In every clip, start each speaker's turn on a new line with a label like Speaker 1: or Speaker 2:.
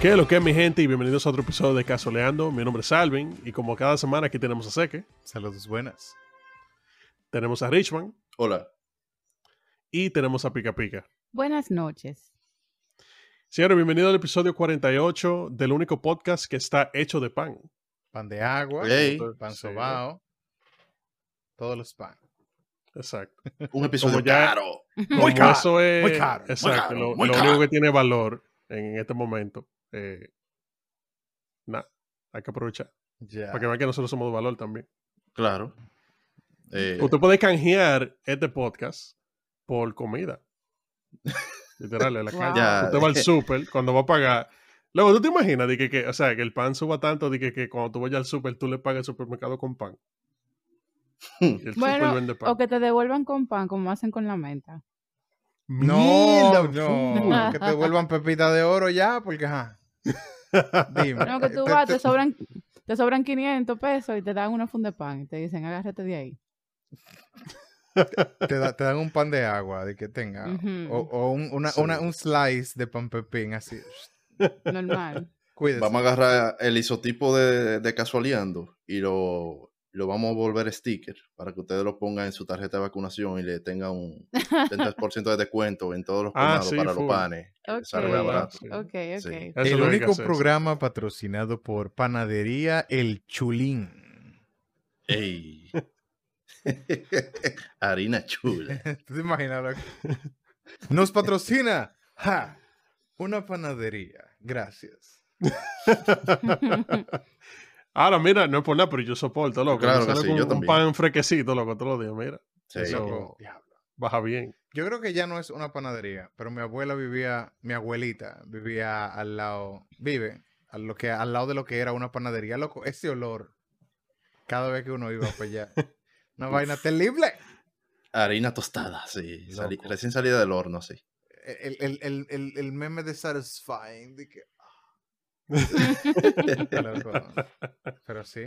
Speaker 1: ¿Qué es lo que es mi gente? Y bienvenidos a otro episodio de Casoleando. Mi nombre es Alvin y como cada semana aquí tenemos a Seque,
Speaker 2: Saludos buenas.
Speaker 1: tenemos a Richman
Speaker 3: Hola.
Speaker 1: y tenemos a Pica Pica.
Speaker 4: Buenas noches.
Speaker 1: Señores, bienvenidos al episodio 48 del único podcast que está hecho de pan.
Speaker 2: Pan de agua,
Speaker 3: Ey.
Speaker 2: pan
Speaker 1: Sí.
Speaker 2: sobao, todos los pan.
Speaker 1: Exacto.
Speaker 3: Un episodio
Speaker 1: Como ya-
Speaker 3: caro.
Speaker 1: Como
Speaker 2: caro,
Speaker 1: Eso es,
Speaker 2: muy caro, muy
Speaker 1: Exacto.
Speaker 3: caro,
Speaker 1: lo
Speaker 3: muy
Speaker 1: lo
Speaker 3: caro.
Speaker 1: único que tiene valor en este momento. Eh, Nada, hay que aprovechar.
Speaker 2: Ya.
Speaker 1: Para que vean que nosotros somos de valor también.
Speaker 3: Claro. Eh,
Speaker 1: Usted puede canjear este podcast por comida. Literal, en la
Speaker 4: Wow.
Speaker 1: calle.
Speaker 3: Ya.
Speaker 1: Usted va al súper, cuando va a pagar. Luego, ¿tú te imaginas de que, que- o sea, que el pan suba tanto de que, que cuando tú vayas al súper, tú le pagas el supermercado con pan?
Speaker 3: Hmm.
Speaker 1: Y el súper
Speaker 4: Bueno,
Speaker 1: vende pan.
Speaker 4: O que te devuelvan con pan, como hacen con la menta.
Speaker 2: No,
Speaker 1: Mierda,
Speaker 2: no, que te vuelvan pepita de oro ya, porque ajá. Dime.
Speaker 4: No, que tú
Speaker 2: Te-
Speaker 4: vas,
Speaker 2: te-
Speaker 4: te sobran, te sobran 500 pesos y te dan una funda de pan y te dicen, agárrate de ahí.
Speaker 2: te, da- te dan un pan de agua, de que tenga.
Speaker 4: Ujú.
Speaker 2: O, o un, una-
Speaker 1: Sí.
Speaker 2: una- un slice de pan pepín, así.
Speaker 4: Normal.
Speaker 2: Cuídese.
Speaker 3: Vamos a agarrar el isotipo de, de casualeando y lo, lo vamos a volver sticker para que ustedes lo pongan en su tarjeta de vacunación y le tengan un 30% de descuento en todos los
Speaker 1: Ah,
Speaker 3: comados
Speaker 1: sí,
Speaker 3: para
Speaker 1: full.
Speaker 3: los panes.
Speaker 4: Ok,
Speaker 3: Sale
Speaker 1: más
Speaker 4: ok,
Speaker 1: barato.
Speaker 4: ok.
Speaker 3: Sí.
Speaker 1: Eso es
Speaker 2: el
Speaker 1: lo que hay que
Speaker 2: único
Speaker 1: hacer, sí.
Speaker 2: programa patrocinado por Panadería El Chulín.
Speaker 3: Ey. Harina chula.
Speaker 2: ¿Tú te imaginas lo que- Nos patrocina ja, una panadería. Gracias.
Speaker 1: Ahora, mira, no es por nada, pero yo soporto, loco.
Speaker 3: Claro
Speaker 1: Me
Speaker 3: que
Speaker 1: sale
Speaker 3: sí,
Speaker 1: con
Speaker 3: yo
Speaker 1: un
Speaker 3: también.
Speaker 1: pan frequecito, loco, todos los días, mira.
Speaker 3: Sí.
Speaker 1: Eso-
Speaker 2: Loco, diablo.
Speaker 1: Baja bien.
Speaker 2: Yo creo que ya no es una panadería, pero mi abuela vivía, mi abuelita vivía al lado, vive a lo que, al lado de lo que era una panadería. Loco, ese olor, cada vez que uno iba para allá, una vaina terrible.
Speaker 3: Harina tostada, sí. Sali-
Speaker 2: Loco.
Speaker 3: recién salida del horno, sí.
Speaker 2: e, El, el- el- el- el meme de Satisfying. de que- Loco, Pero sí,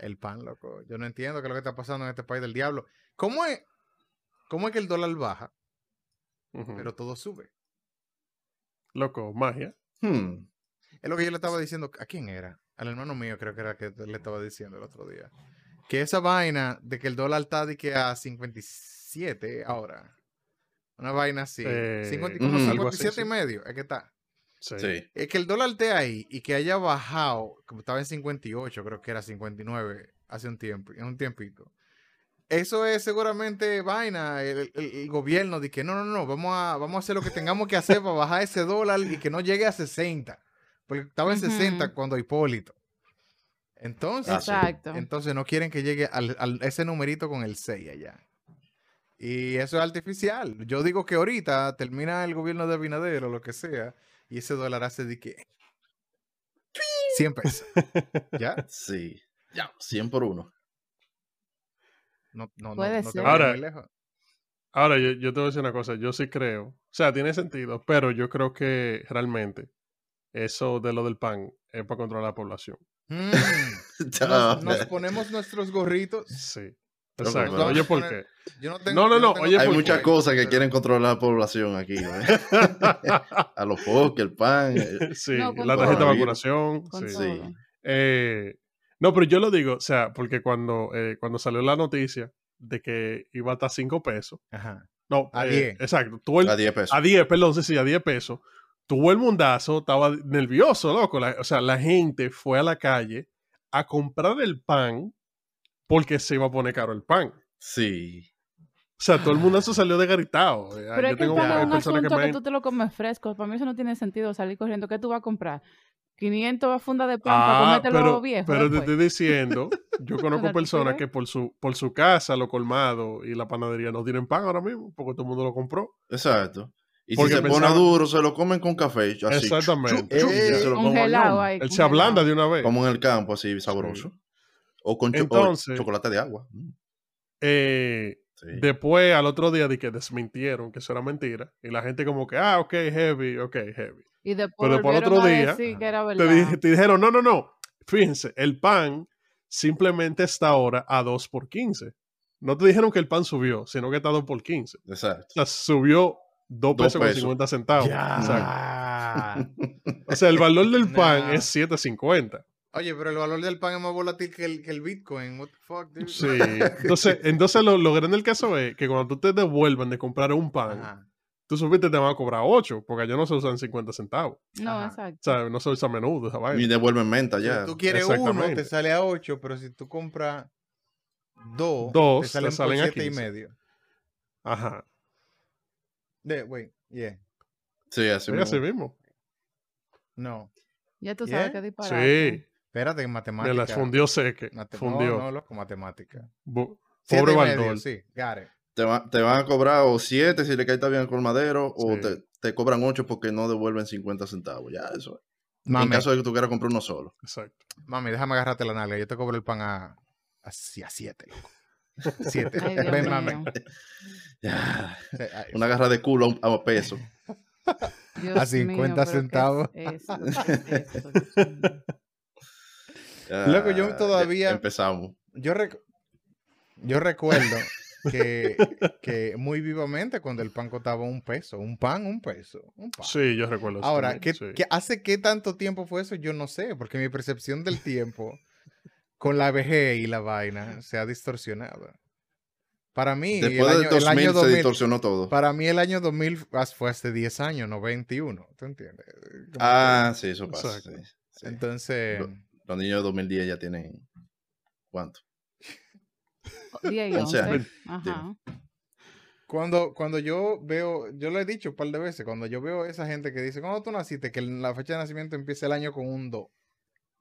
Speaker 2: el pan, loco. Yo no entiendo qué es lo que está pasando en este país del diablo. ¿Cómo es, cómo es que el dólar baja,
Speaker 1: Ujú.
Speaker 2: pero todo sube?
Speaker 1: Loco, magia.
Speaker 3: Hmm.
Speaker 2: Es lo que yo le estaba diciendo. ¿A quién era? Al hermano mío, creo que era que le estaba diciendo el otro día. Que esa vaina de que el dólar está de que a 57 ahora. Una vaina así.
Speaker 1: Eh,
Speaker 2: 50 como
Speaker 3: ujú,
Speaker 1: algo así,
Speaker 2: 57 y
Speaker 1: sí.
Speaker 2: medio. Es que está.
Speaker 1: Sí.
Speaker 3: Sí.
Speaker 2: Es eh, que el dólar esté ahí y que haya bajado, como estaba en 58, creo que era 59 hace un tiempo, en un tiempito. Eso es seguramente vaina, el, el- el gobierno de que no, no, no, vamos a, vamos a hacer lo que tengamos que hacer para bajar ese dólar y que no llegue a 60, porque estaba en 60
Speaker 4: Ujú.
Speaker 2: cuando Hipólito. Entonces,
Speaker 3: Ah, sí.
Speaker 4: Exacto.
Speaker 2: entonces no quieren que llegue al, al- ese numerito con el 6 allá. Y eso es artificial. Yo digo que ahorita termina el gobierno de Abinader o lo que sea, y ese dólar hace de que 100 pesos. ¿Ya?
Speaker 3: Sí. Ya, 100 por uno.
Speaker 2: No, no, no,
Speaker 4: Puede
Speaker 2: no te
Speaker 4: ser.
Speaker 2: vayas
Speaker 1: Ahora-
Speaker 2: muy lejos.
Speaker 1: Ahora, yo, yo te voy a decir una cosa, yo sí creo, o sea, tiene sentido, pero yo creo que realmente eso de lo del pan es para controlar la población.
Speaker 2: Mm,
Speaker 3: Ya. Ah,
Speaker 2: nos, nos ponemos nuestros gorritos.
Speaker 1: Sí.
Speaker 3: Loco,
Speaker 1: Exacto.
Speaker 3: pero-
Speaker 1: Oye, ¿por qué?
Speaker 2: Poner- Yo no,
Speaker 1: No, no,
Speaker 2: yo tengo
Speaker 1: no, oye, pues,
Speaker 3: Hay
Speaker 1: por
Speaker 2: tanto
Speaker 3: muchas
Speaker 1: qué?
Speaker 2: gorrito,
Speaker 3: cosas que
Speaker 2: pero-
Speaker 3: quieren controlar la población aquí. ¿no? a los pocos, el pan. eh,
Speaker 1: sí,
Speaker 4: No, con
Speaker 1: la tarjeta de
Speaker 3: todo.
Speaker 1: vacunación.
Speaker 4: Con
Speaker 1: sí.
Speaker 4: todo.
Speaker 3: sí.
Speaker 1: Eh, no, pero yo lo digo, o sea, porque cuando, eh, cuando salió la noticia de que iba hasta 5 pesos,
Speaker 2: Ajá.
Speaker 1: no,
Speaker 2: A
Speaker 1: eh,
Speaker 2: 10.
Speaker 1: Exacto, todo el,
Speaker 3: A 10 pesos.
Speaker 1: a 10, perdón, sí, sí, a 10 pesos. Tuvo el mundazo, estaba nervioso, loco. La- o sea, la gente fue a la calle a comprar el pan porque se iba a poner caro el pan.
Speaker 3: Sí.
Speaker 1: O sea, todo el mundazo salió de garitao. Eh,
Speaker 4: Pero es
Speaker 1: Yo
Speaker 4: que el
Speaker 1: tengo
Speaker 4: pan es
Speaker 1: varias
Speaker 4: un
Speaker 1: personas que
Speaker 4: asunto que,
Speaker 1: me-
Speaker 4: tú te lo comes fresco. Para mí eso no tiene sentido salir corriendo. ¿Qué tú vas a comprar? 500 fundas de pan
Speaker 1: Ah,
Speaker 4: para comértelo
Speaker 1: pero,
Speaker 4: viejo. pues.
Speaker 1: pero te
Speaker 4: después.
Speaker 1: estoy diciendo, yo conozco
Speaker 4: Cuando tú
Speaker 1: personas
Speaker 4: quieras.
Speaker 1: que por su, por su casa, lo colmado y la panadería no tienen pan ahora mismo, porque todo el mundo lo compró.
Speaker 3: Exacto. Y
Speaker 1: Porque
Speaker 3: si se
Speaker 1: pensaban-
Speaker 3: pone duro, se lo comen con café. Así, chu, chu,
Speaker 1: Exactamente.
Speaker 3: chu, y
Speaker 4: Eh,
Speaker 3: ya se lo comen
Speaker 4: Congelado
Speaker 3: al
Speaker 4: ahí.
Speaker 1: Él se ablanda
Speaker 4: congelado.
Speaker 1: de una vez.
Speaker 3: ñam, Como en el campo, así sabroso. O con cho- o
Speaker 1: Entonces-
Speaker 3: chocolate de agua. Mm,
Speaker 1: Eh,
Speaker 3: sí.
Speaker 1: Después, al otro día, de que desmintieron que eso era mentira. Y la gente como que, ah, ok, heavy, ok, heavy.
Speaker 4: Y después
Speaker 1: Pero por
Speaker 4: volvieron
Speaker 1: otro
Speaker 4: a
Speaker 1: día,
Speaker 4: decir que era
Speaker 1: Te,
Speaker 4: verdad.
Speaker 1: di- te dijeron, no, no, no. Fíjense, el pan simplemente está ahora a 2 por 15. No te dijeron que el pan subió, sino que está a 2 por 15.
Speaker 3: Exacto.
Speaker 1: O sea, subió 2
Speaker 3: Dos
Speaker 1: pesos con
Speaker 3: pesos.
Speaker 1: 50 centavos.
Speaker 2: Ya.
Speaker 1: O, sea, o sea, el valor del pan
Speaker 2: Nah.
Speaker 1: es 7.50.
Speaker 2: Oye, pero el valor del pan es más volátil que el, que el Bitcoin. What the fuck, dude?
Speaker 1: Sí. Entonces, entonces lo, lo grande del caso es que cuando tú te devuelvan de comprar un pan,
Speaker 2: Ajá.
Speaker 1: tú supiste te van a cobrar 8, porque allá no se usan 50 centavos.
Speaker 4: No,
Speaker 2: Ajá.
Speaker 1: O
Speaker 4: exacto.
Speaker 1: sea, no se usa a menudo esa vaina.
Speaker 3: Y devuelven menta
Speaker 2: Si
Speaker 3: ya.
Speaker 2: tú quieres uno,
Speaker 1: exactamente.
Speaker 2: te sale a 8, pero si tú compras dos,
Speaker 1: Dos,
Speaker 2: te
Speaker 1: te
Speaker 2: salen, por
Speaker 1: salen a
Speaker 2: siete y
Speaker 1: 15.
Speaker 2: medio.
Speaker 1: Ajá.
Speaker 2: De, wait, yeah,
Speaker 3: Sí, así
Speaker 1: es así mismo.
Speaker 3: mismo.
Speaker 2: no.
Speaker 4: Ya tú
Speaker 2: ¿Yeah?
Speaker 4: sabes que disparate.
Speaker 1: Sí.
Speaker 2: Espérate, en
Speaker 1: Me
Speaker 2: matemática.
Speaker 1: las fundió seque.
Speaker 2: mate-
Speaker 1: Fundió.
Speaker 2: No, no, loco, matemática.
Speaker 1: Bu-
Speaker 2: Siete
Speaker 1: Pobre
Speaker 2: y medio,
Speaker 1: Baldor.
Speaker 2: sí, got it.
Speaker 3: Te, va- te van a cobrar o 7 si le cae bien con madero, o
Speaker 1: Sí.
Speaker 3: te, te cobran 8 porque no devuelven 50 centavos. Ya, eso. En
Speaker 2: Mami,
Speaker 3: caso de que tú quieras comprar uno solo.
Speaker 1: Exacto.
Speaker 2: mami, déjame agarrarte la nalga. Yo te cobro el pan a, a, si- a siete, loco. Siete.
Speaker 4: Ay, Dios
Speaker 2: Ven,
Speaker 4: mío.
Speaker 2: mami.
Speaker 3: Ya,
Speaker 2: O sea, ay,
Speaker 3: Una garra de culo a un- a un peso.
Speaker 4: Dios
Speaker 2: A 50
Speaker 4: pero ¿qué es
Speaker 2: centavos.
Speaker 4: eso? ¿Qué es eso, Dios mío?
Speaker 3: Ya,
Speaker 2: Loco, yo
Speaker 3: ya
Speaker 2: todavía-
Speaker 3: Empezamos.
Speaker 2: Yo, rec- yo recuerdo que, que muy vivamente cuando el pan costaba un peso, un pan, un peso, un pan.
Speaker 1: Sí, yo recuerdo eso
Speaker 2: Ahora,
Speaker 1: también,
Speaker 2: ¿qué,
Speaker 1: sí.
Speaker 2: qué- hace qué tanto tiempo fue eso? Yo no sé, porque mi percepción del tiempo con la vejez y la vaina se ha distorsionado. Para mí,
Speaker 3: Después
Speaker 2: el,
Speaker 3: del
Speaker 2: año,
Speaker 3: 2000,
Speaker 2: el año
Speaker 3: se
Speaker 2: 2000
Speaker 3: distorsionó todo.
Speaker 2: para mí el año 2000 as- fue hace 10 años, no 21, ¿tú entiendes? Como que-
Speaker 3: Ah, sí, eso pasa.
Speaker 1: Exacto.
Speaker 3: sí, sí.
Speaker 2: entonces,
Speaker 3: Lo- Los niños de 2010 ya tienen. ¿Cuánto?
Speaker 4: 10 Oh, y
Speaker 3: 11
Speaker 4: 11.
Speaker 3: años.
Speaker 4: Ajá.
Speaker 2: Cuando, cuando yo veo, yo lo he dicho un par de veces, cuando yo veo esa gente que dice, cuando tú naciste? Que la fecha de nacimiento empieza el año con un 2.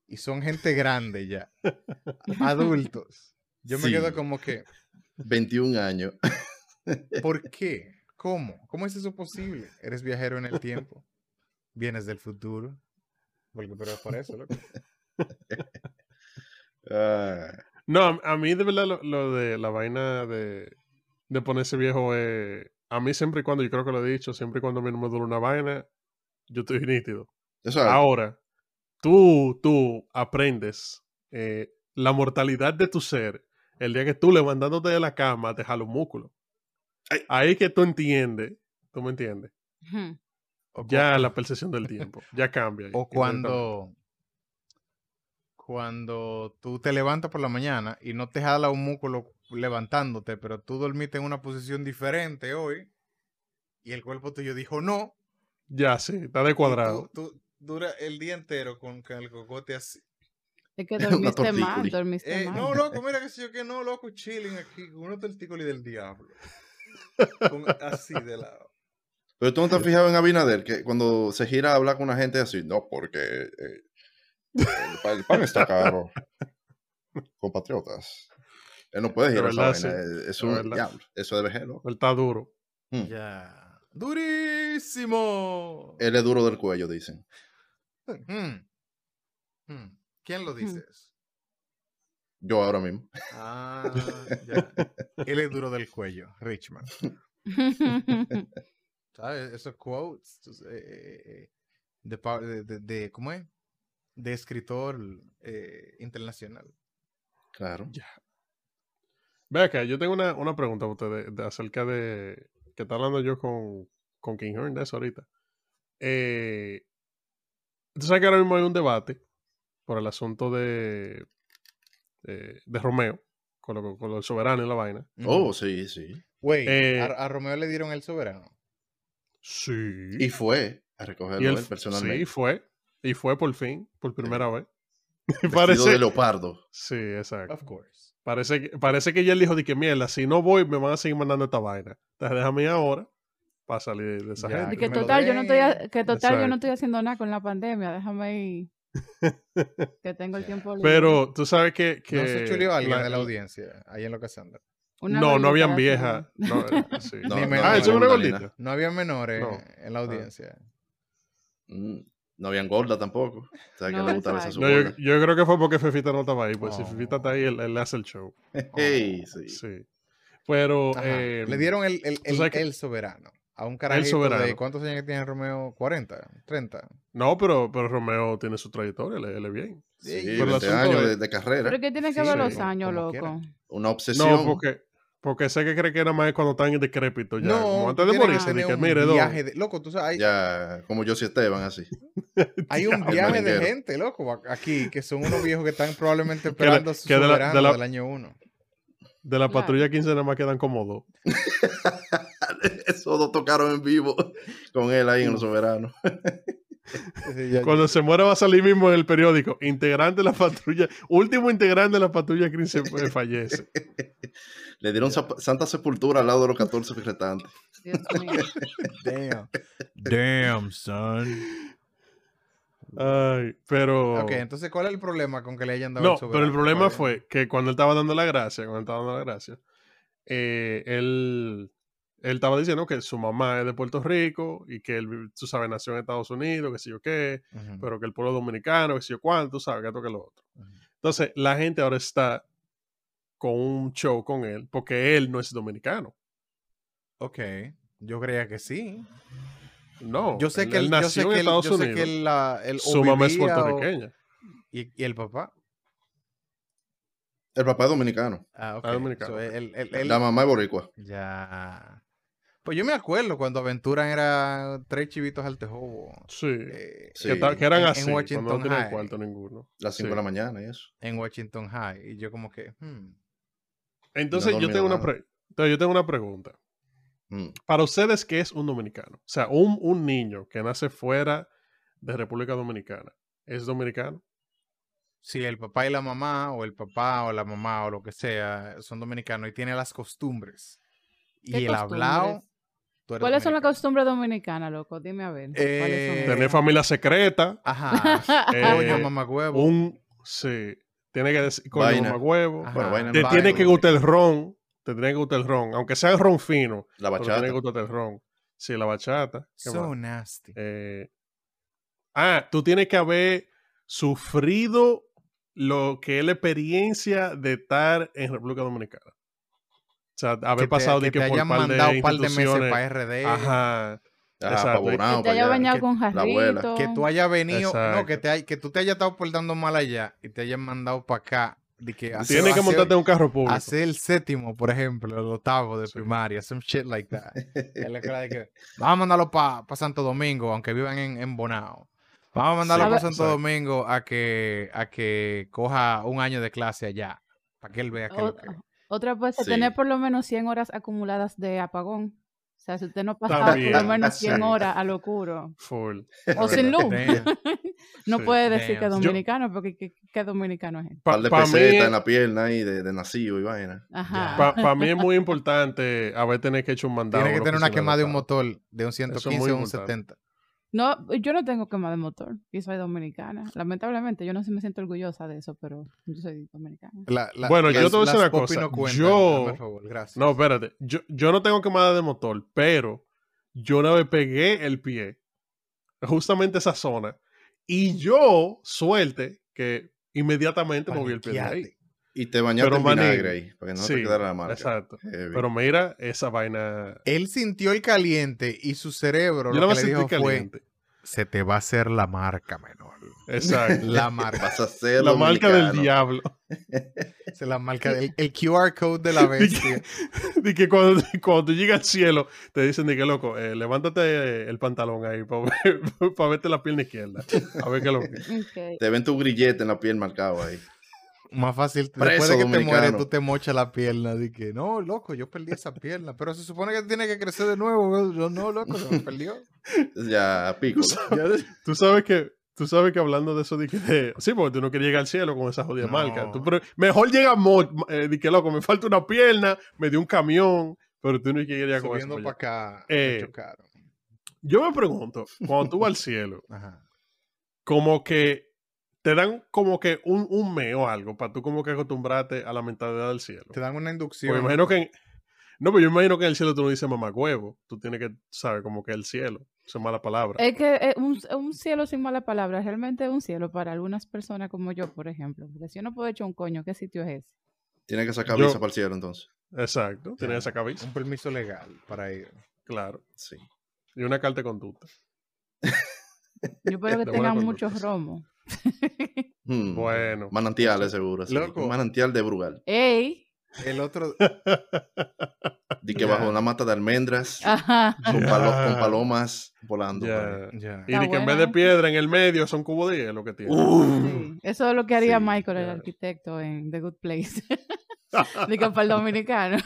Speaker 2: Y son gente grande ya, adultos. Yo me
Speaker 3: Sí.
Speaker 2: quedo como que,
Speaker 3: 21 años.
Speaker 2: ¿por qué? ¿Cómo? ¿Cómo es eso posible? Eres viajero en el tiempo, vienes del futuro. Porque, pero es por eso, loco.
Speaker 3: Ah,
Speaker 1: No, a, a mí de verdad lo, lo de la vaina de, de ponerse viejo eh, a mí siempre y cuando, yo creo que lo he dicho, siempre y cuando a mí no me duele una vaina, yo estoy nítido.
Speaker 3: eso es algo.
Speaker 1: Ahora, tú, tú aprendes eh, la mortalidad de tu ser el día que tú levantándote de la cama te jala un músculo.
Speaker 3: Ay.
Speaker 1: Ahí que tú entiendes, tú me entiendes,
Speaker 4: Ujú.
Speaker 2: O cu-
Speaker 1: ya la percepción del tiempo, ya cambia.
Speaker 2: O cuando, cuando tú te levantas por la mañana y no te jala un músculo levantándote, pero tú dormiste en una posición diferente hoy y el cuerpo tuyo dijo no.
Speaker 1: Ya, sí, está de
Speaker 2: y tú-
Speaker 1: cuadrado.
Speaker 2: Tú, dura el día entero con, con el cocote así.
Speaker 4: Es que
Speaker 3: Una
Speaker 4: dormiste mal,
Speaker 3: tortícoli.
Speaker 4: dormiste
Speaker 2: Eh,
Speaker 4: mal.
Speaker 2: no, loco, mira que sé yo que no, loco, chilling aquí, con unos testículos del diablo. Con- así de lado.
Speaker 3: Pero tú no te has fijado en Abinader, que cuando se gira a hablar con una gente así, no, porque eh, el, pa- el pan está caro. Compatriotas. Él no puede
Speaker 1: De
Speaker 3: girar esa
Speaker 1: verdad, sí.
Speaker 3: vaina. eh, Es
Speaker 1: De
Speaker 3: un
Speaker 1: verdad.
Speaker 3: diablo. Eso debe ser, ¿no?
Speaker 1: Él está duro.
Speaker 3: Mm.
Speaker 2: Ya. Durísimo.
Speaker 1: Eh.
Speaker 3: Él es duro del cuello, dicen.
Speaker 2: Mm. Mm. ¿Quién
Speaker 1: Hmm.
Speaker 2: lo dice eso?
Speaker 3: Yo ahora mismo.
Speaker 2: Ah, ya. Él es duro del cuello, Richman. ¿Sabes? Esos quotes tus- eh, eh, eh, de, pa- de, de- de- ¿cómo es? De escritor eh, internacional.
Speaker 3: Claro.
Speaker 1: Ve acá, yo tengo una, una pregunta a ustedes de- acerca de que está hablando yo con, con King Hearn de eso ahorita. Eh, tú sabes que ahora mismo hay un debate por el asunto de, eh, de Romeo, con lo, con lo del soberano y la vaina.
Speaker 3: Oh, sí, sí.
Speaker 2: Güey,
Speaker 1: eh,
Speaker 2: a, a Romeo le dieron el soberano.
Speaker 1: Sí.
Speaker 3: Y fue a
Speaker 1: Y
Speaker 3: recogerlo
Speaker 1: él-
Speaker 3: él personalmente.
Speaker 1: Sí, fue. Y fue por fin, por primera vez. Y
Speaker 3: Vestido de
Speaker 1: parece,
Speaker 3: leopardo.
Speaker 1: sí, exacto.
Speaker 2: Of course.
Speaker 1: Parece que, parece que ya él dijo de que mierda, si no voy, me van a seguir mandando esta vaina. Entonces déjame ir ahora para salir de esa
Speaker 2: Ya,
Speaker 4: Y
Speaker 1: gente.
Speaker 4: que
Speaker 2: me lo
Speaker 4: total, yo no estoy,
Speaker 2: den.
Speaker 4: ha- que total yo
Speaker 1: Exacto.
Speaker 4: no estoy haciendo nada con la pandemia, déjame ir. Que tengo el
Speaker 2: Ya.
Speaker 4: tiempo libre.
Speaker 1: Pero tú sabes que. que
Speaker 2: no se chuleó alguien
Speaker 1: la-
Speaker 2: de la audiencia ahí en lo que se anda.
Speaker 1: no,
Speaker 4: Una
Speaker 1: no
Speaker 4: gordita
Speaker 1: habían
Speaker 4: era
Speaker 1: viejas. No, eh, sí.
Speaker 3: No,
Speaker 2: Ni
Speaker 3: no,
Speaker 2: me-
Speaker 1: ah,
Speaker 3: no,
Speaker 1: eso es una
Speaker 3: no,
Speaker 1: gordita.
Speaker 2: No había menores
Speaker 1: No. Ah.
Speaker 2: en la audiencia.
Speaker 3: Mm, No habían gorda tampoco. O sea, que
Speaker 4: No,
Speaker 3: le gustaba esa
Speaker 4: exacto.
Speaker 3: su
Speaker 1: No, yo,
Speaker 3: gorda.
Speaker 1: yo creo que fue porque Fefita no estaba ahí. Pues si
Speaker 2: Oh.
Speaker 1: Fefita está ahí, él, él hace el show.
Speaker 3: Ey, sí.
Speaker 1: Sí. Pero.
Speaker 2: Ajá.
Speaker 1: eh,
Speaker 2: Le dieron el, el, el,
Speaker 1: sabes que-
Speaker 2: el soberano. A un carajito
Speaker 1: soberano.
Speaker 2: de ¿cuántos años que tiene Romeo? 40, 30.
Speaker 1: No, pero, pero Romeo tiene su trayectoria, le, le bien.
Speaker 3: Sí,
Speaker 2: Sí,
Speaker 1: pero el
Speaker 3: 20
Speaker 1: asunto
Speaker 3: años
Speaker 1: es-
Speaker 3: de, de carrera.
Speaker 4: Pero que tiene que
Speaker 2: Sí,
Speaker 4: ver los
Speaker 1: sí,
Speaker 4: años,
Speaker 2: como
Speaker 4: loco.
Speaker 2: quiera.
Speaker 3: Una obsesión.
Speaker 1: No, porque, porque sé que cree que era más cuando están decrépitos ya. como antes de
Speaker 2: tiene que
Speaker 1: morirse,
Speaker 2: tener
Speaker 1: ni que
Speaker 2: un
Speaker 1: mire, don,
Speaker 2: viaje de- Loco, tú sabes, hay,
Speaker 3: Ya, como yo Esteban, así.
Speaker 2: hay un
Speaker 1: diablo,
Speaker 2: viaje de
Speaker 3: merenguero.
Speaker 2: gente, loco, a- aquí, que son unos viejos que están probablemente
Speaker 1: Que de-
Speaker 2: esperando su
Speaker 1: que de la- de
Speaker 2: soberano
Speaker 1: la-
Speaker 2: del año 1.
Speaker 1: de la
Speaker 4: Claro.
Speaker 1: patrulla 15 nada más quedan como dos.
Speaker 3: Esos dos tocaron en vivo con él ahí en Los Soberanos.
Speaker 1: Cuando se muera va a salir mismo en el periódico. Integrante de la patrulla, último integrante de la patrulla 15 eh, fallece.
Speaker 3: Le dieron sap- santa sepultura al lado de los 14 restantes.
Speaker 4: Dios mío.
Speaker 2: Damn.
Speaker 5: Damn, son.
Speaker 1: Ay, pero.
Speaker 2: Ok, entonces, ¿cuál es el problema con que le hayan dado
Speaker 1: Oh. No,
Speaker 2: el soberano?
Speaker 1: pero el problema
Speaker 2: ¿Cuál es?
Speaker 1: fue que cuando él estaba dando la gracia, cuando él estaba dando la gracia, eh, él, él estaba diciendo que su mamá es de Puerto Rico y que él, vi- tú sabes, nació en Estados Unidos, que sé yo qué,
Speaker 2: Ujú.
Speaker 1: pero que el pueblo dominicano, que sé yo cuánto, tú sabes, que esto que lo otro.
Speaker 2: Ujú.
Speaker 1: Entonces, la gente ahora está con un show con él porque él no es dominicano.
Speaker 2: Ok, yo creía que sí.
Speaker 1: No,
Speaker 2: Yo sé
Speaker 1: él-
Speaker 2: que
Speaker 1: él
Speaker 2: él, yo
Speaker 1: nació
Speaker 2: sé
Speaker 1: en
Speaker 2: que él,
Speaker 1: Estados
Speaker 2: yo sé
Speaker 1: Unidos.
Speaker 2: que él, la- él o
Speaker 1: su mamá es
Speaker 2: vivía o-
Speaker 1: puertorriqueña,
Speaker 2: ¿Y, y el papá?
Speaker 3: El papá es dominicano.
Speaker 2: Ah, ok.
Speaker 1: Ah, dominicano,
Speaker 2: So,
Speaker 1: ok.
Speaker 2: él- él- él-
Speaker 3: La mamá es boricua.
Speaker 2: Ya. Pues yo me acuerdo cuando Aventuran era tres chivitos al tejobo.
Speaker 1: sí,
Speaker 2: eh,
Speaker 3: Sí.
Speaker 1: que, ta- que eran
Speaker 2: En- en
Speaker 1: así, cuando
Speaker 2: Washington
Speaker 1: no tenían
Speaker 2: High.
Speaker 1: cuarto ninguno.
Speaker 3: Las 5
Speaker 1: Sí.
Speaker 3: de la mañana y eso.
Speaker 2: en Washington High. Y yo como que... hmm,
Speaker 1: Entonces, yo,
Speaker 3: dormía
Speaker 1: tengo una
Speaker 3: nada.
Speaker 1: pre- entonces, yo tengo una pregunta.
Speaker 3: Mm.
Speaker 1: Para ustedes, ¿qué es un dominicano? O sea, un, un niño que nace fuera de República Dominicana, ¿es dominicano?
Speaker 2: si el papá y la mamá, o el papá o la mamá, o lo que sea, son dominicanos y tiene las costumbres. Y
Speaker 4: ¿Qué
Speaker 2: el
Speaker 4: costumbres?
Speaker 2: hablado... tú eres
Speaker 4: ¿Cuáles son las
Speaker 2: dominicano.
Speaker 4: costumbres dominicanas, loco? Dime a ver.
Speaker 2: Eh,
Speaker 1: Tener familia secreta,
Speaker 2: Ajá.
Speaker 1: eh,
Speaker 2: Coño, mamá huevo.
Speaker 1: un... Sí, tiene que decir con
Speaker 3: Vaina.
Speaker 1: huevo.
Speaker 2: Ajá.
Speaker 3: Bueno, vaina
Speaker 1: Te
Speaker 3: no,
Speaker 1: tiene
Speaker 3: vaina.
Speaker 1: que gustar el ron, te tiene que gustar el ron, aunque sea el ron fino,
Speaker 3: La
Speaker 1: pero te tiene
Speaker 3: bachata.
Speaker 1: que gustar el ron. Sí, la bachata. ¿qué más?
Speaker 2: So nasty.
Speaker 1: Eh, ah, tú tienes que haber sufrido lo que es la experiencia de estar en República Dominicana. O sea, haber
Speaker 2: te-
Speaker 1: pasado
Speaker 2: que
Speaker 1: de que,
Speaker 2: te
Speaker 1: por
Speaker 2: hayan
Speaker 1: par
Speaker 2: mandado un par de meses
Speaker 1: instituciones.
Speaker 2: para RD.
Speaker 1: Ajá.
Speaker 3: Ajá,
Speaker 1: Exacto.
Speaker 3: pavonao
Speaker 4: que te
Speaker 3: para
Speaker 4: haya
Speaker 3: allá.
Speaker 4: bañado
Speaker 2: que-
Speaker 4: con
Speaker 3: la abuela.
Speaker 4: jarrito.
Speaker 2: que tú hayas venido, no, que,
Speaker 1: Exacto.
Speaker 2: te hay- que tú te hayas estado portando mal allá y te hayan mandado para acá. De que hacer-
Speaker 1: Tienes que
Speaker 2: hacer-
Speaker 1: montarte en un carro público.
Speaker 2: Hacer el séptimo, por ejemplo, el octavo de
Speaker 1: Sí.
Speaker 2: primaria, some shit like that. Es la cara de que, Vamos a mandarlo para Santo Domingo, aunque vivan en, en Bonao. Vamos a mandarlo
Speaker 4: Sí,
Speaker 2: para Santo
Speaker 1: exacto.
Speaker 2: Domingo a que, a que coja un año de clase allá. Para que él vea que, lo
Speaker 4: O-
Speaker 2: que...
Speaker 4: Otra pues,
Speaker 3: Sí.
Speaker 4: tener por lo menos 100 horas acumuladas de apagón. O sea, si usted no ha pasado por
Speaker 1: También,
Speaker 4: lo menos 100
Speaker 1: sí.
Speaker 4: horas a locuro.
Speaker 1: Full.
Speaker 4: O sin luz.
Speaker 2: Damn.
Speaker 4: No
Speaker 1: Sí.
Speaker 4: puede decir que es
Speaker 2: Damn.
Speaker 1: Yo-
Speaker 4: dominicano, porque ¿qué, qué dominicano es él?
Speaker 1: Pa-
Speaker 3: par de
Speaker 1: pa' mí-
Speaker 3: pesetas en la pierna ahí de, de nacido y vaina.
Speaker 4: Ajá.
Speaker 1: Para mí es muy importante haber tenido que hecho un mandado.
Speaker 2: Tiene que tener una quema de un
Speaker 1: motor.
Speaker 2: motor de un
Speaker 1: muy
Speaker 2: 115 o un
Speaker 1: importante.
Speaker 2: 70.
Speaker 4: No, yo no tengo quema de motor y soy dominicana. Lamentablemente, yo no sé me siento orgullosa de eso, pero yo soy dominicana.
Speaker 2: La- la-
Speaker 1: Bueno, yo
Speaker 2: las-
Speaker 1: te voy a decir
Speaker 2: las
Speaker 1: una
Speaker 2: popi
Speaker 1: cosa.
Speaker 2: no cuentan,
Speaker 1: Yo-
Speaker 2: dame el favor, gracias.
Speaker 1: No, espérate. Yo, yo no tengo quemada de motor, pero yo una vez pegué el pie, justamente esa zona, y yo, suerte, que inmediatamente moví el pie de ahí.
Speaker 2: Paniqueate.
Speaker 3: Y te bañaste
Speaker 1: Pero,
Speaker 3: en
Speaker 1: manín,
Speaker 3: vinagre ahí, para que no
Speaker 1: sí,
Speaker 3: te quedara la marca.
Speaker 1: Exacto.
Speaker 3: Heavy.
Speaker 1: Pero mira, esa vaina.
Speaker 2: Él sintió el caliente y su cerebro
Speaker 1: Yo no
Speaker 2: lo
Speaker 1: me
Speaker 2: que le
Speaker 1: sentí
Speaker 2: dijo
Speaker 1: caliente.
Speaker 2: fue, se te va a hacer la marca, menor.
Speaker 1: Exacto.
Speaker 2: La marca.
Speaker 3: Vas a ser
Speaker 1: La marca del
Speaker 3: dominicano.
Speaker 1: diablo.
Speaker 2: se la marca, el, el QR code de la bestia.
Speaker 1: De que cuando, cuando tú llegas al cielo, te dicen de que loco, eh, levántate el pantalón ahí para verte la pierna izquierda. A ver qué lo que.
Speaker 4: Ok.
Speaker 3: Te ven tu grillete en la piel marcado ahí.
Speaker 2: Más fácil,
Speaker 3: Preso
Speaker 2: después de que te
Speaker 3: dominicano.
Speaker 2: mueres, tú te mochas la pierna. De que, no, loco, yo perdí esa pierna. Pero se supone que tiene que crecer de nuevo. Yo, no, loco, se me perdió.
Speaker 3: Ya, pico.
Speaker 1: Tú sabes que, tú sabes que hablando de eso, de que, de- sí, porque tú no quieres llegar al cielo con esa jodida
Speaker 2: No.
Speaker 1: marca. Tú, pero mejor llega, mo- eh, di que loco, me falta una pierna, me dio un camión, pero tú no quieres llegar con eso.
Speaker 2: Subiendo
Speaker 1: para
Speaker 2: para
Speaker 1: allá.
Speaker 2: acá,
Speaker 1: Eh.
Speaker 2: me chocaron.
Speaker 1: Yo me pregunto, cuando tú vas al cielo,
Speaker 2: Ajá.
Speaker 1: como que te dan como que un, un mes o algo para tú como que acostumbrarte a la mentalidad del cielo.
Speaker 2: Te dan una
Speaker 1: Porque
Speaker 2: inducción.
Speaker 1: Pues imagino que en- no, pero yo imagino que en el cielo tú no dices mamá huevo. Tú tienes que saber como que el cielo. Esa es mala palabra.
Speaker 4: Es que eh, un, un cielo sin mala palabra, realmente es un cielo para algunas personas como yo, por ejemplo. Porque si yo no puedo echar un coño, ¿qué sitio es ese?
Speaker 3: Tiene que sacar
Speaker 1: Yo-
Speaker 3: visa para el cielo entonces.
Speaker 1: Exacto. Tienes esa cabeza.
Speaker 2: Un permiso legal para ir.
Speaker 1: Claro.
Speaker 3: Sí.
Speaker 1: Y una carta de conducta.
Speaker 4: Yo espero que
Speaker 1: De buena
Speaker 4: tenga
Speaker 1: conducta,
Speaker 4: muchos
Speaker 1: sí.
Speaker 4: romos.
Speaker 3: Hmm.
Speaker 1: Bueno.
Speaker 3: Manantiales seguro. sí.
Speaker 2: Loco.
Speaker 3: Un Manantial de Brugal.
Speaker 4: ¡Ey!
Speaker 2: El otro,
Speaker 3: Di que
Speaker 1: Ya.
Speaker 3: bajo una mata de almendras.
Speaker 4: Ajá.
Speaker 3: Con,
Speaker 1: Ya.
Speaker 3: palo- con palomas volando.
Speaker 1: Ya.
Speaker 2: ya.
Speaker 1: Y de que en vez
Speaker 4: buena,
Speaker 1: de
Speaker 4: ¿eh?
Speaker 1: piedra en el medio son cubos de hielo que tiene.
Speaker 4: Sí, Eso es lo que haría
Speaker 3: Sí,
Speaker 4: Michael, el
Speaker 1: claro.
Speaker 4: arquitecto en The Good Place. Digo, para el dominicano.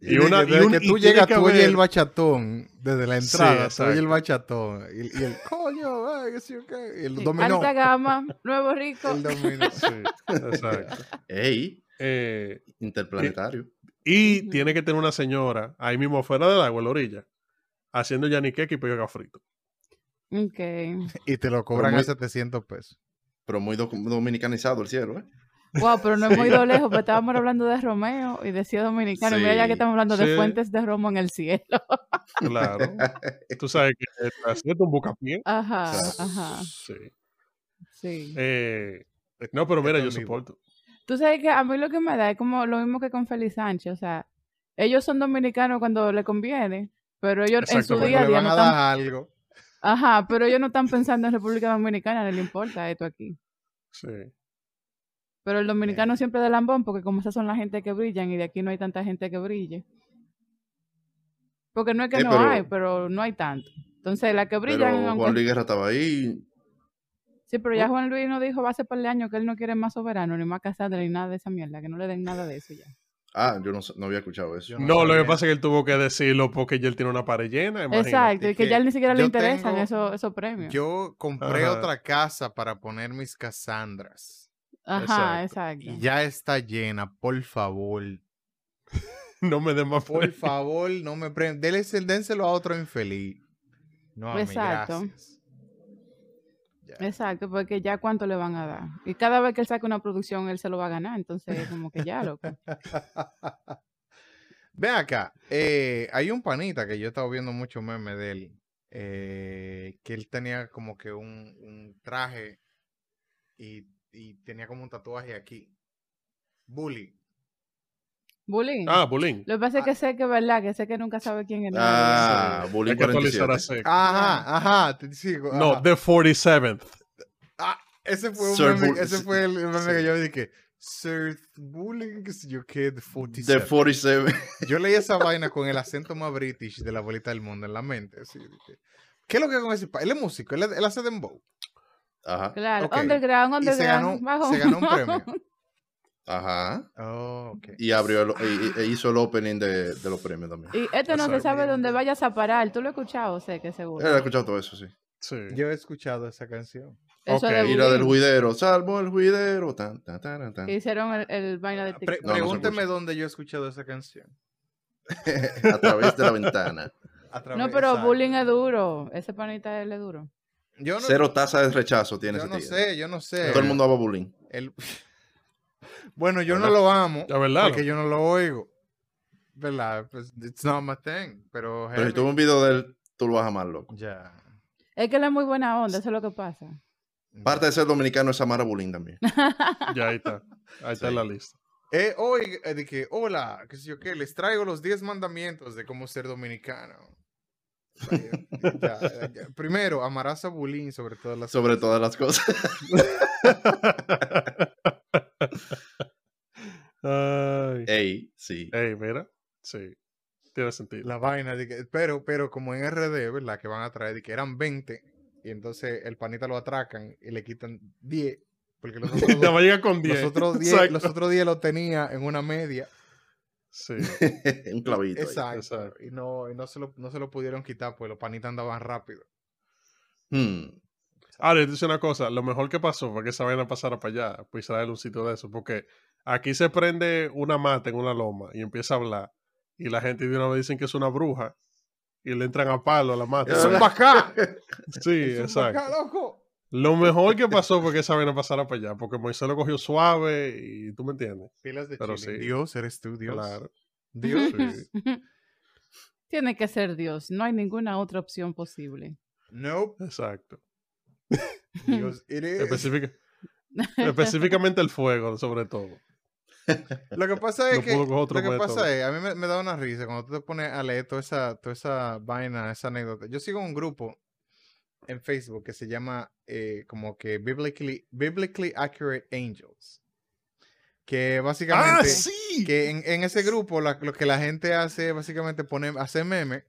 Speaker 1: Y una-
Speaker 2: desde
Speaker 1: y un-
Speaker 2: que
Speaker 1: y
Speaker 2: tú
Speaker 1: tiene
Speaker 2: llegas,
Speaker 1: que
Speaker 2: tú oyes
Speaker 1: haber-
Speaker 2: el bachatón desde la entrada, tú oyes el
Speaker 1: exacto.
Speaker 2: bachatón y, y el coño, ay, qué sé yo qué, y el
Speaker 4: Sí,
Speaker 2: dominó,
Speaker 4: Alta gama, nuevo rico.
Speaker 2: el dominó.
Speaker 1: Sí, exacto.
Speaker 3: ¡Ey!
Speaker 1: Eh,
Speaker 3: Interplanetario.
Speaker 1: y
Speaker 4: Ujú.
Speaker 1: tiene que tener una señora ahí mismo afuera del agua, en la orilla, haciendo yaniqueque y pollo frito.
Speaker 4: Ok.
Speaker 2: y te lo cobran
Speaker 3: muy-
Speaker 2: a 700 pesos.
Speaker 3: Pero muy doc- dominicanizado el cielo, ¿eh?
Speaker 4: Wow, pero no hemos ido lejos, porque estábamos hablando de Romeo y de Cielo Dominicano. y Mira ya
Speaker 3: Sí,
Speaker 4: que estamos hablando
Speaker 1: sí.
Speaker 4: de fuentes de Romo en el cielo.
Speaker 1: Claro. Tú sabes que haciendo un bucapié.
Speaker 4: Ajá,
Speaker 3: Exacto.
Speaker 4: ajá,
Speaker 1: Sí.
Speaker 4: sí.
Speaker 1: Eh, no, pero mira, yo soporto.
Speaker 4: Tú sabes que a mí lo que me da es como lo mismo que con Félix Sánchez. O sea, ellos son dominicanos cuando le conviene, pero ellos en
Speaker 1: Exacto,
Speaker 4: su
Speaker 1: cuando
Speaker 4: día a
Speaker 2: le
Speaker 4: día
Speaker 2: van
Speaker 4: no
Speaker 2: a
Speaker 4: están...
Speaker 2: dar algo.
Speaker 4: Ajá, pero ellos no están pensando en República Dominicana, no le importa esto aquí.
Speaker 1: Sí.
Speaker 4: Pero el dominicano siempre da lambón porque como esas son la gente que brillan y de aquí no hay tanta gente que brille. Porque no es que
Speaker 3: Eh,
Speaker 4: no
Speaker 3: pero-
Speaker 4: hay, pero no hay tanto. Entonces, la que brillan...
Speaker 3: Pero
Speaker 4: aunque-
Speaker 3: Juan Luis Guerra estaba ahí.
Speaker 4: Sí, pero ya Juan Luis no dijo hace par de años que él no quiere más soberano, ni más casado, ni nada de esa mierda, que no le den nada de eso ya.
Speaker 3: Ah, yo no, sé- no había escuchado eso.
Speaker 2: Yo
Speaker 1: No, lo que
Speaker 2: sabía.
Speaker 1: pasa es que él tuvo que decirlo porque ya él tiene una pared llena. imagínate.
Speaker 4: Exacto, y que,
Speaker 2: que
Speaker 4: ya ni siquiera le
Speaker 2: yo
Speaker 4: interesan
Speaker 2: tengo-
Speaker 4: esos, esos premios.
Speaker 2: Yo compré
Speaker 1: Ajá.
Speaker 2: otra casa para poner mis casandras
Speaker 4: Ajá, exacto.
Speaker 2: y ya está llena, por favor.
Speaker 1: No me den más
Speaker 2: Por
Speaker 1: fuerza.
Speaker 2: favor, no me prenden. Dénselo a otro infeliz. No, a mí,
Speaker 4: Exacto.
Speaker 2: gracias. Ya.
Speaker 4: Exacto, porque ya cuánto le van a dar. Y cada vez que él saca una producción, él se lo va a ganar. Entonces, es como que ya, loco.
Speaker 2: Ve acá, eh, hay un panita que yo he estado viendo mucho meme de él, eh, que él tenía como que un, un traje y, y tenía como un tatuaje aquí. Bully.
Speaker 4: Bullying.
Speaker 1: Ah, Bulín.
Speaker 4: Lo que pasa es que sé que es verdad, que sé que nunca sabe quién es nadie.
Speaker 3: Ah,
Speaker 1: Hay
Speaker 3: Bullying
Speaker 1: que actualizar a
Speaker 3: 47.
Speaker 1: Sek.
Speaker 2: Ajá, ajá, te sigo. Ah,
Speaker 1: No,
Speaker 2: ajá.
Speaker 1: The 47th.
Speaker 2: Ah, ese fue, un
Speaker 3: Sir
Speaker 2: meme-
Speaker 3: Bull-
Speaker 2: ese fue el meme
Speaker 3: sí.
Speaker 2: que yo dije. Sir Bullying, qué sé yo qué, the 47.
Speaker 3: The 47.
Speaker 2: Yo leí esa vaina con el acento más british de la bolita del mundo en la mente. así, dije, ¿Qué es lo que con ese pa- Él es músico, él, él hace dembow.
Speaker 3: Ajá.
Speaker 4: Claro,
Speaker 2: ok.
Speaker 4: underground,
Speaker 2: Y se
Speaker 4: underground.
Speaker 2: ganó,
Speaker 4: bajo.
Speaker 2: se ganó un premio.
Speaker 3: Ajá.
Speaker 2: Oh, ok.
Speaker 3: Y abrió el- y, y- e hizo el opening de, de los premios también.
Speaker 4: Y esto no se
Speaker 1: Exacto.
Speaker 4: sabe dónde vayas a parar. Tú lo has escuchado, sé que seguro.
Speaker 3: Él ha escuchado todo eso, sí.
Speaker 1: Sí.
Speaker 2: Yo he escuchado esa canción.
Speaker 4: Eso
Speaker 1: Ok,
Speaker 4: de
Speaker 3: Y la del
Speaker 4: bullying.
Speaker 3: juidero. Salvo el juidero. Tan, tan, tan, tan.
Speaker 4: Que hicieron el, el vaina de
Speaker 2: Pre-
Speaker 4: TikTok.
Speaker 3: No, no se
Speaker 2: pregúnteme
Speaker 3: escucha.
Speaker 2: dónde yo he escuchado esa canción.
Speaker 3: A través de la ventana.
Speaker 2: A
Speaker 4: No,
Speaker 2: través-
Speaker 4: pero
Speaker 2: exacto.
Speaker 4: bullying es duro. Ese panita él es duro.
Speaker 2: Yo no,
Speaker 3: Cero tasa de rechazo tiene
Speaker 2: yo
Speaker 3: ese
Speaker 2: no
Speaker 3: tío.
Speaker 2: sé, yo no sé.
Speaker 3: Todo el mundo ama bullying.
Speaker 2: El- Bueno, yo no
Speaker 1: ¿Verdad?
Speaker 2: lo amo
Speaker 1: La verdad.
Speaker 2: porque yo no lo oigo. ¿Verdad? Pues, it's not my thing. Pero,
Speaker 3: Pero si
Speaker 2: heavy.
Speaker 3: tuve un video de él, tú lo vas a amar, loco.
Speaker 2: ya.
Speaker 4: Es que él es muy buena onda, eso es lo que pasa.
Speaker 3: Parte de ser dominicano es amar a bullying también.
Speaker 1: Ya ahí está. Ahí está
Speaker 3: Sí.
Speaker 1: la lista.
Speaker 2: Eh, hoy, eh, de que, hola, qué sé yo qué, les traigo los 10 mandamientos de cómo ser dominicano. O sea, yo- ya, ya, ya. Primero, amarás a Bulín sobre todas las
Speaker 3: Sobre todas las cosas.
Speaker 1: Ay.
Speaker 3: Ey, sí.
Speaker 1: Ey, mira. Sí. Tiene sentido.
Speaker 2: la vaina, de que- pero, pero como en RD, ¿verdad? Que van a traer, de que eran 20, y entonces el panita lo atracan y le quitan 10, porque los otros,
Speaker 1: Ya va a
Speaker 2: dos-
Speaker 1: llegar con
Speaker 2: los
Speaker 1: 10.
Speaker 2: otros 10
Speaker 1: Exacto.
Speaker 2: los otros 10 lo tenía en una media,
Speaker 1: Sí.
Speaker 3: un clavito. ahí.
Speaker 2: Eh, exacto,
Speaker 1: exacto.
Speaker 2: y, no, y no, se lo, no se lo pudieron quitar, pues los panitas andaban rápido.
Speaker 3: Hmm.
Speaker 1: Ahora, yo te digo Ah, una cosa, lo mejor que pasó fue que esa vaina pasara para allá, pues Israel un sitio de eso, porque aquí se prende una mata en una loma y empieza a hablar, y la gente de una vez dicen que es una bruja, y le entran a palo a la mata.
Speaker 2: ¡Es un bacá!
Speaker 1: Sí,
Speaker 2: ¡Es un bacá,
Speaker 1: exacto.
Speaker 2: loco!
Speaker 1: Lo mejor que pasó fue que esa vaina pasara para allá, porque Moisés lo cogió suave y tú me entiendes.
Speaker 2: Pilas de
Speaker 1: Pero
Speaker 2: chile.
Speaker 1: sí.
Speaker 2: Dios, eres tú, Dios.
Speaker 1: Claro.
Speaker 2: Dios.
Speaker 1: Sí.
Speaker 4: Tiene que ser Dios. No hay ninguna otra opción posible.
Speaker 2: Nope.
Speaker 1: Exacto.
Speaker 2: Dios eres.
Speaker 1: Específica-
Speaker 2: eh.
Speaker 1: específicamente el fuego, sobre todo.
Speaker 2: Lo que pasa es
Speaker 1: No
Speaker 2: que.
Speaker 1: pudo coger otro
Speaker 2: lo que
Speaker 1: cuento.
Speaker 2: pasa es, a mí me, me da una risa cuando tú te pones a leer toda esa, toda esa vaina, esa anécdota. Yo sigo un grupo en Facebook que se llama eh, como que Biblically, Biblically Accurate Angels. Que
Speaker 1: ¡Ah,
Speaker 2: básicamente.
Speaker 1: sí!
Speaker 2: que en, en ese grupo la- lo que la gente hace es básicamente poner, hacer memes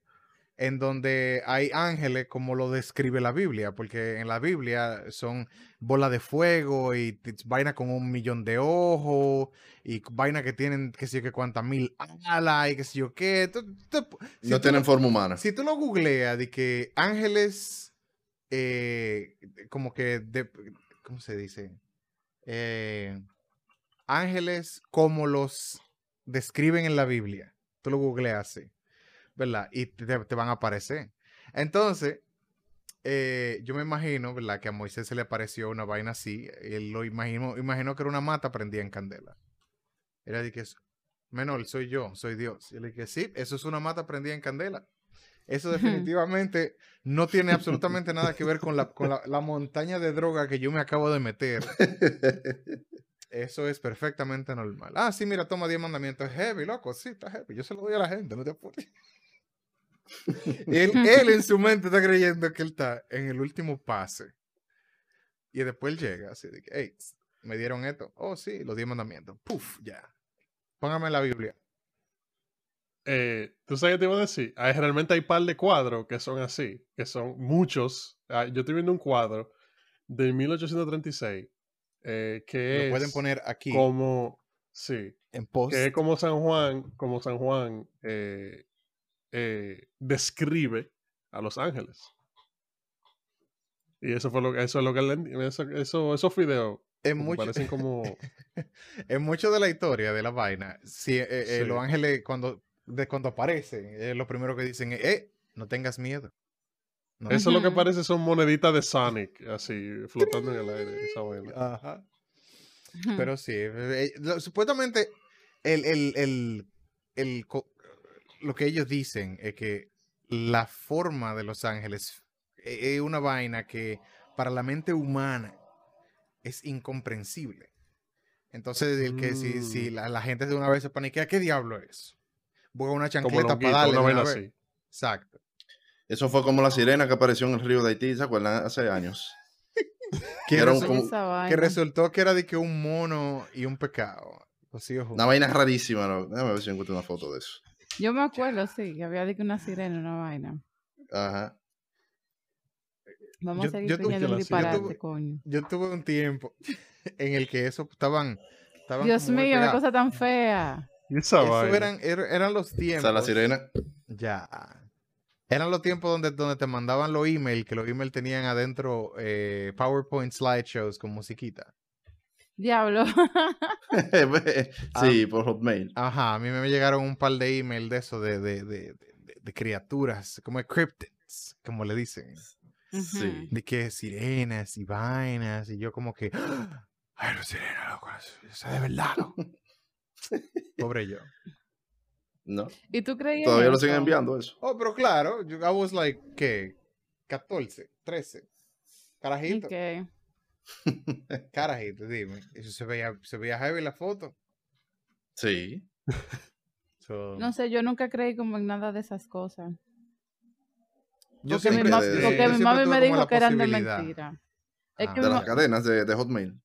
Speaker 2: en donde hay ángeles como lo describe la Biblia, porque en la Biblia son bolas de fuego y t- vaina con un millón de ojos y vaina que tienen que sé yo que cuántas mil alas y que sé yo qué. Tú- tú- si
Speaker 3: no
Speaker 2: tú
Speaker 3: tienen
Speaker 2: lo-
Speaker 3: forma humana.
Speaker 2: si tú lo googleas de que ángeles, eh, como que, de, ¿cómo se dice? Eh, ángeles como los describen en la Biblia. Tú lo googleas así, ¿verdad? Y te, te van a aparecer. Entonces, eh, yo me imagino, ¿verdad? Que a Moisés se le apareció una vaina así. Él lo imaginó, imaginó que era una mata prendida en candela. Era de que, menor, soy yo, soy Dios. Y él dije, sí, eso es una mata prendida en candela. Eso
Speaker 4: Ujú.
Speaker 2: definitivamente no tiene absolutamente nada que ver con, la, con la- la montaña de droga que yo me acabo de meter. Eso es perfectamente normal. Ah, sí, mira, toma 10 mandamientos. Es heavy, loco. Sí, está heavy. Yo se lo doy a la gente, no te apures. él, él en su mente está creyendo que él está en el último pase. Y después él llega así de que, hey, me dieron esto. Oh, sí, los 10 mandamientos. Puf, ya. Póngame la Biblia.
Speaker 1: Eh, ¿Tú sabes qué te iba a decir? Hay- realmente hay par de cuadros que son así, que son muchos. Ah, yo estoy viendo un cuadro de 1836 eh, que
Speaker 2: Lo pueden
Speaker 1: es
Speaker 2: poner aquí Pues
Speaker 1: como... Sí,
Speaker 2: en post.
Speaker 1: que es como San Juan, como San Juan eh, eh, describe a los ángeles. Y eso fue lo que, eso es lo que él en- eso, eso, esos videos
Speaker 2: Es
Speaker 1: como
Speaker 2: mucho,
Speaker 1: parecen como
Speaker 2: en mucho de la historia de la vaina, si, eh, eh,
Speaker 1: Sí.
Speaker 2: los ángeles cuando, de cuando aparecen, eh, lo primero que dicen es, eh, no tengas miedo. No
Speaker 1: eso es lo que
Speaker 4: Ujú.
Speaker 1: parece son moneditas de Sonic así flotando en el aire esa vaina.
Speaker 2: Ajá. Pero sí, eh, eh, lo- supuestamente el, el- el- el co- lo que ellos dicen es que la forma de Los Ángeles e- es una vaina que para la mente humana es incomprensible. Entonces, el que si, si
Speaker 1: Mm.
Speaker 2: la, la gente de una vez se paniquea, ¿qué diablo es? Busca una
Speaker 1: como
Speaker 2: chancleta para
Speaker 1: longuito,
Speaker 2: darle.
Speaker 1: una
Speaker 2: de
Speaker 1: vaina
Speaker 2: una vez.
Speaker 1: así.
Speaker 2: Exacto.
Speaker 3: Eso fue como la sirena que apareció en el río de Haití, ¿se acuerdan? Hace años.
Speaker 2: Que,
Speaker 3: Era un
Speaker 2: resu-
Speaker 3: como-
Speaker 4: Esa vaina.
Speaker 2: que resultó que era de que un mono y un pecado. Los hijos
Speaker 3: Una vaina rarísima. ¿no? Déjame ver si encuentro una foto de eso.
Speaker 4: Yo me acuerdo, sí, que había de que una sirena, una vaina.
Speaker 3: Ajá.
Speaker 4: Vamos
Speaker 2: Yo-
Speaker 4: a seguir
Speaker 2: yo tuve-
Speaker 4: pidiendo
Speaker 1: yo
Speaker 4: un
Speaker 1: la- yo tuve-
Speaker 4: disparate, coño.
Speaker 2: yo tuve un tiempo en el que eso estaban. estaban
Speaker 4: Dios
Speaker 2: como muy
Speaker 4: mío, qué
Speaker 2: pegados.
Speaker 4: cosa tan fea.
Speaker 1: Y esa
Speaker 2: Eso
Speaker 1: vaina.
Speaker 2: eran, er- eran los
Speaker 3: O
Speaker 2: tiempos.
Speaker 3: sea, la sirena.
Speaker 2: Ya. Eran los tiempos donde, donde te mandaban los emails, que los emails tenían adentro eh, PowerPoint slideshows con musiquita.
Speaker 4: Diablo.
Speaker 3: sí,
Speaker 2: Ah.
Speaker 3: por Hotmail.
Speaker 2: Ajá, a mí me llegaron un par de emails de eso, de, de, de- de- de criaturas, como cryptids, como le dicen.
Speaker 3: Sí.
Speaker 2: De que sirenas y vainas, y yo como que... ¡Ah! Ay, no, sirena, loco, eso es de verdad, loco". Pobre yo.
Speaker 3: No.
Speaker 4: ¿Y tú creías
Speaker 3: Todavía lo
Speaker 4: eso?
Speaker 3: siguen enviando eso.
Speaker 2: Oh, pero claro, yo, I was like, ¿qué? 14, 13. Carajito,
Speaker 4: Ok.
Speaker 2: carajito, dime. Eso se veía, se veía heavy la foto.
Speaker 3: Sí.
Speaker 2: So,
Speaker 4: No sé, yo nunca creí como en nada de esas cosas.
Speaker 2: yo
Speaker 4: Porque
Speaker 3: siempre
Speaker 4: mi, ma-
Speaker 3: de-
Speaker 2: yo
Speaker 4: porque mi
Speaker 2: siempre
Speaker 4: mami
Speaker 2: tuve
Speaker 4: me
Speaker 2: como
Speaker 4: dijo
Speaker 2: la
Speaker 4: que eran de
Speaker 2: posibilidad.
Speaker 4: mentira. Es
Speaker 2: Ah.
Speaker 4: que
Speaker 3: De
Speaker 4: mi
Speaker 3: las
Speaker 4: ma-
Speaker 3: cadenas de, de Hotmail.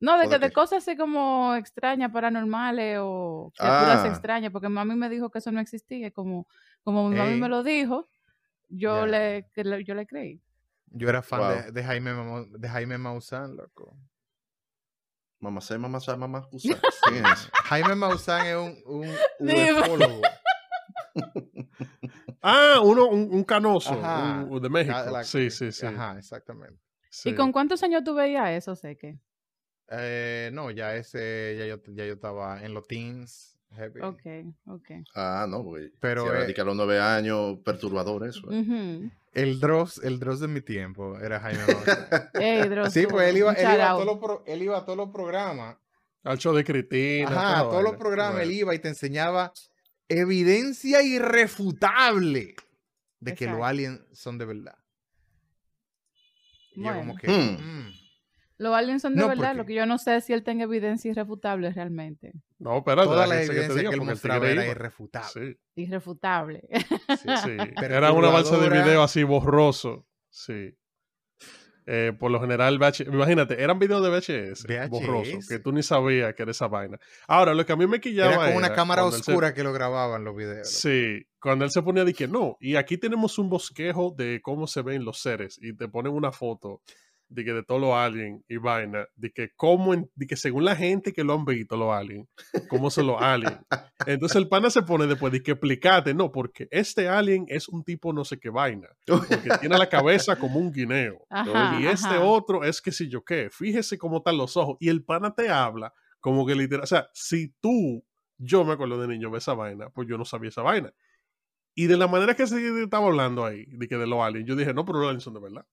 Speaker 4: no, de
Speaker 3: ¿O
Speaker 4: que
Speaker 3: de
Speaker 4: de
Speaker 3: qué?
Speaker 4: cosas así como extrañas, paranormales o criaturas
Speaker 3: Ah.
Speaker 4: extrañas, porque mami me dijo que eso no existía. y Como, como mi mami
Speaker 2: Ey.
Speaker 4: me lo dijo,
Speaker 2: Ya.
Speaker 4: yo, le, que le- yo le creí.
Speaker 2: Yo era fan de,
Speaker 3: Wow.
Speaker 2: de Jaime Mau- de Jaime Maussan, loco.
Speaker 3: Mamá se, mamá sa, mamá usa. ¿Quién es?
Speaker 2: Jaime Maussan es un, un
Speaker 4: Dime.
Speaker 2: ufólogo.
Speaker 1: Ah, uno, un, un canoso
Speaker 2: Ajá.
Speaker 1: un- un de México.
Speaker 2: Ah, La- la-
Speaker 1: sí, sí, sí.
Speaker 2: Ajá, exactamente.
Speaker 1: sí.
Speaker 4: ¿Y con cuántos años tú veías eso, sé que?
Speaker 2: Eh, no, ya ese, ya yo, ya yo estaba en los teens. heavy.
Speaker 4: Ok, ok.
Speaker 3: Ah, no, porque
Speaker 2: Pero
Speaker 3: si era
Speaker 2: eh,
Speaker 3: de que a los nueve años, perturbador eso. eh.
Speaker 4: Ujú.
Speaker 2: el Dross, el Dross de mi tiempo era Jaime Bautista.
Speaker 4: Ey, Dross,
Speaker 2: Sí, pues él iba,
Speaker 4: un
Speaker 2: él iba a
Speaker 4: shout
Speaker 2: todos
Speaker 4: out.
Speaker 2: los pro- él iba a todos los programas
Speaker 1: Al show de Cristina.
Speaker 2: Ajá,
Speaker 1: toda
Speaker 2: a
Speaker 1: la
Speaker 2: todos los
Speaker 1: vaina.
Speaker 2: programas
Speaker 1: Bueno.
Speaker 2: él iba y te enseñaba evidencia irrefutable de que los
Speaker 4: Exacto.
Speaker 2: aliens son de verdad. Y yo como
Speaker 4: Bueno.
Speaker 2: que,
Speaker 3: Hmm.
Speaker 2: mm,
Speaker 4: Los aliens son de
Speaker 2: No,
Speaker 4: verdad,
Speaker 2: porque-
Speaker 4: lo que yo no sé es si él tenga evidencia irrefutable realmente.
Speaker 1: No, espérate.
Speaker 2: toda la
Speaker 1: déjame que te
Speaker 2: evidencia
Speaker 1: diga,
Speaker 2: que él
Speaker 1: porque el
Speaker 2: mostraba
Speaker 1: tigre
Speaker 2: era
Speaker 1: iba.
Speaker 2: irrefutable.
Speaker 1: Sí,
Speaker 4: Irrefutable.
Speaker 2: Eh, Sí, sí.
Speaker 1: sí. Era una balsa de
Speaker 2: Perturbadora.
Speaker 1: video así borroso. Sí. Eh, por lo general, VH imagínate, eran videos de VHS,
Speaker 2: VHS.
Speaker 1: borrosos, que tú ni sabías que era esa vaina. Ahora, lo que a mí me quillaba
Speaker 2: Era con una cámara
Speaker 1: cuando él se-
Speaker 2: oscura que lo grababan los videos.
Speaker 1: Sí, cuando él se ponía, dije, no, y aquí tenemos un bosquejo de cómo se ven los seres, y te ponen una foto de que de todos los aliens y vaina, de que cómo, en- de que según la gente que lo han visto los aliens, cómo son los aliens. Entonces el pana se pone después de que explicate, no, porque este alien es un tipo no sé qué vaina, porque tiene la cabeza como un guineo.
Speaker 4: Ajá,
Speaker 1: Y este
Speaker 4: ajá.
Speaker 1: otro es que si yo qué, fíjese cómo están los ojos. Y el pana te habla como que literal. O sea, si tú, yo me acuerdo de niño, ve esa vaina, pues yo no sabía esa vaina. Y de la manera que se estaba hablando ahí, de que de los aliens, yo dije, no, pero los aliens son de verdad.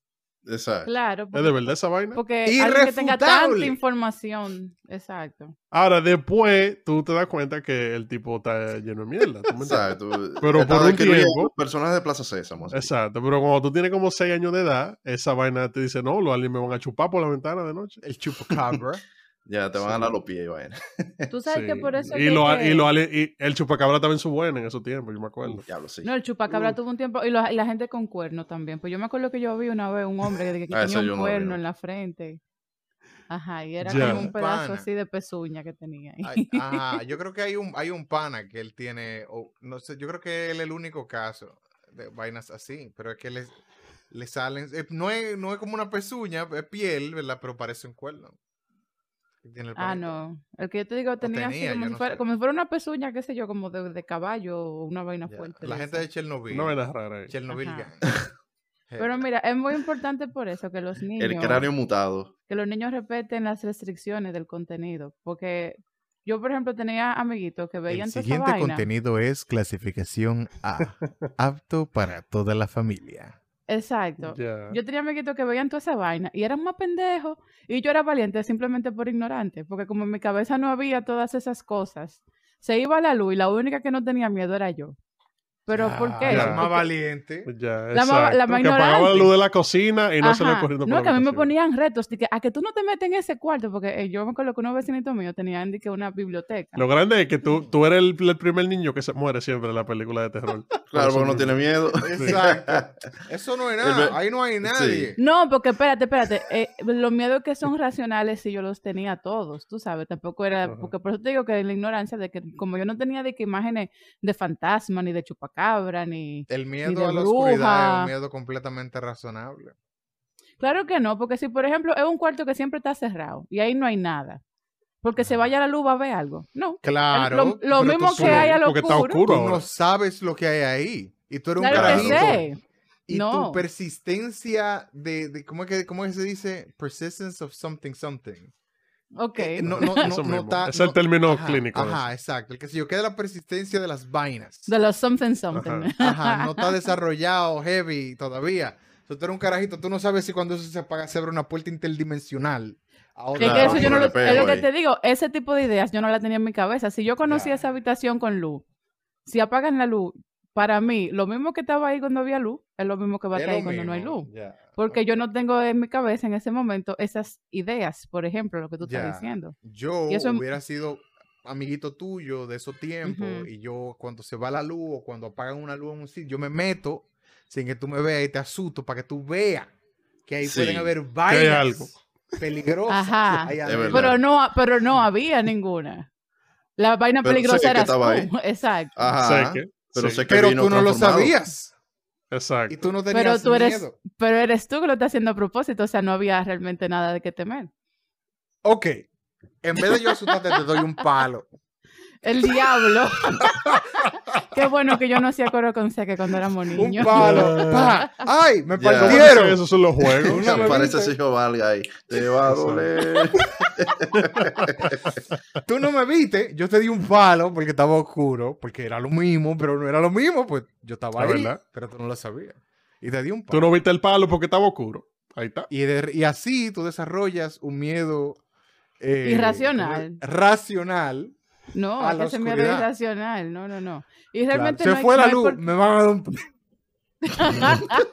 Speaker 2: Mm.
Speaker 3: Exacto.
Speaker 4: Claro,
Speaker 1: ¿Es de verdad esa vaina?
Speaker 4: porque alguien que tenga tanta
Speaker 2: Irrefutable.
Speaker 4: información. Exacto.
Speaker 1: Ahora, después, tú te das cuenta que el tipo está lleno de mierda. ¿tú me entiendes?
Speaker 3: Exacto.
Speaker 1: Pero
Speaker 3: Estaba
Speaker 1: por un
Speaker 3: describiendo
Speaker 1: tiempo-
Speaker 3: Personas de Plaza Sésamo. así.
Speaker 1: Exacto, pero cuando tú tienes como 6 años de edad, esa vaina te dice, no, los aliens me van a chupar por la ventana de noche.
Speaker 2: El chupacabra.
Speaker 3: Ya te van a
Speaker 1: Sí.
Speaker 3: dar los pies y vaina.
Speaker 4: Tú sabes que
Speaker 1: Sí.
Speaker 4: por eso.
Speaker 1: y,
Speaker 4: que-
Speaker 1: los a-
Speaker 4: que-
Speaker 1: y los aliens- y el chupacabra estaba en su buena en esos tiempos, yo me acuerdo.
Speaker 3: Diablo, sí.
Speaker 4: No, el chupacabra
Speaker 1: Mm.
Speaker 4: tuvo un tiempo. Y, lo- y la gente con cuerno también. Pues yo me acuerdo que yo vi una vez un hombre que, que
Speaker 3: Ah, eso
Speaker 4: tenía
Speaker 3: yo no
Speaker 4: un
Speaker 3: lo vi,
Speaker 4: cuerno
Speaker 3: no.
Speaker 4: en la frente. Ajá, y era
Speaker 1: Ya.
Speaker 4: como un
Speaker 2: Un
Speaker 4: pedazo
Speaker 2: pana.
Speaker 4: así de pezuña que tenía. ahí.
Speaker 2: Ay, ah, ajá, yo creo que hay un, hay un pana que él tiene, o no sé, yo creo que él es el único caso de vainas así, pero es que les, le salen, eh, no, es, no es como una pezuña, es piel, ¿verdad? Pero parece un cuerno. que tiene el
Speaker 4: Ah,
Speaker 2: panita.
Speaker 4: no. El que yo te digo tenía, así
Speaker 2: tenía,
Speaker 4: como,
Speaker 2: yo
Speaker 4: si
Speaker 2: no
Speaker 4: fuera,
Speaker 2: sé.
Speaker 4: como si fuera una pezuña, qué sé yo, como de, de caballo o una vaina
Speaker 2: Ya,
Speaker 4: fuerte.
Speaker 2: La
Speaker 4: de
Speaker 2: gente
Speaker 4: esa.
Speaker 2: de Chernobyl.
Speaker 1: Una vaina rara ahí.
Speaker 2: Chernobyl
Speaker 4: Ajá.
Speaker 2: Gang.
Speaker 4: Pero
Speaker 2: Heavy.
Speaker 4: mira, es muy importante por eso que los niños.
Speaker 3: El cráneo mutado.
Speaker 4: que los niños respeten las restricciones del contenido. Porque yo, por ejemplo, tenía amiguitos que veían
Speaker 2: El
Speaker 4: toda esa
Speaker 2: siguiente
Speaker 4: vaina.
Speaker 2: contenido es clasificación A, apto para toda la familia.
Speaker 4: Exacto.
Speaker 1: Ya.
Speaker 4: Yo tenía amiguitos que veían toda esa vaina y eran más pendejos. Y yo era valiente simplemente por ignorante. Porque como en mi cabeza no había todas esas cosas, se iba la luz y la única que no tenía miedo era yo. ¿Pero por qué?
Speaker 1: ya.
Speaker 2: La más
Speaker 4: Porque-
Speaker 2: valiente.
Speaker 1: Ya,
Speaker 4: La ma-
Speaker 1: exacto,
Speaker 4: la ma
Speaker 1: que apagaba la
Speaker 4: ignorante.
Speaker 1: luz de la cocina y no se le
Speaker 4: Ajá.
Speaker 1: ocurrió por
Speaker 4: No,
Speaker 1: la
Speaker 4: que a mí me
Speaker 1: habitación.
Speaker 4: ponían retos. de que, a que tú no te metes en ese cuarto. Porque eh, yo me acuerdo que unos vecinitos míos tenían de que una biblioteca.
Speaker 1: Lo grande es que tú, tú eres el, el primer niño que se muere siempre en la película de terror.
Speaker 3: Claro,
Speaker 1: eso
Speaker 3: porque no
Speaker 1: mismo.
Speaker 3: tiene miedo.
Speaker 2: Exacto. Eso no es
Speaker 3: ve-
Speaker 2: nada. Ahí no hay nadie.
Speaker 4: No, porque espérate, espérate. eh, los miedos que son racionales, sí, yo los tenía todos, tú sabes. Tampoco era.
Speaker 1: Ajá.
Speaker 4: Porque por eso te digo que la ignorancia de que, como yo no tenía de que imágenes de fantasma, ni de chupacabra, ni.
Speaker 2: El
Speaker 4: de
Speaker 2: miedo a la oscuridad es
Speaker 4: bruja.
Speaker 2: un miedo completamente razonable.
Speaker 4: Claro que no, porque si, por ejemplo, es un cuarto que siempre está cerrado y ahí no hay nada. Porque se
Speaker 2: Ajá.
Speaker 4: vaya la luz, va a ver algo. No.
Speaker 2: Claro.
Speaker 4: lo
Speaker 2: pero tú
Speaker 4: mismo
Speaker 2: su-
Speaker 4: que hay a lo
Speaker 1: Porque está
Speaker 4: oscuro.
Speaker 1: oscuro
Speaker 2: Tú
Speaker 1: ahora.
Speaker 2: no sabes lo que hay ahí. Y tú eres un
Speaker 4: Claro que
Speaker 2: carajito.
Speaker 4: sé.
Speaker 2: Y
Speaker 4: No.
Speaker 2: tu persistencia de, de- ¿cómo, es que, ¿cómo es que se dice? Persistence of something something.
Speaker 4: Ok.
Speaker 2: Eh, no, no, no,
Speaker 1: Eso
Speaker 2: no
Speaker 1: mismo.
Speaker 2: está-
Speaker 1: es el
Speaker 2: no-
Speaker 1: término
Speaker 2: ajá,
Speaker 1: clínico.
Speaker 2: Ajá, exacto. El que sé yo, que es la persistencia de las vainas.
Speaker 4: De los something something.
Speaker 1: Ajá.
Speaker 2: Ajá, no está desarrollado heavy todavía. Si tú eres un carajito, tú no sabes si cuando eso se apaga se abre una puerta interdimensional. a otra
Speaker 4: Que- que
Speaker 3: Claro,
Speaker 4: eso yo
Speaker 3: por
Speaker 4: no
Speaker 3: el
Speaker 4: lo-
Speaker 3: espejo
Speaker 4: es lo que
Speaker 3: ahí.
Speaker 4: te digo, ese tipo de ideas yo no la tenía en mi cabeza. Si yo conocía
Speaker 2: Ya.
Speaker 4: esa habitación con luz, si apagan la luz, para mí, lo mismo que estaba ahí cuando había luz, es lo mismo que va a
Speaker 2: Es
Speaker 4: estar
Speaker 2: lo
Speaker 4: ahí cuando no hay
Speaker 2: mismo,
Speaker 4: luz.
Speaker 2: ya.
Speaker 4: Porque yo no tengo en mi cabeza en ese momento esas ideas, por ejemplo, lo que tú
Speaker 2: Ya.
Speaker 4: estás diciendo.
Speaker 2: Yo
Speaker 4: Y eso es-
Speaker 2: hubiera sido amiguito tuyo de esos tiempos
Speaker 4: Ujú.
Speaker 2: y yo cuando se va la luz o cuando apagan una luz en un sitio, yo me meto sin que tú me veas y te asusto para que tú veas que ahí
Speaker 3: Sí,
Speaker 2: pueden haber
Speaker 1: hay
Speaker 2: vainas
Speaker 1: algo.
Speaker 2: peligrosas.
Speaker 4: Ajá.
Speaker 2: ahí
Speaker 4: Es
Speaker 2: adentro.
Speaker 3: verdad.
Speaker 4: Pero no, ha- pero no había ninguna. La vaina
Speaker 3: Pero sé
Speaker 4: peligrosa
Speaker 3: que
Speaker 4: era
Speaker 3: estaba
Speaker 4: tú. Exacto.
Speaker 3: Ajá.
Speaker 1: Sé que-
Speaker 3: Pero
Speaker 1: sí,
Speaker 3: sé que
Speaker 2: Pero
Speaker 3: vino
Speaker 2: tú no lo
Speaker 3: transformado.
Speaker 2: sabías
Speaker 1: Exacto.
Speaker 2: y tú no tenías
Speaker 4: Pero tú eres,
Speaker 2: miedo.
Speaker 4: pero eres tú que lo estás haciendo a propósito, o sea, no había realmente nada de qué temer.
Speaker 2: Ok, en vez de yo asustarte te doy un palo.
Speaker 4: El diablo. Qué bueno que yo no hacía coro con seque cuando éramos
Speaker 2: Un
Speaker 4: niños.
Speaker 2: palo. pa. ¡Ay! ¡Me
Speaker 3: Ya.
Speaker 2: partieron!
Speaker 1: Esos son los juegos.
Speaker 2: Una
Speaker 3: Parece
Speaker 2: bebita.
Speaker 3: ese hijo valga ahí. Te va a doler.
Speaker 2: Tú no me viste. Yo te di un palo porque estaba oscuro. Porque era lo mismo, pero no era lo mismo. Pues yo estaba
Speaker 1: La
Speaker 2: ahí.
Speaker 1: verdad.
Speaker 2: Pero tú no lo sabías. Y te di un palo.
Speaker 1: Tú no viste el palo porque estaba oscuro. Ahí está.
Speaker 2: Y, de- y así tú desarrollas un miedo. eh,
Speaker 4: Irracional.
Speaker 2: Racional.
Speaker 4: No,
Speaker 2: A
Speaker 4: es
Speaker 2: la
Speaker 4: que ese miedo es
Speaker 2: oscuridad.
Speaker 4: irracional. No, no, no. Y
Speaker 2: Claro.
Speaker 4: realmente
Speaker 2: Se
Speaker 4: no hay-
Speaker 2: fue
Speaker 4: no
Speaker 2: la
Speaker 4: hay
Speaker 2: luz.
Speaker 4: por-
Speaker 2: Me van a dar un palo.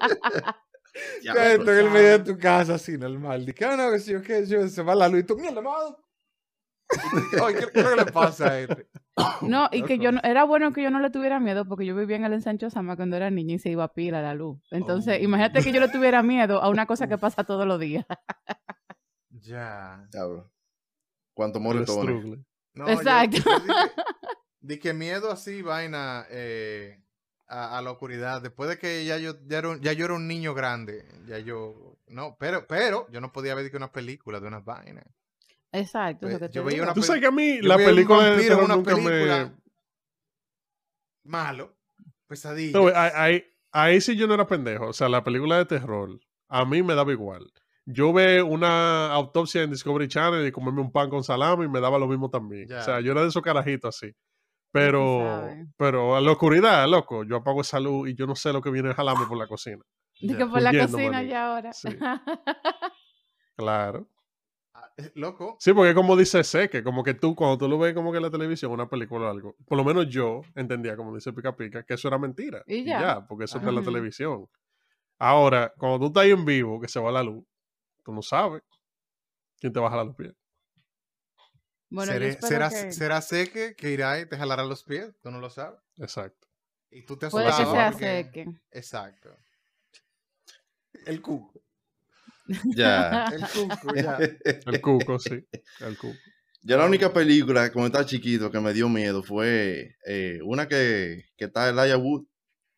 Speaker 3: Ya,
Speaker 2: Esto en el
Speaker 4: chao.
Speaker 2: medio de tu casa, así normal. Dice, ah, no, que si yo qué, yo se va la luz y tú, mierda, me va a dar un-". Ay, ¿qué, qué es lo que le pasa a este?
Speaker 4: No, y que
Speaker 2: Loco.
Speaker 4: yo no, era bueno que yo no le tuviera miedo porque yo vivía en el ensancho Sama cuando era niña y se iba a pila la luz. Entonces,
Speaker 2: Oh.
Speaker 4: imagínate que yo le tuviera miedo a una cosa que pasa todos los días.
Speaker 2: Ya.
Speaker 3: Diablo. ¿Cuánto
Speaker 1: El
Speaker 3: more tones?
Speaker 1: struggle.
Speaker 2: No,
Speaker 4: Exacto.
Speaker 2: Di que Pues miedo así, vaina, eh, a, a la oscuridad. Después de que ya yo, ya, era un, ya yo era un niño grande, ya yo. No, pero, pero yo no podía ver di que una película de unas vainas.
Speaker 4: Exacto. es lo
Speaker 2: Pues,
Speaker 4: que
Speaker 2: yo
Speaker 4: te
Speaker 2: veía
Speaker 4: digo.
Speaker 2: una
Speaker 1: Tú sabes que a mí
Speaker 2: Yo
Speaker 1: la
Speaker 2: vi un
Speaker 1: película de
Speaker 2: vampiro en
Speaker 1: terror
Speaker 2: una
Speaker 1: nunca me...
Speaker 2: película Malo. Pesadilla.
Speaker 1: No, ve, ahí, ahí- ahí sí yo no era pendejo. O sea, la película de terror a mí me daba igual. Yo ve una autopsia en Discovery Channel y comerme un pan con salami y me daba lo mismo también.
Speaker 2: Ya.
Speaker 1: O sea, yo era de esos carajitos así.
Speaker 4: tú
Speaker 1: Pero,
Speaker 4: sabes.
Speaker 1: pero a la oscuridad, loco, yo apago esa luz y yo no sé lo que viene jalame por la cocina.
Speaker 4: Dije
Speaker 2: Ya.
Speaker 4: por la
Speaker 1: Huyendo,
Speaker 4: cocina
Speaker 1: maní.
Speaker 4: ya ahora.
Speaker 1: Sí. Claro.
Speaker 2: Ah, eh, Loco.
Speaker 1: Sí, porque como dice Seque, como que tú, cuando tú lo ves como que en la televisión, una película o algo, por lo menos yo entendía, como dice Pica Pica, que eso era mentira.
Speaker 4: Y
Speaker 1: Y
Speaker 4: ya.
Speaker 1: ya, porque eso está en la
Speaker 4: Ajá.
Speaker 1: televisión. Ahora, cuando tú estás ahí en vivo, que se va la luz, tú no sabes quién te va a jalar los pies.
Speaker 4: Bueno, yo
Speaker 2: Seré-
Speaker 4: espero
Speaker 2: será,
Speaker 4: que-
Speaker 2: será seque que irá y te jalará los pies, tú no lo sabes.
Speaker 1: Exacto.
Speaker 2: Y tú te
Speaker 4: puede
Speaker 2: asustabas.
Speaker 1: solado,
Speaker 4: que sea
Speaker 2: porque-
Speaker 4: seque.
Speaker 2: Exacto. El cuco.
Speaker 3: Ya.
Speaker 4: Ah.
Speaker 2: El cuco, ya.
Speaker 1: El cuco, sí. El cuco.
Speaker 3: Yo la única película cuando estaba chiquito que me dio miedo fue eh, una que, que está Elijah Wood,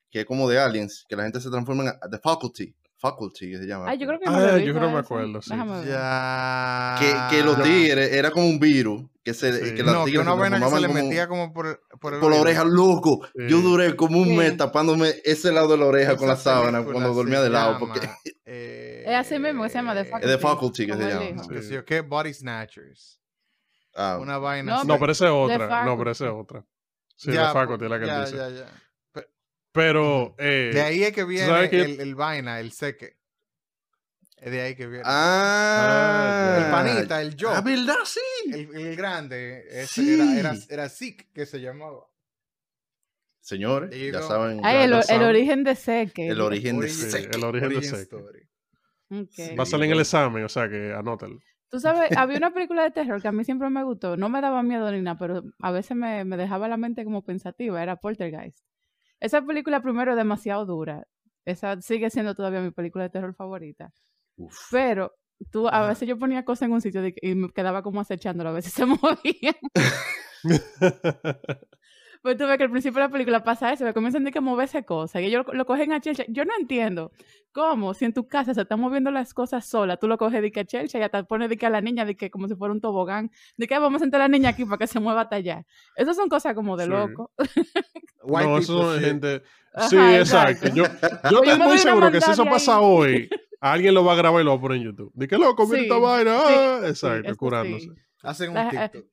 Speaker 3: que es como de Aliens, que la gente se transforma en a- The Faculty. Faculty que se llama.
Speaker 4: Ah, yo creo que
Speaker 1: Ah,
Speaker 4: me lo
Speaker 1: yo
Speaker 4: dijo
Speaker 1: creo que me
Speaker 4: eso.
Speaker 1: acuerdo, sí.
Speaker 4: Déjame ver.
Speaker 2: ya.
Speaker 3: que, que los
Speaker 2: Ya.
Speaker 3: tigres era como un virus que se
Speaker 1: Sí.
Speaker 3: que las
Speaker 2: No, que
Speaker 3: tigres
Speaker 2: una vaina que se
Speaker 3: transformaban
Speaker 2: le
Speaker 3: como-
Speaker 2: metía como por, por el
Speaker 3: por la
Speaker 2: oído.
Speaker 3: oreja loco
Speaker 1: Sí.
Speaker 3: yo duré como un
Speaker 4: Sí.
Speaker 3: mes tapándome ese lado de la oreja con la
Speaker 2: Esa
Speaker 3: sábana
Speaker 2: película
Speaker 3: cuando
Speaker 2: se
Speaker 3: dormía de lado
Speaker 2: llama,
Speaker 3: porque
Speaker 2: eh,
Speaker 4: Es así mismo que se llama The Faculty.
Speaker 3: The Faculty, que
Speaker 4: como
Speaker 3: se
Speaker 4: él
Speaker 3: llama.
Speaker 4: dijo.
Speaker 2: Que
Speaker 1: Sí.
Speaker 2: sé yo qué, Body Snatchers.
Speaker 3: ah,
Speaker 2: Una vaina.
Speaker 4: No,
Speaker 2: así.
Speaker 1: No, pero esa es otra.
Speaker 4: Faculty.
Speaker 1: No, pero esa es otra.
Speaker 2: Ya,
Speaker 1: Sí,
Speaker 2: pues,
Speaker 1: de Faculty es la que él
Speaker 2: ya,
Speaker 1: dice.
Speaker 2: ya, ya.
Speaker 1: Pero, eh,
Speaker 2: De ahí es que viene
Speaker 1: sabes que-
Speaker 2: el, el vaina, el seque. Es de ahí que viene.
Speaker 3: ah,
Speaker 2: el panita, el yo.
Speaker 3: ah, verdad sí
Speaker 2: El, el grande. ese
Speaker 3: Sí.
Speaker 2: Era, era, era Zeke que se llamaba.
Speaker 3: señores
Speaker 2: There you
Speaker 3: ya
Speaker 2: go.
Speaker 3: saben
Speaker 4: Ay,
Speaker 3: ya
Speaker 4: Ah, el,
Speaker 3: lo
Speaker 4: o- el
Speaker 3: saben,
Speaker 4: origen de seque.
Speaker 3: el origen de este
Speaker 2: Origin-
Speaker 1: sí,
Speaker 3: Sek.
Speaker 1: el origen de
Speaker 2: Origin
Speaker 1: Seque.
Speaker 2: Story.
Speaker 4: Ok.
Speaker 2: Sí.
Speaker 1: Va a salir en el examen, o sea que anótalo.
Speaker 4: Tú sabes, había una película de terror que a mí siempre me gustó. No me daba miedo ni nada, pero a veces me, me dejaba la mente como pensativa. Era Poltergeist. Esa película primero es demasiado dura. Esa sigue siendo todavía mi película de terror favorita.
Speaker 3: Uf.
Speaker 4: Pero tú, a
Speaker 2: Ajá.
Speaker 4: veces yo ponía cosas en un sitio de que- y me quedaba como acechándolo. A veces se movía. Pues tú ves que al principio de la película pasa eso, que comienzan de que moverse cosas, y ellos lo, lo cogen a chelcha. Yo no entiendo cómo, si en tu casa se están moviendo las cosas solas, tú lo coges de que a chelcha y hasta pones de que a la niña, de que como si fuera un tobogán, de que "Ah, vamos a sentar a la niña aquí para que se mueva hasta allá. Esas son cosas como de
Speaker 1: Sí.
Speaker 4: loco.
Speaker 2: White
Speaker 1: no, eso
Speaker 2: people
Speaker 1: son
Speaker 2: shit.
Speaker 1: gente.
Speaker 4: Ajá,
Speaker 1: sí, exacto.
Speaker 4: exacto.
Speaker 1: Yo, yo
Speaker 4: Oye,
Speaker 1: estoy
Speaker 4: me
Speaker 1: muy
Speaker 4: hubiera
Speaker 1: seguro que si eso
Speaker 4: mandado
Speaker 1: pasa
Speaker 4: ahí.
Speaker 1: hoy, alguien lo va a grabar y lo va a poner en YouTube. De que loco, mira
Speaker 4: Sí,
Speaker 1: esta vaina. ah,
Speaker 4: eso
Speaker 1: exacto,
Speaker 4: sí.
Speaker 1: curándose.
Speaker 2: Hacen un
Speaker 4: La- eh,
Speaker 2: TikTok.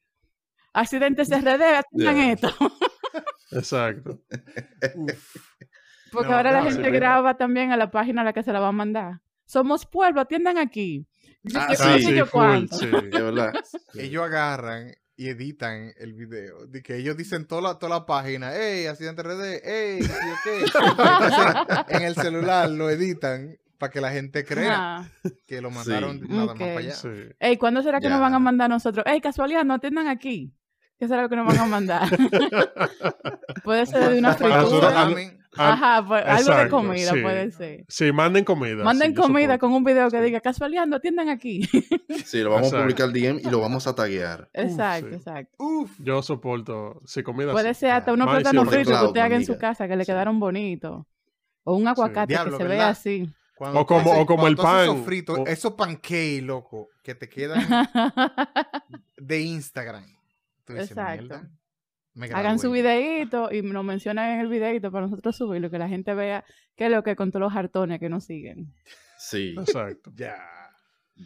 Speaker 4: Accidentes de redes, atiendan
Speaker 3: Yeah.
Speaker 4: esto.
Speaker 1: Exacto.
Speaker 2: Uf.
Speaker 4: Porque
Speaker 2: No,
Speaker 4: ahora la
Speaker 2: claro,
Speaker 1: sí,
Speaker 4: gente
Speaker 1: pero-
Speaker 4: graba también a la página a la que se la va a mandar. Somos pueblo, atiendan aquí. Yo-
Speaker 3: Ah,
Speaker 4: yo-
Speaker 1: Ah,
Speaker 3: sí,
Speaker 4: yo- yo-
Speaker 1: full,
Speaker 4: cuánto.
Speaker 1: sí.
Speaker 3: de verdad
Speaker 2: Ellos agarran y editan el video. De que ellos dicen toda la, toda la página, hey, accidente RD, hey, ¿sí o qué?". Entonces, en el celular lo editan para que la gente crea
Speaker 4: Ajá.
Speaker 2: que lo
Speaker 3: Sí.
Speaker 2: mandaron nada más para allá.
Speaker 1: Sí.
Speaker 4: Ey, ¿cuándo será que nos
Speaker 3: Ya.
Speaker 4: van a mandar a nosotros? Ey, casualidad, no atiendan aquí. ¿Qué será lo que nos van a mandar? puede ser de una
Speaker 2: Un pan- un
Speaker 1: nosotros-
Speaker 4: fritura.
Speaker 1: fritura.
Speaker 2: ramen.
Speaker 1: Ah,
Speaker 4: Ajá, pues, algo de
Speaker 1: exacto,
Speaker 4: comida
Speaker 1: sí.
Speaker 4: puede ser.
Speaker 1: sí, manden comida.
Speaker 4: Manden
Speaker 1: sí, yo
Speaker 4: comida
Speaker 1: soporto.
Speaker 4: con un video que
Speaker 1: Sí.
Speaker 4: diga casualidad, no atiendan aquí.
Speaker 3: sí lo vamos a
Speaker 1: Exacto.
Speaker 3: publicar DM y lo vamos a taguear
Speaker 4: exacto,
Speaker 1: sí.
Speaker 4: exacto.
Speaker 2: Uf,
Speaker 1: Yo soporto. Sí, comida.
Speaker 4: Puede
Speaker 1: sí.
Speaker 4: ser hasta unos
Speaker 1: Más
Speaker 4: plátanos
Speaker 1: hicieron
Speaker 4: fritos que
Speaker 3: reclamo,
Speaker 4: usted haga en su
Speaker 3: amiga.
Speaker 4: casa que le
Speaker 3: Sí.
Speaker 4: quedaron bonitos. O un aguacate
Speaker 2: Diablo,
Speaker 4: que se
Speaker 2: ¿verdad?
Speaker 4: vea así.
Speaker 2: cuando
Speaker 1: O como-
Speaker 2: tú-
Speaker 1: o como
Speaker 2: cuando
Speaker 1: el
Speaker 2: tú haces Esos
Speaker 1: pan,
Speaker 2: fritos,
Speaker 1: o-
Speaker 2: esos pancakes, loco, que te quedan de Instagram. Tú dices,
Speaker 4: Exacto.
Speaker 2: "Mierda, Me
Speaker 4: Hagan su
Speaker 2: gradué.
Speaker 4: videíto y nos mencionan en el videíto para nosotros subirlo, que la gente vea qué es lo que con todos los hartones que nos siguen.
Speaker 3: Sí,
Speaker 1: Exacto.
Speaker 2: Ya.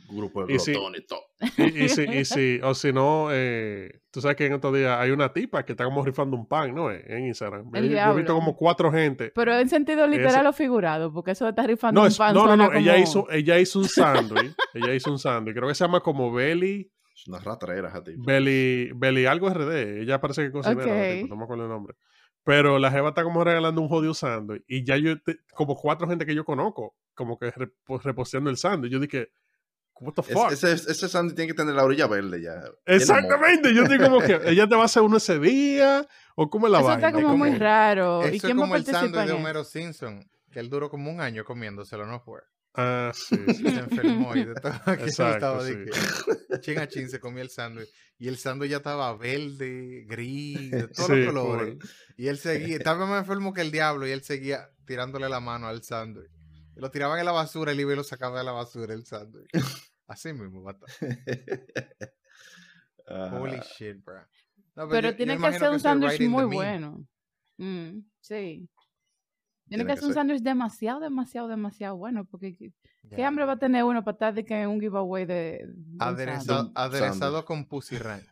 Speaker 3: grupo de
Speaker 1: Y sí.
Speaker 3: glotones y todo.
Speaker 1: Y, y si, y si- o si no, eh, tú sabes que en estos días hay una tipa que está como rifando un pan, ¿no? Eh, En Instagram. Yo-
Speaker 4: El
Speaker 1: yo, he
Speaker 4: diablo.
Speaker 1: visto como cuatro gente.
Speaker 4: Pero en sentido literal
Speaker 1: Ese-
Speaker 4: o figurado, porque eso de estar rifando
Speaker 1: No,
Speaker 4: un
Speaker 1: es-
Speaker 4: pan
Speaker 1: no, no,
Speaker 4: suena
Speaker 1: no, Ella
Speaker 4: como-
Speaker 1: hizo, ella hizo un sándwich. ella hizo un sándwich. Creo que se llama como Belly.
Speaker 3: Es una ratrera esa tipa.
Speaker 1: Beli, Beli algo RD, ella parece que cocinera, la
Speaker 4: Ok.
Speaker 1: tipa, no me acuerdo el nombre. Pero la jeva está como regalando un jodido sándwich y ya yo, te- como cuatro gente que yo conozco, como que rep- reposteando el sándwich. Yo dije, what the
Speaker 3: Es-
Speaker 1: fuck?
Speaker 3: ese, ese sándwich tiene que tener la orilla verde ya.
Speaker 1: Exactamente, yo digo como que ella te va a hacer uno ese día o cómo es la
Speaker 4: Eso
Speaker 1: vaina.
Speaker 4: está como,
Speaker 2: como-
Speaker 4: muy raro. ¿Y
Speaker 2: Eso es
Speaker 4: quién va a
Speaker 2: como el
Speaker 4: participar
Speaker 2: sándwich de
Speaker 4: en eso?
Speaker 2: Homero Simpson, que él duró como un año comiéndoselo, no fue.
Speaker 1: Ah, sí, sí.
Speaker 2: Se enfermó y de todo que
Speaker 1: Exacto,
Speaker 2: estaba
Speaker 1: sí.
Speaker 2: de que chin a chin se comía el sándwich. Y el sándwich ya estaba verde, gris, de todos
Speaker 1: sí,
Speaker 2: los colores.
Speaker 1: full.
Speaker 2: Y él seguía, estaba más enfermo que el diablo y él seguía tirándole la mano al sándwich. Lo tiraban en la basura, el iba y lo sacaba de la basura el sándwich. Así mismo, bata.
Speaker 3: Ah,
Speaker 2: Holy shit, bro. No, pues
Speaker 4: Pero
Speaker 2: yo- yo
Speaker 4: tiene que
Speaker 2: imagino
Speaker 4: ser
Speaker 2: eso
Speaker 4: un
Speaker 2: es
Speaker 4: sándwich
Speaker 2: writing the
Speaker 4: muy
Speaker 2: meme.
Speaker 4: bueno. Mm, sí. Tiene
Speaker 3: Tiene
Speaker 4: que
Speaker 3: que
Speaker 4: ser un
Speaker 3: ser.
Speaker 4: sándwich demasiado, demasiado, demasiado bueno, porque qué
Speaker 2: Ya.
Speaker 4: qué hambre va a tener uno para estar de que en un giveaway de... de un sándwich?
Speaker 2: Aderezado,
Speaker 3: sándwich.
Speaker 2: aderezado con Pussy Ranch.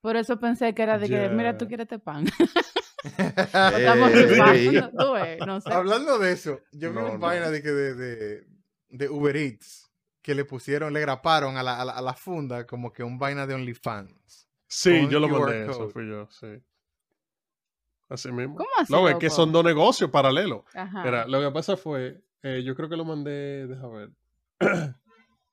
Speaker 4: Por eso pensé que era de que, mira, tú
Speaker 1: Ya.
Speaker 4: quieres este pan.
Speaker 3: Eh,
Speaker 4: Estamos
Speaker 3: eh,
Speaker 4: rifando, tú ves, no sé.
Speaker 2: Hablando de eso, yo vi
Speaker 1: No,
Speaker 2: una
Speaker 1: no.
Speaker 2: vaina de, que de, de, de Uber Eats que le pusieron, le graparon a la, a la, a la funda como que un vaina de OnlyFans.
Speaker 1: Sí,
Speaker 2: Con
Speaker 1: yo lo
Speaker 2: QR
Speaker 1: mandé, eso
Speaker 2: code.
Speaker 1: fui yo, sí. Así mismo.
Speaker 4: ¿Cómo así,
Speaker 1: No, es que
Speaker 4: loco? Ah.
Speaker 1: son dos negocios paralelos.
Speaker 4: Ajá.
Speaker 1: Mira, lo que pasa fue, eh, yo creo que lo mandé, déjame ver.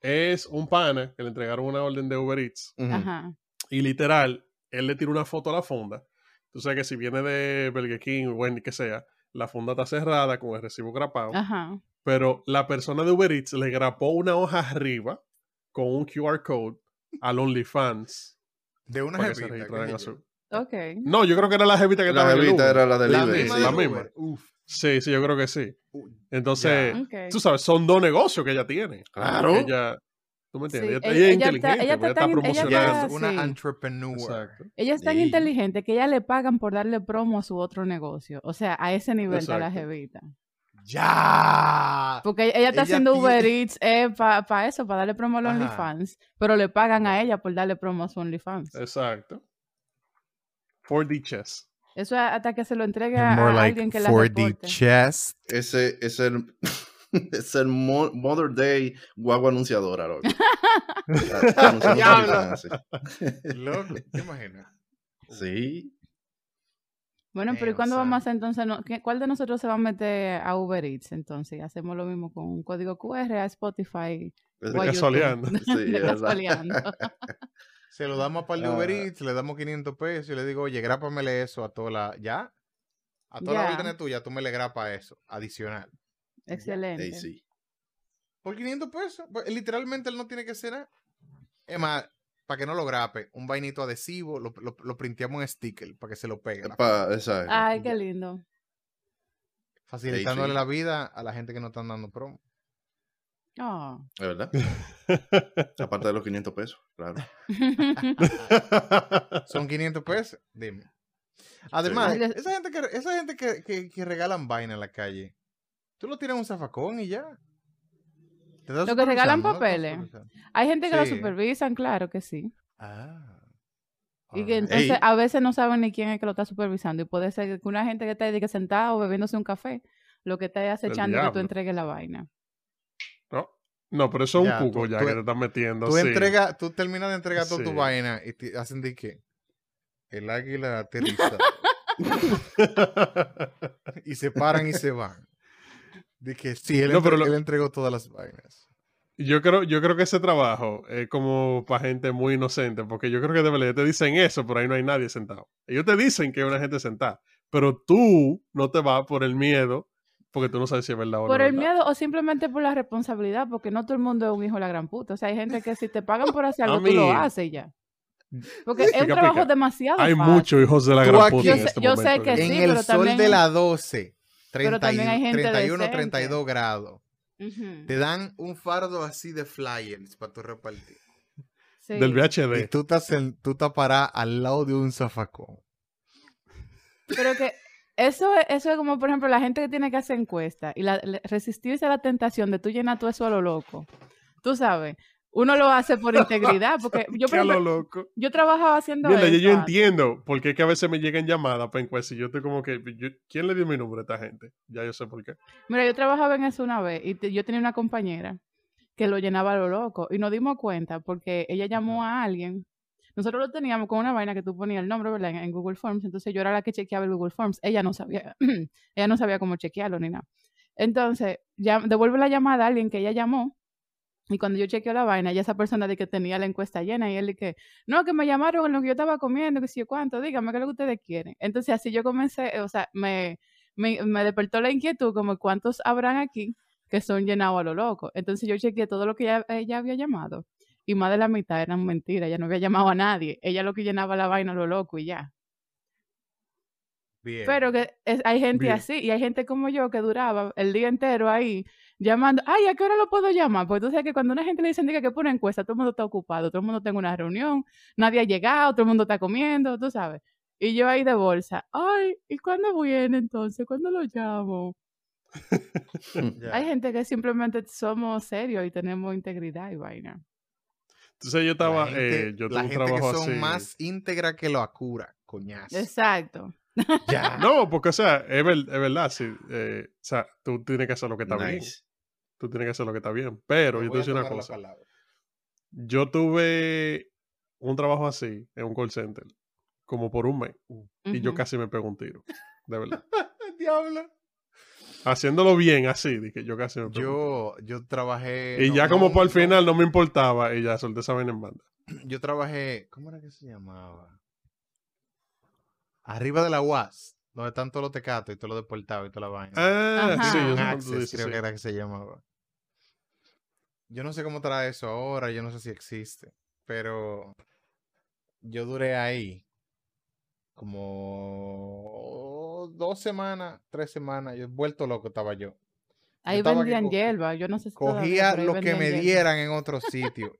Speaker 1: es un pana que le entregaron una orden de Uber Eats
Speaker 3: ujú.
Speaker 4: Ajá.
Speaker 1: y literal, él le tiró una foto a la funda. Tú sabes que si viene de Burger King o Wendy, que sea, la funda está cerrada con el recibo grapado,
Speaker 4: Ajá.
Speaker 1: pero la persona de Uber Eats le grapó una hoja arriba con un QR code al OnlyFans
Speaker 2: De una
Speaker 1: para que se
Speaker 2: jevita,
Speaker 1: registraran
Speaker 2: qué
Speaker 1: a
Speaker 2: sé yo.
Speaker 1: su-
Speaker 4: Ok.
Speaker 1: No, yo creo que era la jevita que
Speaker 3: La
Speaker 1: estaba en el
Speaker 3: jevita
Speaker 1: Uber.
Speaker 3: era la del
Speaker 2: La
Speaker 3: Iber,
Speaker 2: misma
Speaker 3: sí.
Speaker 2: de
Speaker 1: la
Speaker 2: Uber.
Speaker 1: misma.
Speaker 2: Uf.
Speaker 1: Sí, sí, yo creo que sí.
Speaker 2: Uy,
Speaker 1: Entonces,
Speaker 2: Ya.
Speaker 4: Ok.
Speaker 1: tú sabes, son dos negocios que ella tiene.
Speaker 3: Claro.
Speaker 1: Ella, tú me entiendes, ella, ella
Speaker 4: Sí, ella-
Speaker 1: es
Speaker 4: ella está-
Speaker 1: inteligente,
Speaker 4: ella
Speaker 1: porque
Speaker 4: está
Speaker 1: ella
Speaker 4: tan-
Speaker 1: está
Speaker 4: ella
Speaker 2: Ella
Speaker 1: promocionando.
Speaker 2: es una
Speaker 4: sí.
Speaker 2: entrepreneur.
Speaker 1: Exacto.
Speaker 4: Ella es tan
Speaker 3: Sí.
Speaker 4: inteligente que ella le pagan por darle promo a su otro negocio. O sea, a ese nivel está la
Speaker 1: Exacto.
Speaker 4: jevita.
Speaker 2: Ya.
Speaker 4: Porque ella está
Speaker 2: Ella
Speaker 4: haciendo
Speaker 2: tiene-
Speaker 4: Uber Eats para eso, para darle promo a los
Speaker 2: Ajá.
Speaker 4: OnlyFans. Pero le pagan a ella por darle promo a su OnlyFans.
Speaker 1: Eh. Exacto. 4D chess.
Speaker 4: Eso a- hasta que se lo entregue a, a alguien que la reporte.
Speaker 2: chest.
Speaker 3: Ese es el, es el mo- Mother Day guagua anunciadora, loco. Está- está anunciando
Speaker 2: Diablo.
Speaker 3: OnlyFans,
Speaker 2: Loco, ¿te imaginas?
Speaker 3: Sí.
Speaker 4: Bueno, pero ¿y
Speaker 2: Damn,
Speaker 4: cuándo
Speaker 2: son.
Speaker 4: vamos a hacer entonces? no- qué- ¿Cuál de nosotros se va a meter a Uber Eats entonces? Y hacemos lo mismo con un código QR a
Speaker 3: Sí,
Speaker 4: Spotify. Guay-
Speaker 1: Casualeando.
Speaker 3: sí,
Speaker 4: de
Speaker 3: es verdad.
Speaker 4: Gasoleando.
Speaker 2: Se lo damos a par de
Speaker 3: Ah.
Speaker 2: Uber Eats, le damos 500 pesos y le digo, oye, grápamele eso a toda la. ¿Ya? A toda
Speaker 4: Ya.
Speaker 2: la orden tuya, tú me le grapas eso, adicional.
Speaker 4: Excelente.
Speaker 3: Ey, sí.
Speaker 2: Por 500 pesos. pues, Literalmente él no tiene que hacer nada. Es más, para que no lo grape, un vainito adhesivo, lo, lo, lo printeamos en sticker para que se lo pegue. la-
Speaker 3: Pa- exacto.
Speaker 4: Ay, qué lindo.
Speaker 2: facilitándole
Speaker 3: sí.
Speaker 2: la vida a la gente que no están dando promo.
Speaker 4: Oh.
Speaker 3: Es verdad. Aparte de los 500 pesos, claro.
Speaker 2: Son 500 pesos, dime. Además,
Speaker 4: Ay, les-
Speaker 2: esa gente, que, esa gente que, que- que regalan vaina en la calle, tú lo tiras en un zafacón y ya. Te estás
Speaker 4: Lo que regalan
Speaker 2: supervisando, ¿no? Te estás
Speaker 4: papeles.
Speaker 2: supervisando.
Speaker 4: Hay gente que lo
Speaker 2: Sí.
Speaker 4: supervisan, claro que sí.
Speaker 2: Ah.
Speaker 4: Y que
Speaker 2: Alright.
Speaker 4: entonces
Speaker 3: Ey.
Speaker 4: a veces no saben ni quién es que lo está supervisando. Y puede ser que una gente que está ahí de que sentado bebiéndose un café, lo que está es
Speaker 1: El
Speaker 4: acechando que tú
Speaker 1: diablo.
Speaker 4: entregues la vaina.
Speaker 1: No, no, pero eso es
Speaker 2: Ya,
Speaker 1: un cuco
Speaker 2: tú-
Speaker 1: ya
Speaker 2: tú-
Speaker 1: que te estás metiendo.
Speaker 2: tú
Speaker 1: sí.
Speaker 2: entrega- tú terminas de entregar toda tu
Speaker 1: Sí.
Speaker 2: vaina y te hacen de que el águila aterriza y se paran y se van. De que sí, él,
Speaker 1: No,
Speaker 2: entre-
Speaker 1: pero lo-
Speaker 2: él entregó todas las vainas.
Speaker 1: Yo creo, yo creo que ese trabajo es como para gente muy inocente, porque yo creo que de verdad te dicen eso, pero ahí no hay nadie sentado. Ellos te dicen que hay una gente sentada, pero tú no te vas por el miedo, porque tú no sabes si es verdad o no.
Speaker 4: Por el
Speaker 1: verdad.
Speaker 4: miedo o simplemente por la responsabilidad, porque no todo el mundo es un hijo de la gran puta. O sea, hay gente que si te pagan por hacer
Speaker 1: A
Speaker 4: algo, tú lo
Speaker 1: mí-
Speaker 4: haces y ya. Porque es un
Speaker 1: Pica,
Speaker 4: trabajo
Speaker 1: pica.
Speaker 4: demasiado
Speaker 1: Hay
Speaker 4: fácil.
Speaker 1: muchos hijos de la
Speaker 2: Tú
Speaker 1: gran
Speaker 2: aquí-
Speaker 1: puta.
Speaker 2: Yo
Speaker 1: en
Speaker 2: sé-
Speaker 1: este
Speaker 4: yo sé
Speaker 1: momento,
Speaker 4: que
Speaker 1: Dios.
Speaker 2: en
Speaker 4: sí,
Speaker 2: el
Speaker 4: pero
Speaker 2: sol de
Speaker 4: también-
Speaker 2: la 12,
Speaker 4: Pero también hay
Speaker 2: 31,
Speaker 4: gente
Speaker 2: 31,
Speaker 4: decente.
Speaker 2: 32 grados.
Speaker 4: Ujú.
Speaker 2: Te dan un fardo así de flyers para tu repartir.
Speaker 4: Sí.
Speaker 1: del VHD.
Speaker 2: Y tú estás, en- tú estás parada al lado de un zafacón.
Speaker 4: Pero que eso, es- eso es como, por ejemplo, la gente que tiene que hacer encuestas y la- le- resistirse a la tentación de tú llenar todo eso a lo loco. Tú sabes, uno lo hace por integridad, porque yo, por
Speaker 1: Que a
Speaker 4: ejemplo,
Speaker 1: lo loco.
Speaker 4: yo trabajaba haciendo
Speaker 1: Mierda, ya
Speaker 4: eso
Speaker 1: yo
Speaker 4: antes.
Speaker 1: entiendo por qué es que a veces me llegan llamadas para encuestas y yo estoy como que, "Pues, yo- ¿quién le dio mi número a esta gente? Ya yo sé por qué.
Speaker 4: Mira, yo trabajaba en eso una vez y te- yo tenía una compañera que lo llenaba a lo loco y nos dimos cuenta porque ella llamó a alguien. Nosotros lo teníamos con una vaina que tú ponías el nombre, ¿verdad? En, en Google Forms. Entonces yo era la que chequeaba el Google Forms. Ella no sabía, ella no sabía cómo chequearlo ni nada. Entonces, ya devuelve la llamada a alguien que ella llamó y cuando yo chequeo la vaina, ya esa persona de que tenía la encuesta llena y él de que, no, que me llamaron en lo que yo estaba comiendo, que si yo cuánto, dígame qué es lo que ustedes quieren. Entonces así yo comencé, eh, o sea, me, me, me despertó la inquietud como cuántos habrán aquí que son llenados a lo loco. Entonces yo chequeé todo lo que ella, ella había llamado y más de la mitad eran mentiras. Ella no había llamado a nadie. Ella lo que llenaba la vaina a lo loco y ya.
Speaker 2: Bien.
Speaker 4: Pero que es- hay gente
Speaker 1: Bien.
Speaker 4: así y hay gente como yo que duraba el día entero ahí llamando. Ay, ¿a qué hora lo puedo llamar? Porque tú sabes que cuando una gente le dicen diga que pone encuesta, todo el mundo está ocupado, todo el mundo tiene una reunión, nadie ha llegado, todo el mundo está comiendo, tú sabes. Y yo ahí de bolsa. Ay, ¿y cuándo viene entonces? ¿Cuándo lo llamo?
Speaker 2: Ya.
Speaker 4: Hay gente que simplemente somos serios y tenemos integridad y vaina.
Speaker 1: Entonces yo
Speaker 2: La
Speaker 1: estaba,
Speaker 2: gente,
Speaker 1: eh, yo tuve
Speaker 2: la
Speaker 1: un
Speaker 2: gente que
Speaker 1: trabajo
Speaker 2: son
Speaker 1: así.
Speaker 2: más íntegra que lo acura, coñazo.
Speaker 4: Exacto.
Speaker 2: Ya.
Speaker 1: No, porque o sea, es, ver- es verdad, sí. eh, o sea, tú tienes que hacer lo que está bien.
Speaker 3: Nice.
Speaker 1: Tú tienes que hacer lo que está bien. Pero
Speaker 2: Le
Speaker 1: yo
Speaker 2: voy a
Speaker 1: te voy a decir una
Speaker 2: tomar la
Speaker 1: cosa.
Speaker 2: palabra.
Speaker 1: Yo tuve un trabajo así en un call center, como por un mes. Y yo
Speaker 4: Ujú.
Speaker 1: casi me pego un tiro. De verdad.
Speaker 2: Diablo.
Speaker 1: Haciéndolo bien así, dije, yo casi me pego un
Speaker 2: Yo, yo trabajé.
Speaker 1: tiro. Y
Speaker 2: no,
Speaker 1: ya
Speaker 2: no,
Speaker 1: como por el
Speaker 2: no.
Speaker 1: final no me importaba y ya solté esa vaina en banda.
Speaker 2: Yo trabajé. ¿Cómo era que se llamaba? Arriba de la UAS, donde están todos los tecatos y todos los deportados y toda la vaina.
Speaker 1: Ah,
Speaker 4: Ajá.
Speaker 1: sí, yo
Speaker 2: Con
Speaker 1: sé cuánto tú
Speaker 2: Access,
Speaker 1: dices,
Speaker 2: creo
Speaker 1: sí.
Speaker 2: que era que se llamaba. Yo no sé cómo trae eso ahora, yo no sé si existe, pero yo duré ahí como dos semanas, tres semanas, yo vuelto loco estaba yo.
Speaker 4: Ahí
Speaker 2: estaba que
Speaker 4: vendían
Speaker 2: co-
Speaker 4: hierba, yo no sé si todavía,
Speaker 2: Cogía
Speaker 4: pero ahí
Speaker 2: lo que
Speaker 4: vendían
Speaker 2: me
Speaker 4: hierba.
Speaker 2: dieran en otro sitio.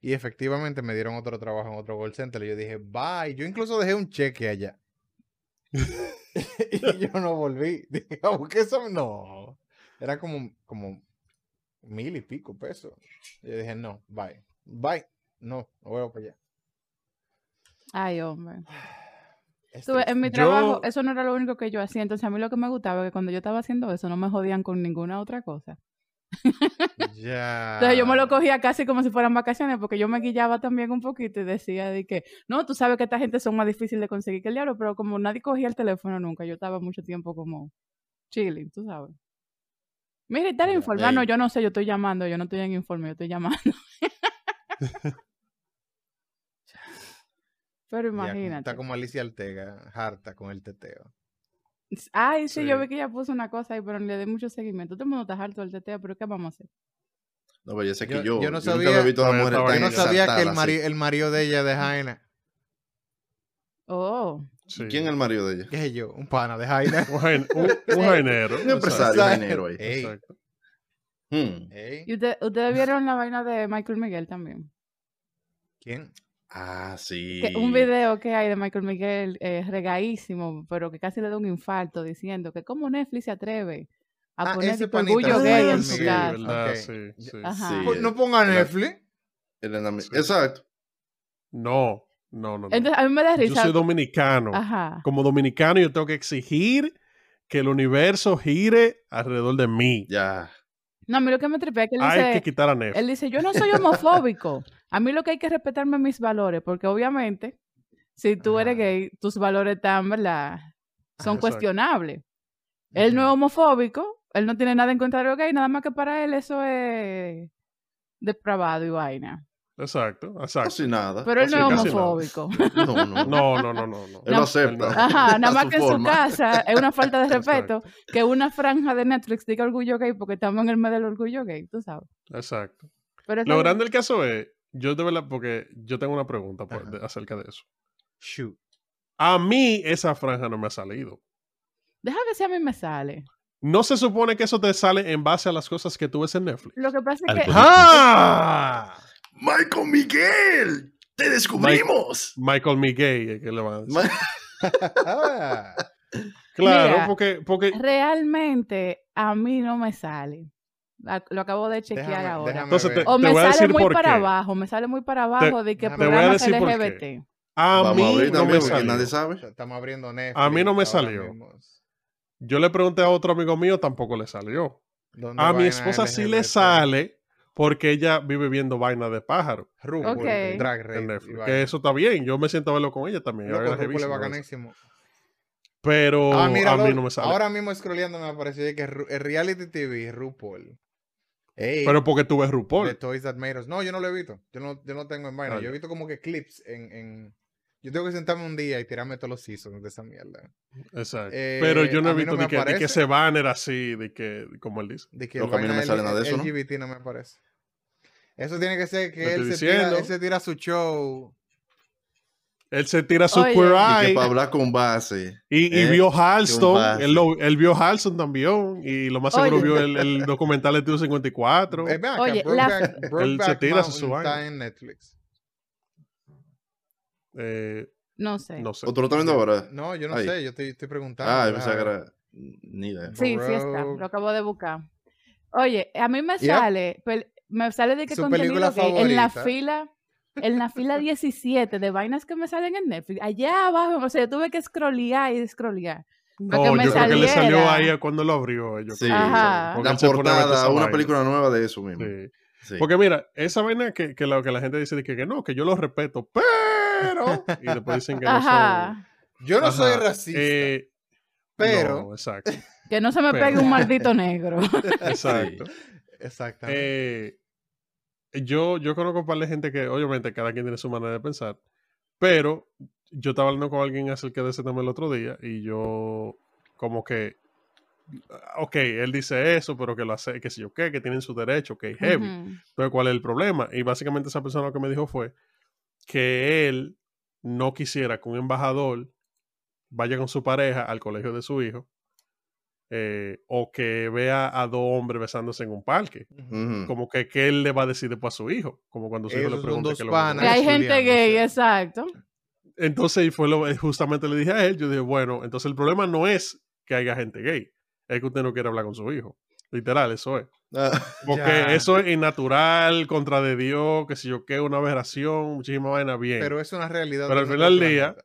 Speaker 2: Y efectivamente me dieron otro trabajo en otro call center. Y yo dije, bye. Yo incluso dejé un cheque allá. y yo no volví. Dije, "Ah, ¿por qué eso? No. Era como, como mil y pico pesos. Y yo dije, no, bye. Bye. No, no vuelvo para allá.
Speaker 4: Ay, hombre.
Speaker 2: Es
Speaker 4: Tú ves, en mi
Speaker 1: Yo-
Speaker 4: trabajo, eso no era lo único que yo hacía. Entonces, a mí lo que me gustaba es que cuando yo estaba haciendo eso, no me jodían con ninguna otra cosa.
Speaker 2: triste. Ya.
Speaker 4: Entonces, yo me lo cogía casi como si fueran vacaciones, porque yo me guillaba también un poquito y decía de que, no, tú sabes que esta gente son más difíciles de conseguir que el diablo, pero como nadie cogía el teléfono nunca, yo estaba mucho tiempo como chilling, tú sabes. Mira, estar
Speaker 2: Ya,
Speaker 4: informando,
Speaker 2: ey.
Speaker 4: yo no sé, yo estoy llamando, yo no estoy en informe, yo estoy llamando. pero
Speaker 2: Ya, como-
Speaker 4: imagínate.
Speaker 2: Está como Alicia Ortega, harta con el teteo.
Speaker 4: Ay, sí, yo
Speaker 1: Sí.
Speaker 4: vi que ella puso una cosa ahí, pero le di mucho seguimiento. Todo el mundo está harto del teteo, pero ¿qué vamos a hacer?
Speaker 3: No, pero yo sé que
Speaker 2: Yo-
Speaker 3: yo.
Speaker 2: yo no
Speaker 3: nunca
Speaker 2: sabía-
Speaker 3: había visto a
Speaker 1: No, yo
Speaker 3: las
Speaker 1: estaba-
Speaker 3: mujeres
Speaker 2: Yo
Speaker 3: tan
Speaker 2: no sabía que el,
Speaker 3: exaltadas
Speaker 2: mari-
Speaker 3: así.
Speaker 2: el marido de ella es de Jaina.
Speaker 4: Oh,
Speaker 1: Sí.
Speaker 3: ¿Quién es el marido de ella?
Speaker 2: qué sé yo, un pana de Jaina.
Speaker 1: Un, jaen- un, un jaenero,
Speaker 3: Un empresario
Speaker 2: Exacto.
Speaker 3: dinero ahí.
Speaker 2: Ey,
Speaker 1: Exacto.
Speaker 3: Hmm.
Speaker 2: ey,
Speaker 4: y usted- ustedes vieron la vaina de Michael Miguel también.
Speaker 2: ¿Quién?
Speaker 3: Ah, sí.
Speaker 4: Que un video que hay de Michael Miguel eh, regaísimo, pero que casi le da un infarto diciendo que cómo Netflix se atreve a
Speaker 2: Ah,
Speaker 4: poner
Speaker 2: ese
Speaker 4: tipo
Speaker 2: panita,
Speaker 4: orgullo
Speaker 2: ese Michael
Speaker 4: gay en su
Speaker 1: Ah, sí,
Speaker 2: Miguel,
Speaker 4: casa.
Speaker 1: verdad,
Speaker 2: Ok.
Speaker 1: sí, sí.
Speaker 4: Ajá.
Speaker 3: Sí,
Speaker 2: Pues
Speaker 3: eh,
Speaker 2: no ponga
Speaker 3: la-
Speaker 2: Netflix.
Speaker 3: el enami-
Speaker 1: Sí.
Speaker 3: Exacto.
Speaker 1: No, no, no. no.
Speaker 4: Entonces, a mí me da
Speaker 1: yo
Speaker 4: risa.
Speaker 1: soy dominicano.
Speaker 4: Ajá.
Speaker 1: Como dominicano, yo tengo que exigir que el universo gire alrededor de mí.
Speaker 3: Ya.
Speaker 4: No, a mí lo que me tripea es que él dice,
Speaker 1: Hay que quitar a Nef.
Speaker 4: Él dice, yo no soy homofóbico. A mí lo que hay que respetarme mis valores, porque obviamente, si tú eres
Speaker 2: Ajá.
Speaker 4: gay, tus valores están, ¿verdad? Son
Speaker 1: Ah, Exacto.
Speaker 4: cuestionables. Él no es homofóbico, él no tiene nada en contra de los gays, nada más que para él eso es depravado y vaina.
Speaker 1: Exacto, exacto.
Speaker 3: Casi nada.
Speaker 4: Pero él no
Speaker 1: Casi
Speaker 4: es
Speaker 1: nada.
Speaker 4: homofóbico.
Speaker 3: No, no.
Speaker 1: No, no, no, no. no.
Speaker 3: Él lo acepta.
Speaker 4: Ajá, nada
Speaker 3: A
Speaker 4: más
Speaker 3: su
Speaker 4: que en su
Speaker 3: forma.
Speaker 4: casa es una falta de respeto
Speaker 1: Exacto.
Speaker 4: que una franja de Netflix diga orgullo gay porque estamos en el mes del orgullo gay, tú sabes.
Speaker 1: Exacto.
Speaker 4: Pero eso
Speaker 1: Lo
Speaker 4: es-
Speaker 1: grande del caso es, yo de verdad, porque yo tengo una pregunta por- de- acerca de eso.
Speaker 2: Shoot.
Speaker 1: A mí esa franja no me ha salido.
Speaker 4: deja ver si a mí me sale.
Speaker 1: No se supone que eso te sale en base a las cosas que tú ves en Netflix.
Speaker 4: Lo que pasa es que
Speaker 5: Algo.
Speaker 1: ¡Ah!
Speaker 3: Michael Miguel, te descubrimos.
Speaker 1: Michael Miguel, es que le van a decir.
Speaker 3: Ma-
Speaker 2: Ah,
Speaker 1: Claro,
Speaker 4: Mira.
Speaker 1: porque, porque
Speaker 4: Realmente a mí no me sale. La- Lo acabo de chequear
Speaker 2: déjame-
Speaker 4: ahora.
Speaker 2: déjame
Speaker 1: Entonces
Speaker 2: ver.
Speaker 4: O
Speaker 1: Te
Speaker 4: me
Speaker 1: voy a
Speaker 4: sale
Speaker 1: decir
Speaker 4: muy
Speaker 1: por
Speaker 4: para
Speaker 1: qué.
Speaker 4: abajo, me sale muy para abajo de que
Speaker 2: te voy a
Speaker 4: programas
Speaker 1: decir por qué.
Speaker 4: LGBT.
Speaker 1: a
Speaker 3: Vamos a
Speaker 1: mí
Speaker 3: abrir
Speaker 1: no
Speaker 3: también
Speaker 1: me
Speaker 3: porque
Speaker 1: salió.
Speaker 3: nadie sabe.
Speaker 2: Estamos abriendo Netflix.
Speaker 1: A mí no me
Speaker 2: ahora
Speaker 1: salió.
Speaker 2: mismo.
Speaker 1: Yo le pregunté a otro amigo mío, tampoco le salió.
Speaker 2: ¿Dónde
Speaker 1: A mi
Speaker 2: vaina
Speaker 1: esposa sí
Speaker 2: LGBT?
Speaker 1: le sale porque ella vive viendo vaina de pájaro.
Speaker 2: RuPaul,
Speaker 4: Ok.
Speaker 2: Drag
Speaker 1: en
Speaker 2: Race. y
Speaker 1: Netflix,
Speaker 2: vaina.
Speaker 1: que eso está bien, yo me siento a verlo con ella también. a
Speaker 2: Loco,
Speaker 1: ver las
Speaker 2: RuPaul es
Speaker 1: revistas, ¿no?
Speaker 2: bacanísimo.
Speaker 1: Pero
Speaker 2: Ah, mira,
Speaker 1: a mí
Speaker 2: loco,
Speaker 1: no me sale.
Speaker 2: Ahora mismo scrolleando me apareció de que Ru- eh, Reality TV, RuPaul. Ey,
Speaker 1: Pero porque tú ves
Speaker 2: de
Speaker 1: RuPaul.
Speaker 2: Toys That Made Us. No, yo no lo he visto. Yo no, yo no tengo en vaina.
Speaker 1: Ah,
Speaker 2: yo
Speaker 1: ya.
Speaker 2: he visto como que clips en, en- Yo tengo que sentarme un día y tirarme todos los seasons de esa mierda.
Speaker 1: Exacto.
Speaker 2: Eh,
Speaker 1: Pero yo no
Speaker 2: a
Speaker 1: he
Speaker 2: mí no
Speaker 1: visto
Speaker 2: me
Speaker 1: ni, que, ni
Speaker 2: aparece.
Speaker 1: que ese banner así, de que, como él dice.
Speaker 2: De que
Speaker 3: Loco,
Speaker 2: el
Speaker 3: a mí no
Speaker 2: vaina
Speaker 3: me sale nada de eso, ¿no?
Speaker 2: LGBT no me aparece. Eso tiene que ser
Speaker 1: Te
Speaker 2: que él
Speaker 1: estoy
Speaker 2: se, tira,
Speaker 1: diciendo.
Speaker 2: él se tira su show.
Speaker 1: Él se tira su
Speaker 4: Oye.
Speaker 1: queer
Speaker 3: Y que
Speaker 1: eye
Speaker 3: para hablar con base.
Speaker 1: y, y
Speaker 3: Eh,
Speaker 1: vio Halston.
Speaker 3: base.
Speaker 1: Él, lo- él vio Halston también. Y lo más seguro
Speaker 4: Oye.
Speaker 1: vio el, el documental de Tiro 54.
Speaker 2: Eh, ven acá,
Speaker 4: Oye, la-
Speaker 2: Brokeback,
Speaker 1: Él se
Speaker 2: Brokeback
Speaker 1: tira su
Speaker 2: Mountain
Speaker 1: vaina.
Speaker 2: está en Netflix.
Speaker 1: Eh,
Speaker 4: No sé.
Speaker 1: no sé.
Speaker 3: ¿O tú lo estás viendo ahora?
Speaker 2: No, yo no
Speaker 3: Ahí.
Speaker 2: sé, yo estoy, estoy preguntando.
Speaker 3: Ah, yo
Speaker 2: deja
Speaker 3: pensaba que
Speaker 2: ver.
Speaker 3: era. Ni idea.
Speaker 4: Sí, sí está,
Speaker 2: Rogue.
Speaker 4: lo acabo de buscar. Oye, a mí me
Speaker 2: Yep.
Speaker 4: sale, pel- me sale de que
Speaker 2: Su
Speaker 4: contenido
Speaker 2: película
Speaker 4: gay en la
Speaker 2: favorita.
Speaker 4: fila, en la fila 17 de vainas que me salen en Netflix, allá abajo, o sea, yo tuve que scrollear y scrollear.
Speaker 1: No,
Speaker 4: para que
Speaker 1: yo
Speaker 4: me
Speaker 1: creo que le salió
Speaker 4: saliera.
Speaker 1: ahí a cuando lo abrió. eh, Yo
Speaker 3: Sí.
Speaker 1: creo.
Speaker 4: Ajá.
Speaker 1: Porque
Speaker 3: La
Speaker 1: él se pone a ver
Speaker 3: portada,
Speaker 1: esa
Speaker 3: una
Speaker 1: vaina.
Speaker 3: película nueva de eso mismo.
Speaker 1: Sí.
Speaker 3: Sí.
Speaker 1: Porque mira, esa vaina que, que lo que la gente dice de que, que no, que yo lo respeto, pero. Y después dicen que no son.
Speaker 4: Ajá.
Speaker 2: Yo no soy
Speaker 1: Ajá.
Speaker 2: racista,
Speaker 1: Eh,
Speaker 2: pero.
Speaker 1: no, exacto.
Speaker 4: Que no se me
Speaker 1: Pero-
Speaker 4: pegue un maldito negro.
Speaker 1: Exacto.
Speaker 2: Exactamente.
Speaker 1: Eh, yo, yo conozco un par de gente que, obviamente, cada quien tiene su manera de pensar, pero yo estaba hablando con alguien acerca de ese tema el otro día y yo, como que. Ok, él dice eso, pero que lo hace, que sé yo qué, que tienen su derecho, que es heavy.
Speaker 4: Ujú.
Speaker 1: Entonces, ¿cuál es el problema? Y básicamente esa persona lo que me dijo fue que él no quisiera que un embajador vaya con su pareja al colegio de su hijo eh, o que vea a dos hombres besándose en un parque.
Speaker 3: Ujú.
Speaker 1: Como que, ¿qué él le va a decir después a su hijo? Como cuando su hijo
Speaker 2: Esos
Speaker 1: le
Speaker 2: son
Speaker 1: pregunta
Speaker 2: dos
Speaker 1: qué es lo que
Speaker 2: panas.
Speaker 4: Que hay
Speaker 2: estudiando,
Speaker 4: gente gay,
Speaker 2: sí.
Speaker 4: exacto.
Speaker 1: entonces, y fue lo, eh, justamente le dije a él, yo dije, bueno, entonces el problema no es que haya gente gay, es que usted no quiere hablar con su hijo. Literal, eso es.
Speaker 3: Ah,
Speaker 1: Porque
Speaker 2: Ya.
Speaker 1: eso es innatural, contra de Dios, que si yo qué, una aberración, muchísima vaina, bien.
Speaker 2: Pero es una realidad. de
Speaker 1: Pero al
Speaker 2: nuestro
Speaker 1: final del día,
Speaker 2: planeta.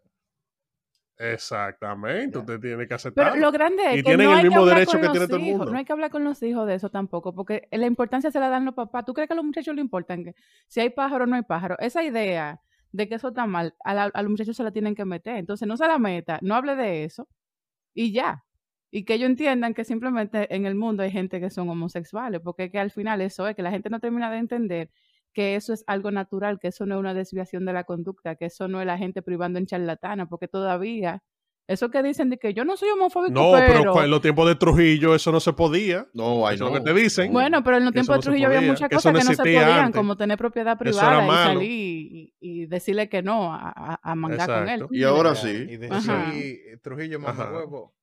Speaker 1: Exactamente,
Speaker 2: Ya.
Speaker 1: usted tiene que aceptar.
Speaker 4: Pero lo grande es
Speaker 1: Y
Speaker 4: que
Speaker 1: tienen
Speaker 4: no
Speaker 1: el
Speaker 4: hay
Speaker 1: mismo
Speaker 4: que hablar
Speaker 1: derecho
Speaker 4: con
Speaker 1: que
Speaker 4: los
Speaker 1: tiene todo el
Speaker 4: hijos,
Speaker 1: mundo.
Speaker 4: No hay que hablar con los hijos de eso tampoco, porque la importancia se la dan los papás. ¿Tú crees que a los muchachos les importan que si hay pájaro o no hay pájaro? Esa idea de que eso está mal, a, la- a los muchachos se la tienen que meter. Entonces no se la meta, no hable de eso y ya. Y que ellos entiendan que simplemente en el mundo hay gente que son homosexuales, porque es que al final eso es que la gente no termina de entender que eso es algo natural, que eso no es una desviación de la conducta, que eso no es la gente privando en charlatana, porque todavía eso que dicen de que yo no soy homofóbico,
Speaker 1: no,
Speaker 4: pero,
Speaker 1: pero cua- en los tiempos de Trujillo eso no se podía.
Speaker 3: No, ay,
Speaker 1: Eso
Speaker 3: no.
Speaker 1: es lo que te dicen.
Speaker 4: bueno, pero en los
Speaker 1: que eso
Speaker 4: tiempos
Speaker 1: no
Speaker 4: de
Speaker 1: se
Speaker 4: Trujillo había
Speaker 1: podía,
Speaker 4: muchas
Speaker 1: que eso
Speaker 4: cosas
Speaker 1: no
Speaker 4: que no se
Speaker 1: existía
Speaker 4: podían,
Speaker 1: antes.
Speaker 4: como tener propiedad
Speaker 1: Eso era
Speaker 4: privada y
Speaker 1: malo.
Speaker 4: salir y, y- y decirle que no a, a, a mangar con él.
Speaker 1: Exacto.
Speaker 3: Y ahora
Speaker 2: Ya,
Speaker 3: sí.
Speaker 2: Y de
Speaker 4: Ajá.
Speaker 2: sí, Trujillo, mamá
Speaker 1: Ajá.
Speaker 2: huevo.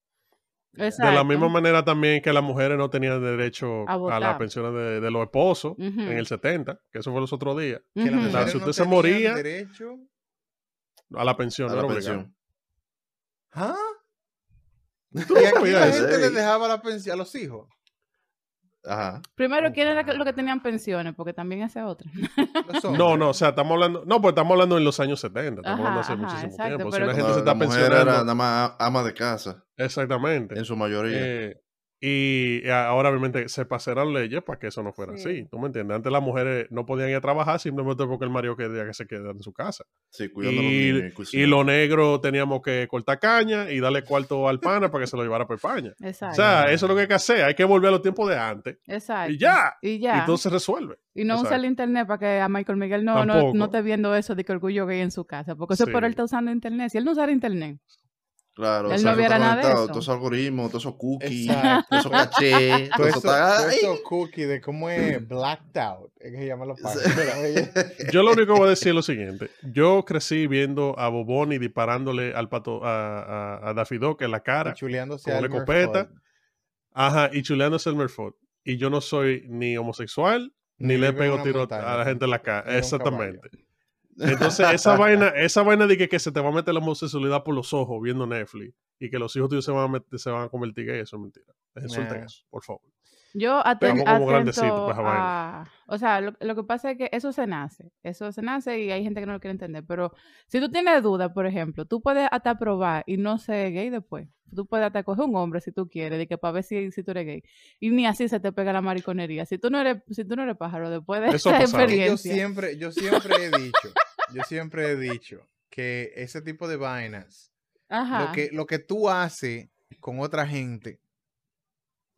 Speaker 1: De la
Speaker 4: Exacto.
Speaker 1: misma manera también que las mujeres no tenían derecho
Speaker 4: A
Speaker 1: a,
Speaker 4: votar.
Speaker 1: las pensiones de, de los esposos
Speaker 4: Ujú.
Speaker 1: en el 70, que eso fue los otros días.
Speaker 2: Que las
Speaker 4: Ujú.
Speaker 1: mujer-
Speaker 2: mujeres
Speaker 1: si
Speaker 2: no
Speaker 1: usted se
Speaker 2: tenían
Speaker 1: moría-
Speaker 2: Derecho...
Speaker 1: A la pensión,
Speaker 3: A
Speaker 1: no
Speaker 3: la
Speaker 1: era
Speaker 3: pensión.
Speaker 2: ¿Ah?
Speaker 3: ¿Tú
Speaker 2: Y aquí la
Speaker 3: sabías
Speaker 2: gente
Speaker 3: eso?
Speaker 2: les dejaba la pensión a los hijos.
Speaker 3: Ajá.
Speaker 4: Primero, ¿quién era que- lo que tenían pensiones? Porque también ese otro.
Speaker 2: Los
Speaker 1: obligado.
Speaker 2: hombres.
Speaker 1: No, no, o sea, estamos hablando, no, pues estamos hablando en los años 70, estamos
Speaker 4: Ajá,
Speaker 1: hablando hace
Speaker 4: ajá,
Speaker 1: muchísimo
Speaker 4: exacto,
Speaker 1: tiempo. Si
Speaker 4: pero
Speaker 1: una
Speaker 4: que-
Speaker 1: gente
Speaker 3: La,
Speaker 1: se
Speaker 3: la
Speaker 1: está
Speaker 3: mujer
Speaker 1: pensionando,
Speaker 3: era nada más a- ama de casa,
Speaker 1: exactamente.
Speaker 3: en su mayoría.
Speaker 1: Eh, y a- ahora obviamente se pasaron leyes para que eso no fuera
Speaker 4: Sí.
Speaker 1: así. ¿Tú me entiendes? Antes las mujeres no podían ir a trabajar simplemente porque el marido quería que se quedara en su casa.
Speaker 3: sí, cuidando
Speaker 1: Y,
Speaker 3: a los niños.
Speaker 1: y
Speaker 3: cocinar.
Speaker 1: los negros teníamos que cortar caña y darle cuarto al pana para que se lo llevara por España. O
Speaker 4: Exacto.
Speaker 1: sea, eso es lo que hay que hacer. Hay que volver a los tiempos de antes.
Speaker 4: exacto.
Speaker 1: Y ya.
Speaker 4: Y ya.
Speaker 1: Y todo se resuelve.
Speaker 4: Y no usa
Speaker 1: Exacto.
Speaker 4: el internet para que a Michael Miguel no, no,
Speaker 1: Tampoco.
Speaker 4: no esté viendo eso de que orgullo gay en su casa. Porque eso es por
Speaker 1: Sí.
Speaker 4: él está usando internet. Si él no usara internet,
Speaker 3: Claro,
Speaker 4: Él
Speaker 3: eso
Speaker 4: no
Speaker 3: está
Speaker 4: viera nada de
Speaker 3: conectado,
Speaker 4: eso.
Speaker 3: Todos esos algoritmos, todos esos cookies,
Speaker 2: Exacto.
Speaker 3: todos esos
Speaker 4: Ah.
Speaker 3: cachés,
Speaker 2: Todo
Speaker 3: todos
Speaker 2: Pues eso,
Speaker 3: esos
Speaker 2: todo
Speaker 3: tags.
Speaker 2: eso cookie de cómo es blacked out. Es que se llama los padres.
Speaker 1: Yo lo único que voy a decir es lo siguiente. Yo crecí viendo a Boboni disparándole al pato, a, a, a Daffy Duck en la cara.
Speaker 2: Chuleándose
Speaker 1: Como
Speaker 2: al
Speaker 1: le
Speaker 2: Murphy.
Speaker 1: copeta. Ajá, y chuleándose el Merford. Y yo no soy ni homosexual, ni le
Speaker 2: vive en
Speaker 1: pego
Speaker 2: una
Speaker 1: tiro
Speaker 2: montaña,
Speaker 1: a la gente en la
Speaker 2: vive en
Speaker 1: cara.
Speaker 2: un
Speaker 1: Exactamente. Entonces, esa vaina, esa vaina de que, que se te va a meter la homosexualidad por los ojos viendo Netflix y que los hijos tuyos se van a, meter- se van a convertir gay, eso es mentira. Eh, Suelten
Speaker 2: Nah.
Speaker 1: eso, por favor.
Speaker 4: Yo aten-
Speaker 1: Pero como grandecito,
Speaker 4: atento
Speaker 1: pues, esa vaina.
Speaker 4: a... O sea, lo, lo que pasa es que eso se nace. Eso se nace y hay gente que no lo quiere entender. Pero si tú tienes dudas, por ejemplo, tú puedes hasta probar y no ser gay después. Tú puedes hasta coger un hombre si tú quieres, de que para ver si, si tú eres gay. Y ni así se te pega la mariconería. Si tú no eres, si tú no eres pájaro, después de
Speaker 1: Eso ha
Speaker 4: esa
Speaker 1: pasado.
Speaker 2: Es que yo
Speaker 4: experiencia.
Speaker 2: siempre, yo siempre he dicho, yo siempre he dicho que ese tipo de vainas,
Speaker 4: Ajá.
Speaker 2: lo que, lo que tú haces con otra gente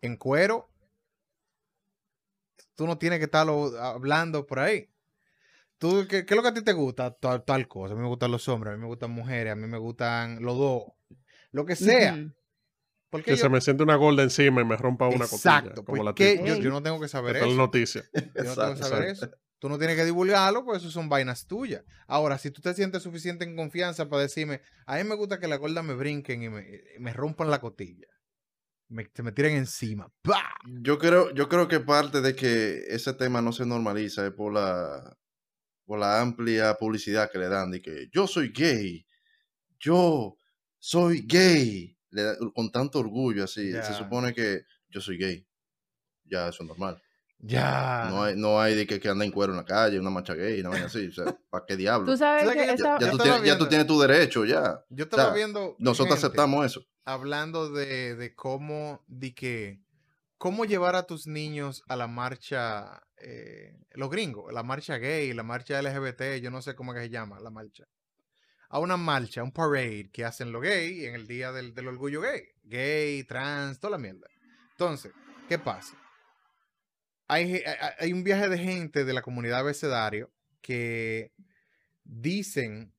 Speaker 2: en cuero, tú no tienes que estarlo hablando por ahí. ¿Tú, qué, qué es lo que a ti te gusta? Tal, tal cosa. A mí me gustan los hombres, a mí me gustan mujeres, a mí me gustan los dos. Lo que sea.
Speaker 4: Ujú.
Speaker 2: Porque
Speaker 1: Que
Speaker 2: yo-
Speaker 1: se me siente una gorda encima y me rompa una
Speaker 2: Exacto.
Speaker 1: costilla. Como la
Speaker 2: porque
Speaker 1: tipa.
Speaker 2: yo,
Speaker 4: Ey.
Speaker 2: yo no tengo que saber
Speaker 1: Esta es
Speaker 2: eso.
Speaker 1: la noticia.
Speaker 2: Yo no tengo que saber
Speaker 1: Exacto.
Speaker 2: eso. Tú no tienes que divulgarlo, pues eso son vainas tuyas. Ahora, si tú te sientes suficiente en confianza para decirme, a mí me gusta que la gorda me brinquen y me, me rompan la cotilla, me, se me tiren encima. ¡Pah!
Speaker 3: Yo creo, yo creo que parte de que ese tema no se normaliza es por la, por la amplia publicidad que le dan de que yo soy gay, yo soy gay, le da- con tanto orgullo así.
Speaker 2: Ya.
Speaker 3: Se supone que yo soy gay. Ya eso es normal.
Speaker 2: Ya.
Speaker 3: No hay, no hay de que, que anda en cuero en la calle, una mancha gay, una vaina así. O sea, ¿para qué diablo?
Speaker 4: Tú sabes
Speaker 2: ¿Sabes
Speaker 4: que
Speaker 2: que
Speaker 3: ya,
Speaker 4: esa-
Speaker 2: Yo
Speaker 3: tú
Speaker 2: estaba
Speaker 3: tienes, ya tú
Speaker 2: viendo-
Speaker 3: tienes tu derecho, ya.
Speaker 2: Yo estaba
Speaker 3: O sea,
Speaker 2: viendo.
Speaker 3: Nosotros
Speaker 2: gente
Speaker 3: aceptamos eso.
Speaker 2: Hablando de, de cómo, de que, cómo llevar a tus niños a la marcha, eh, los gringos, la marcha gay, la marcha LGBT, yo no sé cómo que se llama la marcha. A una marcha, un parade que hacen los gay en el día del, del orgullo gay. Gay, trans, toda la mierda. Entonces, ¿qué pasa? Hay, ge- hay- hay- hay un viaje de gente de la comunidad abecedario que dicen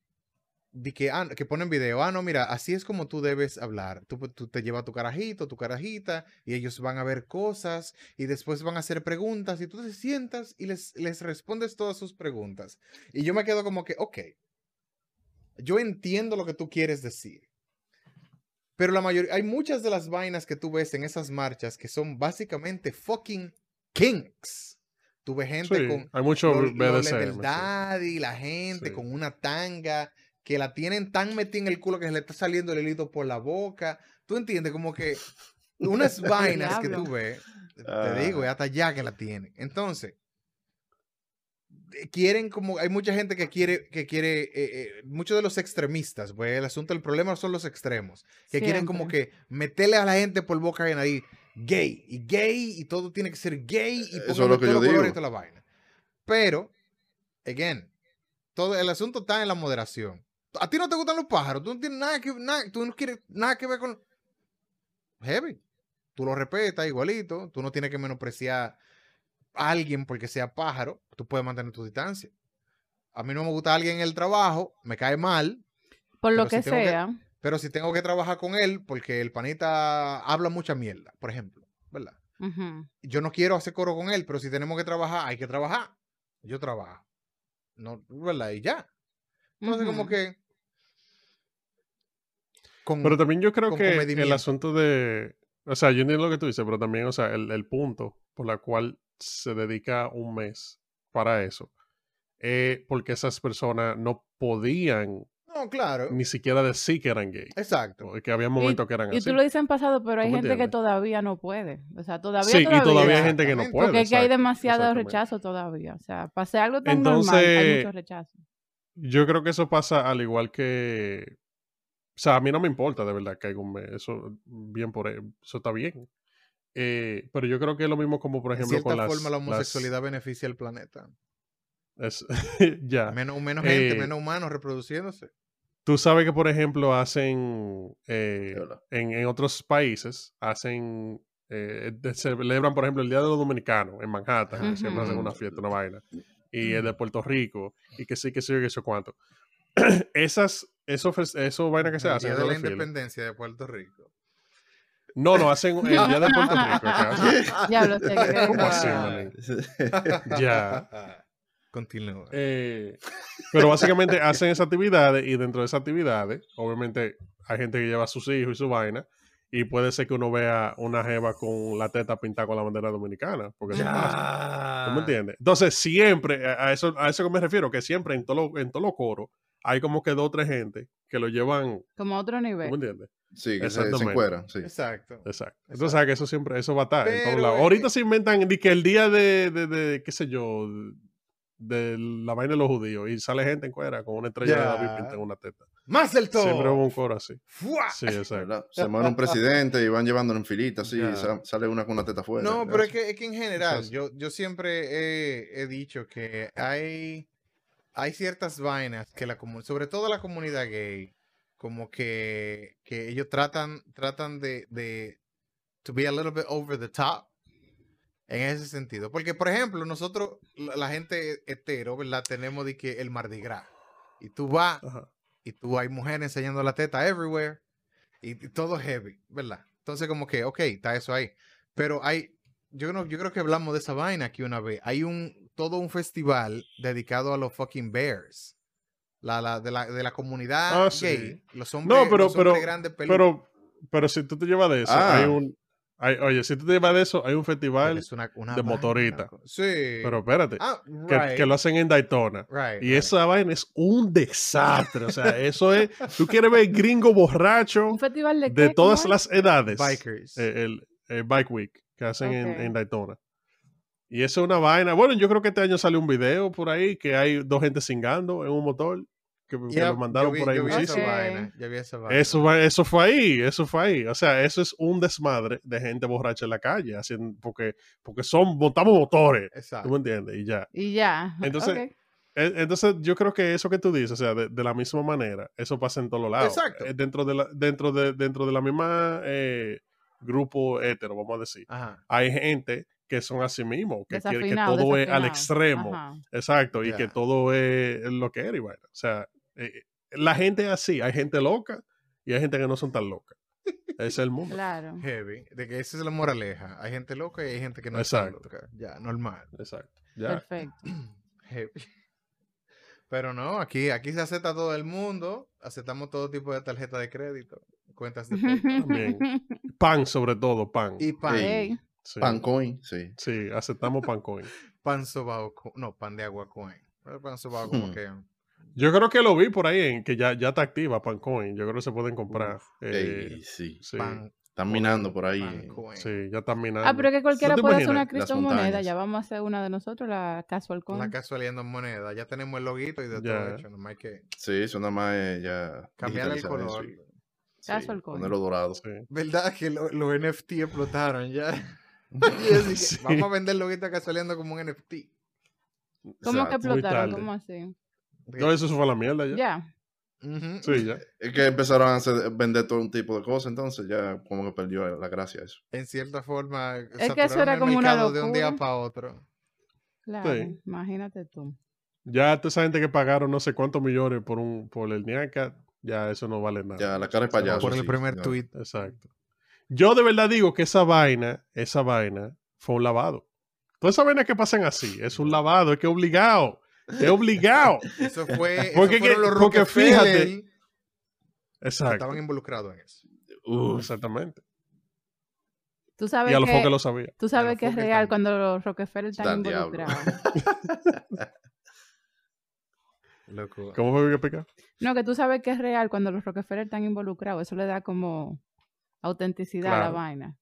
Speaker 2: di que, ah, que ponen video, ah, no, mira, así es como tú debes hablar. Tú, tú te llevas tu carajito, tu carajita, y ellos van a ver cosas y después van a hacer preguntas y tú te sientas y les, les respondes todas sus preguntas. Y yo me quedo como que, ok, yo entiendo lo que tú quieres decir. Pero la mayoría, hay muchas de las vainas que tú ves en esas marchas que son básicamente fucking kinks. Tú ves gente
Speaker 1: Sí,
Speaker 2: con
Speaker 1: hay mucho
Speaker 2: los- los
Speaker 1: BDSM,
Speaker 2: level
Speaker 1: sí.
Speaker 2: daddy, la gente
Speaker 1: Sí.
Speaker 2: con una tanga que la tienen tan metida en el culo que se le está saliendo el hilito por la boca. ¿Tú entiendes? Como que unas vainas que tú
Speaker 4: Diablo.
Speaker 2: ves, te
Speaker 3: Ah.
Speaker 2: digo, es hasta ya que la tienen. Entonces, eh, quieren como, hay mucha gente que quiere, que quiere, eh, eh, muchos de los extremistas, pues el asunto, el problema son los extremos, que quieren como
Speaker 4: Siempre.
Speaker 2: que meterle a la gente por boca y nariz gay y gay y todo tiene que ser gay y
Speaker 3: Eso es
Speaker 2: póngame
Speaker 3: lo que
Speaker 2: todos
Speaker 3: yo
Speaker 2: los colores
Speaker 3: digo.
Speaker 2: y toda la vaina. Pero, again, todo el asunto está en la moderación. A ti no te gustan los pájaros, tú no tienes nada que, nada- tú no quieres nada que ver con heavy. Tú lo respetas igualito, tú no tienes que menospreciar a alguien porque sea pájaro, tú puedes mantener tu distancia. A mí no me gusta alguien en el trabajo, me cae mal,
Speaker 4: Por lo
Speaker 2: pero si
Speaker 4: que
Speaker 2: tengo que-
Speaker 4: sea.
Speaker 2: pero si tengo que trabajar con él porque el panita habla mucha mierda, por ejemplo, ¿verdad?
Speaker 4: ujú.
Speaker 2: yo no quiero hacer coro con él, pero si tenemos que trabajar, hay que trabajar. Yo trabajo. No, ¿verdad? Y ya. Entonces, como
Speaker 4: Ujú.
Speaker 2: que. Con,
Speaker 1: Pero también yo creo
Speaker 2: con
Speaker 1: que el
Speaker 2: comedimiento.
Speaker 1: asunto de. O sea, yo entiendo lo que tú dices, pero también, o sea, el, el punto por la cual se dedica un mes para eso. eh, porque esas personas no podían
Speaker 2: no, claro.
Speaker 1: ni siquiera decir que eran gay.
Speaker 2: Exacto.
Speaker 1: Que había momentos que eran
Speaker 4: Y
Speaker 1: así.
Speaker 4: tú lo dices en pasado, pero hay
Speaker 1: ¿Tú me
Speaker 4: gente que
Speaker 1: entiendes?
Speaker 4: todavía no puede. O sea, todavía.
Speaker 1: sí, y todavía hay
Speaker 2: Exactamente.
Speaker 1: gente que no puede.
Speaker 4: Porque es que hay
Speaker 1: exacto,
Speaker 4: demasiado
Speaker 1: exactamente.
Speaker 4: rechazo todavía. O sea, para hacer algo tan normal, hay
Speaker 1: Entonces-
Speaker 4: mucho rechazo.
Speaker 1: Yo creo que eso pasa al igual que. O sea, a mí no me importa de verdad que haya un mes. Eso, bien por él, eso está bien. Eh, pero yo creo que es lo mismo como, por
Speaker 2: En
Speaker 1: ejemplo,
Speaker 2: cierta
Speaker 1: con las.
Speaker 2: forma, la
Speaker 1: las-
Speaker 2: homosexualidad beneficia al planeta.
Speaker 1: es- ya.
Speaker 2: Menos, menos
Speaker 1: eh,
Speaker 2: gente, menos humanos reproduciéndose.
Speaker 1: Tú sabes que, por ejemplo, hacen. eh,
Speaker 3: Hola.
Speaker 1: en, en otros países, hacen. eh, de- celebran, por ejemplo, el Día de los Dominicanos en Manhattan, que siempre hacen
Speaker 4: Ujú.
Speaker 1: una fiesta, una vaina. Y el de Puerto Rico, y que sí, que sí, que eso cuánto. Esas. Eso, eso vaina que se
Speaker 2: El
Speaker 1: hace.
Speaker 2: Día de la
Speaker 1: independencia
Speaker 2: independencia de Puerto Rico.
Speaker 1: No, no, hacen el día de Puerto Rico. que hacen-
Speaker 4: Ya lo sé. que-
Speaker 1: ¿Cómo así,
Speaker 2: Ah.
Speaker 1: manín? Ya.
Speaker 2: Continúa.
Speaker 1: Eh, pero básicamente hacen esas actividades y dentro de esas actividades, obviamente hay gente que lleva a sus hijos y su vaina. Y puede ser que uno vea una jeva con la teta pintada con la bandera dominicana. Porque eso pasa. ¿Tú me entiendes? Entonces, siempre, a a eso, a eso que me refiero, que siempre en todos los en todos los coros hay como que dos o tres gente que lo llevan,
Speaker 4: Como a otro
Speaker 1: ¿tú me
Speaker 4: nivel.
Speaker 1: entiendes?
Speaker 3: Sí, que se- se,
Speaker 1: Exactamente.
Speaker 3: encueran. Sí.
Speaker 2: Exacto.
Speaker 1: Exacto. Entonces, ¿sabes? que eso siempre, eso va a estar en todos
Speaker 2: Pero,
Speaker 1: lados.
Speaker 2: eh,
Speaker 1: Ahorita se inventan di que el día de, de, de, qué sé yo, de la vaina de los judíos y sale gente en cuera con una estrella de
Speaker 2: Ya.
Speaker 1: David pintada en una teta.
Speaker 2: Más del todo. Ah.
Speaker 1: Siempre hubo un coro así. Sí, exacto.
Speaker 3: ¿verdad? Se muere un presidente y van llevándolo en filita, así,
Speaker 1: Ya.
Speaker 3: y sa- sale una con una teta fuera.
Speaker 2: No, pero es que, es que en general,
Speaker 1: Entonces-
Speaker 2: yo, yo siempre he, he dicho que hay, hay ciertas vainas que la comu- sobre todo la comunidad gay, como que, que ellos tratan, tratan de, de to be a little bit over the top en ese sentido. Porque, por ejemplo, nosotros, la, la gente hetero, ¿verdad? Tenemos de que el Mardi Gras. Y tú vas
Speaker 1: Ajá.
Speaker 2: y tú hay mujeres enseñando la teta everywhere y, y todo heavy, ¿verdad? Entonces como que, ok, está eso ahí. Pero hay, yo, no, yo creo que hablamos de esa vaina aquí una vez. Hay un, todo un festival dedicado a los fucking bears. La, la- de, la, de la comunidad
Speaker 1: Ah,
Speaker 2: gay. Los hombres,
Speaker 1: No, pero-
Speaker 2: los hombres
Speaker 1: pero-
Speaker 2: grandes peludos.
Speaker 1: Pero, pero si tú te llevas de eso,
Speaker 3: Ah.
Speaker 1: hay un. hay- oye, si tú te llevas de eso, hay un
Speaker 2: Porque
Speaker 1: festival,
Speaker 2: es una, una
Speaker 1: de motorita.
Speaker 2: co- Sí.
Speaker 1: pero espérate,
Speaker 2: ah,
Speaker 1: que,
Speaker 2: right,
Speaker 1: que lo hacen en Daytona.
Speaker 2: right,
Speaker 1: Y
Speaker 2: right.
Speaker 1: esa vaina es un desastre. O sea, eso es. Tú quieres ver gringo borracho
Speaker 4: Un festival de,
Speaker 1: de
Speaker 4: qué?
Speaker 1: todas
Speaker 4: ¿Cómo es?
Speaker 1: las edades.
Speaker 2: Bikers.
Speaker 1: eh, el, el Bike Week que hacen en,
Speaker 4: Ok.
Speaker 1: en Daytona. Y eso es una vaina. Bueno, yo creo que este año salió un video por ahí que hay dos gente cingando en un motor que, que
Speaker 2: Yeah,
Speaker 1: lo mandaron
Speaker 2: yo vi-
Speaker 1: por ahí
Speaker 2: yo vi esa
Speaker 1: muchísimo.
Speaker 4: Ok.
Speaker 2: vaina, yo vi esa vaina.
Speaker 1: Eso, va- eso fue ahí, eso fue ahí. O sea, eso es un desmadre de gente borracha en la calle, haciendo, porque, porque son, montamos motores,
Speaker 2: Exacto.
Speaker 1: ¿tú me entiendes? Y ya.
Speaker 4: Y ya.
Speaker 1: Entonces,
Speaker 4: ok.
Speaker 1: E- Entonces, yo creo que eso que tú dices, o sea, de, de la misma manera, eso pasa en todos lados.
Speaker 2: Exacto.
Speaker 1: Eh, Dentro de la, dentro de, dentro de la misma eh, grupo hetero, vamos a decir.
Speaker 2: Ajá.
Speaker 1: Hay gente que son así mismo, que quiere que
Speaker 4: Desafinado,
Speaker 1: todo es al
Speaker 4: desafinado.
Speaker 1: extremo.
Speaker 4: Ajá.
Speaker 1: Exacto, y
Speaker 2: Ya.
Speaker 1: que todo es lo que era y vaina. O sea, eh, la gente es así, hay gente loca y hay gente que no son tan locas. Ese es el mundo.
Speaker 4: Claro.
Speaker 2: Heavy. De que esa es la moraleja. Hay gente loca y hay gente que no
Speaker 1: Exacto.
Speaker 2: está loca. Ya, normal.
Speaker 1: Exacto. Ya.
Speaker 4: Perfecto.
Speaker 2: Heavy. Pero no, aquí, aquí se acepta todo el mundo. Aceptamos todo tipo de tarjeta de crédito, cuentas de PayPal.
Speaker 1: También. Pan, sobre todo, pan.
Speaker 2: y pan,
Speaker 3: Ey.
Speaker 4: Ey,
Speaker 1: Sí.
Speaker 3: Pancoin, sí.
Speaker 1: Sí, aceptamos pancoin.
Speaker 2: pan sobao, co- no, pan de agua coin. Pero Pan sobao como
Speaker 3: Hmm.
Speaker 2: que
Speaker 1: Yo creo que lo vi por ahí en que ya, ya está activa Pancoin. Yo creo que se pueden comprar. eh,
Speaker 3: Ey, sí.
Speaker 1: sí,
Speaker 2: pan,
Speaker 3: Están minando por ahí.
Speaker 2: pan
Speaker 3: eh.
Speaker 2: coin.
Speaker 1: sí, ya están minando.
Speaker 4: Ah, pero que cualquiera
Speaker 1: te
Speaker 4: puede hacer
Speaker 1: imaginas
Speaker 4: una
Speaker 1: las
Speaker 4: criptomoneda.
Speaker 3: montañas?
Speaker 4: Ya vamos a hacer una de nosotros, la casual coin.
Speaker 2: La casualidad en moneda. Ya tenemos el loguito y de
Speaker 1: Ya.
Speaker 2: todo hecho. Nomás hay que
Speaker 3: Sí, eso nada más es ya.
Speaker 2: cambiar el
Speaker 3: digitalizar eso
Speaker 2: color.
Speaker 3: y- sí,
Speaker 4: Caso al coin.
Speaker 3: Ponerlo dorado.
Speaker 1: Sí.
Speaker 2: ¿Verdad que lo- los NFT explotaron ya? Y así que,
Speaker 1: Sí.
Speaker 2: Vamos a vender el loguito a casualidad como un NFT.
Speaker 4: ¿Cómo que
Speaker 3: Exacto.
Speaker 1: muy
Speaker 4: explotaron?
Speaker 1: tarde.
Speaker 4: ¿Cómo así?
Speaker 1: No, eso se fue a la mierda ya.
Speaker 4: Ya.
Speaker 2: Ujú.
Speaker 1: Sí, ya.
Speaker 3: Es que empezaron a hacer- vender todo un tipo de cosas, entonces ya como que perdió la gracia eso.
Speaker 2: En cierta forma,
Speaker 4: que eso
Speaker 2: saturaron
Speaker 4: era
Speaker 2: el
Speaker 4: como una
Speaker 2: mercado de un día
Speaker 4: locura.
Speaker 2: para otro.
Speaker 4: Claro.
Speaker 1: Sí.
Speaker 4: Imagínate tú.
Speaker 1: Ya toda esa gente que pagaron no sé cuántos millones por un por el NIACA, ya eso no vale nada.
Speaker 3: Ya la cara de
Speaker 1: Eso no
Speaker 3: payaso.
Speaker 2: por el
Speaker 3: sí,
Speaker 2: primer
Speaker 3: ya.
Speaker 2: tweet.
Speaker 1: Exacto. Yo de verdad digo que esa vaina, esa vaina fue un lavado. Toda esa vaina que pasan así, es un lavado, es que obligado. Es obligado.
Speaker 2: Eso fue.
Speaker 1: Porque
Speaker 2: Porque,
Speaker 1: que-
Speaker 2: los
Speaker 1: porque
Speaker 2: Rockefeller
Speaker 1: fíjate-
Speaker 2: que
Speaker 1: Exacto.
Speaker 2: estaban involucrados en eso.
Speaker 3: Uf,
Speaker 1: Exactamente.
Speaker 4: Tú
Speaker 1: Y
Speaker 4: sabes
Speaker 1: a lo
Speaker 4: que,
Speaker 1: que lo sabía.
Speaker 4: tú sabes que es
Speaker 2: foques
Speaker 4: real
Speaker 2: están-
Speaker 4: cuando los Rockefeller están
Speaker 3: están diablo.
Speaker 4: involucrados.
Speaker 2: Loco.
Speaker 1: ¿Cómo fue que pica?
Speaker 4: No, que tú sabes que es real cuando los Rockefeller están involucrados. Eso le da como autenticidad a la
Speaker 1: Claro.
Speaker 4: vaina.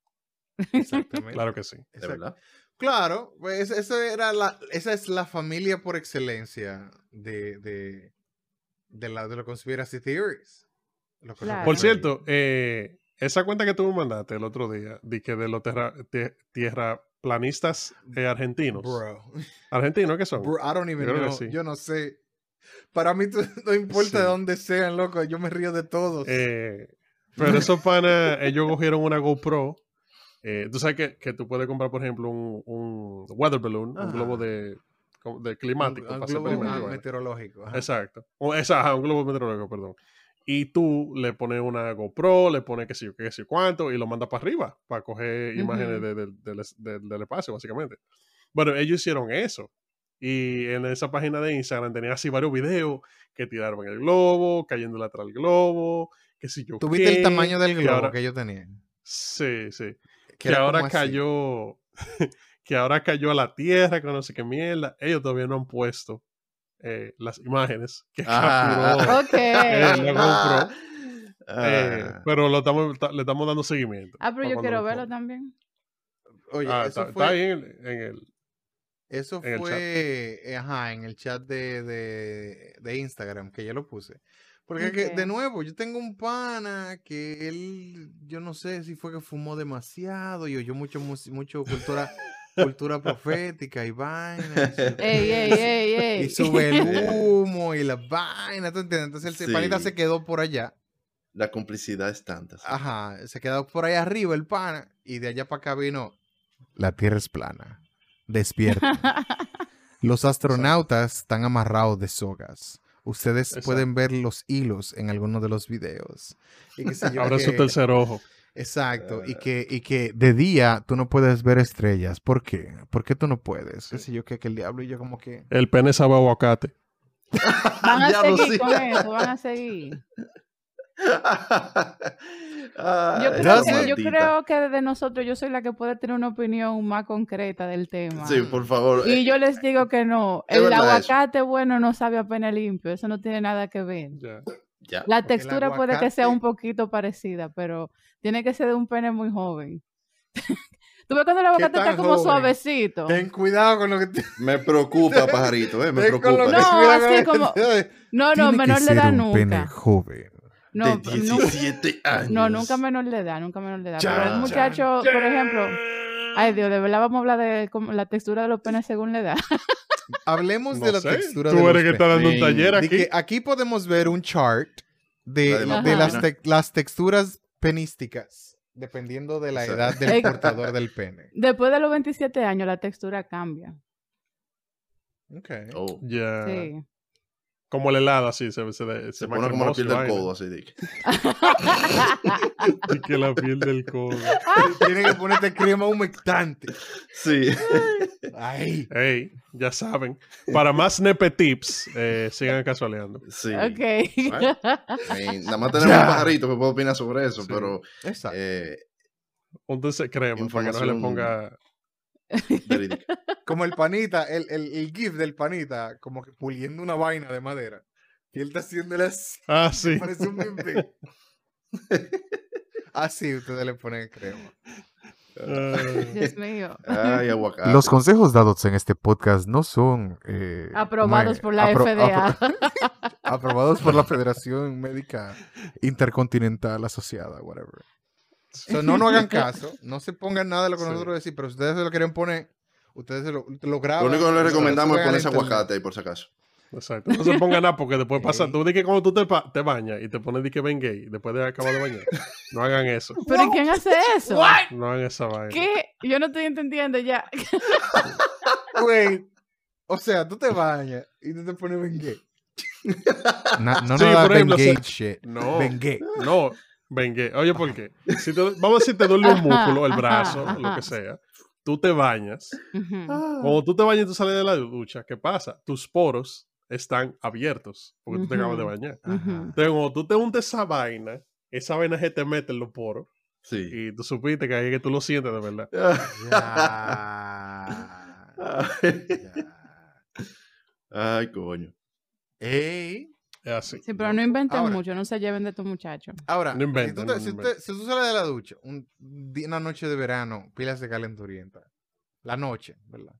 Speaker 2: Exactamente.
Speaker 1: Claro que sí.
Speaker 3: de
Speaker 2: Exacto.
Speaker 3: verdad.
Speaker 2: Claro, pues, eso era la, esa es la familia por excelencia de, de, de, la, de los conspiracy theories. Los
Speaker 4: Claro.
Speaker 1: Por
Speaker 4: Ajá.
Speaker 1: cierto, eh, esa cuenta que tú me mandaste el otro día, di que de los terra, tie- tierraplanistas eh, argentinos.
Speaker 2: Bro,
Speaker 1: ¿Argentinos qué son?
Speaker 2: bro, I don't even
Speaker 1: Yo creo que
Speaker 2: know.
Speaker 1: sí.
Speaker 2: Yo no sé. Para mí, tú- no importa de
Speaker 1: Sí.
Speaker 2: dónde sean, loco. Yo me río de todos.
Speaker 1: Eh, pero esos panas, ellos cogieron una GoPro. eh, tú sabes que, que tú puedes comprar, por ejemplo, un, un weather balloon,
Speaker 2: Ajá.
Speaker 1: un globo de, como de
Speaker 2: Un-
Speaker 1: climático.
Speaker 2: un
Speaker 1: para hacer
Speaker 2: globo
Speaker 1: experimentos ¿eh? y
Speaker 2: ah,
Speaker 1: vaina.
Speaker 2: meteorológico. ajá.
Speaker 1: Exacto. O, esa, ajá, un globo meteorológico, perdón. Y tú le pones una GoPro, le pones que sé yo, qué, que sé yo cuánto, y lo mandas para arriba, para coger
Speaker 4: Ujú.
Speaker 1: imágenes de- del- del es- del- del espacio, básicamente. Bueno, ellos hicieron eso. Y en esa página de Instagram tenía así varios videos que tiraron el globo, cayendo atrás del globo, que si yo
Speaker 2: ¿Tuviste
Speaker 1: qué,
Speaker 2: el tamaño del
Speaker 1: que
Speaker 2: globo
Speaker 1: ahora-
Speaker 2: que ellos tenían?
Speaker 1: Sí, sí.
Speaker 2: era
Speaker 1: que ahora
Speaker 2: como así.
Speaker 1: cayó, que ahora cayó a la tierra, que no sé qué mierda. Ellos todavía no han puesto eh, las imágenes que
Speaker 3: Ah.
Speaker 1: capturó, eh, la
Speaker 4: Ok.
Speaker 1: GoPro, eh,
Speaker 3: Ah,
Speaker 1: pero lo estamos, ta- le estamos dando seguimiento.
Speaker 4: Ah, pero
Speaker 1: pa'
Speaker 4: yo
Speaker 1: cuando
Speaker 4: quiero
Speaker 1: lo
Speaker 4: verlo
Speaker 1: ponga.
Speaker 4: también.
Speaker 2: Oye,
Speaker 1: Ah,
Speaker 2: eso
Speaker 1: está,
Speaker 2: fue,
Speaker 1: está ahí en el, en el-
Speaker 2: eso
Speaker 1: en el chat.
Speaker 2: fue eh, ajá, en el chat de, de- de Instagram, que yo lo puse. Porque es que, de
Speaker 4: Ok.
Speaker 2: nuevo, yo tengo un pana que él, yo no sé si fue que fumó demasiado y oyó mucho, mus- mucho cultura, cultura profética y vaina.
Speaker 4: Ey, ey, ey, ey.
Speaker 2: y sube el humo y la vaina, ¿tú entiendes? Entonces el se- panita se
Speaker 3: Sí.
Speaker 2: quedó por allá.
Speaker 3: la complicidad es tanta. sí.
Speaker 2: Ajá, se quedó por allá arriba el pana y de allá para acá vino. La Tierra es plana. Despierta. Los astronautas están amarrados de sogas. Ustedes
Speaker 1: Exacto.
Speaker 2: pueden ver los hilos en algunos de los videos. Y qué sé yo
Speaker 1: Ahora es su
Speaker 2: qué.
Speaker 1: tercer ojo.
Speaker 2: Exacto, y
Speaker 3: Ah.
Speaker 2: que, y que de día tú no puedes ver estrellas. ¿Por qué? ¿Por qué tú no puedes? Qué sé yo qué, que el diablo y yo como que...
Speaker 1: El pene sabe a aguacate.
Speaker 4: Van a
Speaker 3: Ya lo sé.
Speaker 4: seguir con eso, van a seguir. Yo
Speaker 3: Ay,
Speaker 4: creo,
Speaker 2: esa
Speaker 4: que,
Speaker 3: Ah,
Speaker 4: yo
Speaker 3: maldita.
Speaker 4: creo que de nosotros yo soy la que puede tener una opinión más concreta del tema.
Speaker 3: Sí, por favor. eh,
Speaker 4: Y yo les digo que no,
Speaker 3: Es
Speaker 4: el
Speaker 3: verdad eso.
Speaker 4: aguacate bueno no sabe a pena limpio, eso no tiene nada que ver.
Speaker 1: Ya.
Speaker 3: Ya.
Speaker 4: La
Speaker 2: Porque el
Speaker 4: textura puede que sea
Speaker 2: aguacate-
Speaker 4: un poquito parecida, pero tiene que ser de un pene muy joven. Tú ves cuando el aguacate
Speaker 2: tan
Speaker 4: está como
Speaker 2: joven?
Speaker 4: suavecito.
Speaker 2: Ten cuidado con lo que te...
Speaker 3: Me preocupa, pajarito, eh, me
Speaker 2: ten con lo que-
Speaker 3: preocupa.
Speaker 4: No,
Speaker 2: cuidado con
Speaker 4: así
Speaker 2: lo que
Speaker 4: como-
Speaker 2: te-
Speaker 4: No, no,
Speaker 2: Tiene que
Speaker 4: menor le
Speaker 2: ser
Speaker 4: da
Speaker 2: un pene
Speaker 4: nunca.
Speaker 2: joven.
Speaker 3: De
Speaker 4: No, nu-
Speaker 3: 17 años.
Speaker 4: no, nunca menor le da, nunca menor le da.
Speaker 2: Chan,
Speaker 4: Pero el
Speaker 3: chan,
Speaker 4: muchacho, por ejemplo, ay Dios, de verdad vamos a hablar de cómo- la textura de los penes según la edad.
Speaker 2: Hablemos de
Speaker 1: No
Speaker 2: la
Speaker 1: sé,
Speaker 2: textura
Speaker 1: Tú
Speaker 2: de los
Speaker 1: eres que está dando un
Speaker 3: Sí,
Speaker 1: taller
Speaker 2: De
Speaker 1: aquí.
Speaker 2: que aquí podemos ver un chart
Speaker 3: La
Speaker 2: de,
Speaker 3: de
Speaker 2: la-
Speaker 4: la
Speaker 2: de las,
Speaker 4: vagina.
Speaker 2: tec- las texturas penísticas, dependiendo de la
Speaker 3: Exacto.
Speaker 2: edad del
Speaker 4: Ey.
Speaker 2: portador del pene.
Speaker 4: Después de los 27 años la textura cambia.
Speaker 2: Ok.
Speaker 3: Oh,
Speaker 1: Ya.
Speaker 4: Sí.
Speaker 1: Como el helado, así. Se, se, se,
Speaker 3: Se
Speaker 1: marca
Speaker 3: pone como la
Speaker 1: hermoso y
Speaker 3: piel del
Speaker 1: vaina.
Speaker 3: codo, así de que-
Speaker 1: Y que la piel del codo.
Speaker 4: Ah.
Speaker 2: Tiene que ponerte crema humectante.
Speaker 3: Sí.
Speaker 2: Ay.
Speaker 1: Ey, ya saben. Para más nepe tips, eh, sigan casualeando.
Speaker 3: Sí.
Speaker 4: ok.
Speaker 3: Bueno, eh, nada más tenemos
Speaker 2: Ya.
Speaker 3: un pajarito que puede opinar sobre eso,
Speaker 1: Sí.
Speaker 3: pero
Speaker 2: Exacto.
Speaker 3: eh,
Speaker 1: Entonces crema para que no se le
Speaker 3: Información-
Speaker 1: ponga.
Speaker 3: verídico.
Speaker 2: eh, Como el panita, el, el, el gif del panita, como que puliendo una vaina de madera. Y él está haciendo las.
Speaker 1: Ah, sí.
Speaker 2: Parece un bimbe. Así ustedes le ponen crema.
Speaker 1: Ah,
Speaker 4: Dios mío.
Speaker 3: Ay,
Speaker 2: Ah,
Speaker 3: aguacate.
Speaker 2: consejos dados en este podcast no son eh,
Speaker 1: Eh,
Speaker 4: Aprobados por la FDA.
Speaker 2: aprobados por la Federación Médica Intercontinental Asociada, whatever. So, no nos hagan caso, no se pongan nada de lo que
Speaker 1: Sí.
Speaker 2: nosotros decimos, pero si ustedes se lo quieren poner, ustedes se lo, lo graban.
Speaker 3: Lo único que le
Speaker 2: lo
Speaker 3: recomendamos
Speaker 2: suben
Speaker 3: es
Speaker 2: al
Speaker 3: ponerse
Speaker 2: internet.
Speaker 3: aguacate ahí, por si acaso.
Speaker 1: Exacto. No se ponga nada porque después pasa.
Speaker 2: Sí.
Speaker 1: Tú di que cuando tú te, pa- te bañas y te pones di que ven gay después de acabar de bañar. No hagan eso.
Speaker 4: ¿Pero ¿y quién hace eso?
Speaker 1: No hagan esa vaina.
Speaker 4: ¿Qué? Yo no estoy entendiendo ya.
Speaker 2: Güey, o sea, tú te bañas y tú te pones Bengay. No, no
Speaker 1: Sí,
Speaker 2: nos da
Speaker 1: por ejemplo,
Speaker 2: Bengay
Speaker 1: o sea,
Speaker 2: shit.
Speaker 1: No.
Speaker 2: Bengay.
Speaker 1: No, vengue. Oye, ¿por qué? Si te- vamos a decir, te duele un músculo, el
Speaker 4: Ajá,
Speaker 1: brazo,
Speaker 4: ajá,
Speaker 1: lo
Speaker 4: ajá.
Speaker 1: que sea. Tú te bañas.
Speaker 4: Ujú.
Speaker 1: Cuando tú te bañas y tú sales de la ducha, ¿qué pasa? Tus poros están abiertos porque tú te acabas de
Speaker 4: Ujú.
Speaker 1: bañar.
Speaker 4: Ujú.
Speaker 1: Entonces, cuando tú te untes esa vaina, esa vaina se te mete en los poros
Speaker 3: Sí.
Speaker 1: y tú supiste que ahí es que tú lo sientes de verdad.
Speaker 2: Ya. Ya.
Speaker 3: Ay, coño.
Speaker 2: Ey.
Speaker 1: Es así.
Speaker 4: Sí, pero no inventen
Speaker 2: Ahora.
Speaker 4: mucho, no se lleven de estos muchachos.
Speaker 2: Ahora,
Speaker 1: No inventen,
Speaker 2: si, tú te-
Speaker 1: no
Speaker 2: si
Speaker 1: inventen.
Speaker 2: te- si tú sales de la ducha, un di- una noche de verano, pilas de calenturienta, la noche, ¿verdad?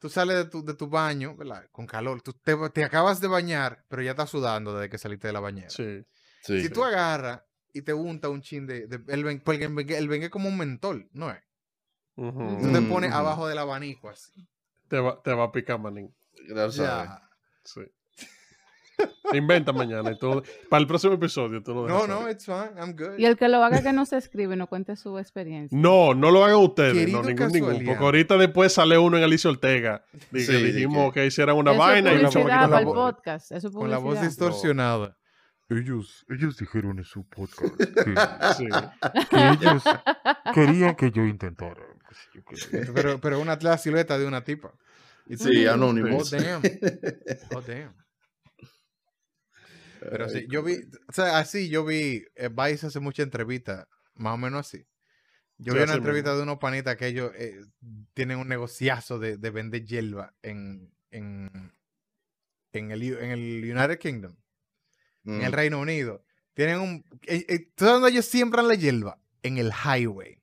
Speaker 2: Tú sales de tu, de tu baño, ¿verdad? Con calor, tú te, te acabas de bañar, pero ya estás sudando desde que saliste de la bañera.
Speaker 1: Sí.
Speaker 3: Sí.
Speaker 2: si tú agarras y te unta un chin de, de- el ben- porque el bengue, el bengue es como un mentol, ¿no es?
Speaker 1: Ujú.
Speaker 2: Tú te
Speaker 3: Mm,
Speaker 2: pones
Speaker 3: ujú.
Speaker 2: abajo del abanico así.
Speaker 1: Te, va, te va a picar, manín.
Speaker 3: Ya sabes.
Speaker 2: Ya.
Speaker 1: Sí. Inventa mañana y todo. Para el próximo episodio, tú lo dejas
Speaker 2: No,
Speaker 1: saber.
Speaker 2: no, it's fine, I'm good.
Speaker 4: Y el que lo haga que no se escribe, no cuente su experiencia.
Speaker 1: No, no lo hagan ustedes,
Speaker 2: Querido
Speaker 1: no, ningún, ningún.
Speaker 2: casualidad.
Speaker 1: Porque ahorita después sale uno en Alicia Ortega. Dije,
Speaker 3: Sí, de
Speaker 1: dijimos que... hicieran una
Speaker 4: eso
Speaker 1: vaina y
Speaker 4: es
Speaker 1: una
Speaker 2: chamaquita
Speaker 4: publicidad para el
Speaker 2: la-
Speaker 4: podcast. Eso es
Speaker 2: Con la
Speaker 4: publicidad.
Speaker 2: voz distorsionada.
Speaker 5: Ellos, ellos dijeron en su podcast que,
Speaker 1: Sí.
Speaker 5: que ellos querían que yo intentara. qué sé yo qué.
Speaker 2: Pero, pero una, la silueta de una tipa. It's
Speaker 3: Sí,
Speaker 2: me.
Speaker 3: anónimo.
Speaker 2: Oh, damn. Oh, damn. Pero sí, yo vi, o sea, así yo vi, eh, Vice hace mucha entrevista Más o menos así. Yo
Speaker 1: Sí,
Speaker 2: vi una
Speaker 1: así
Speaker 2: entrevista de unos panitas que ellos eh, tienen un negociazo de, de vender hierba en, en, en, el, U- en el United Kingdom, en el
Speaker 3: Mm.
Speaker 2: Reino Unido. Tienen un. eh, eh, ¿tú sabes dónde ellos siembran la hierba? En el highway.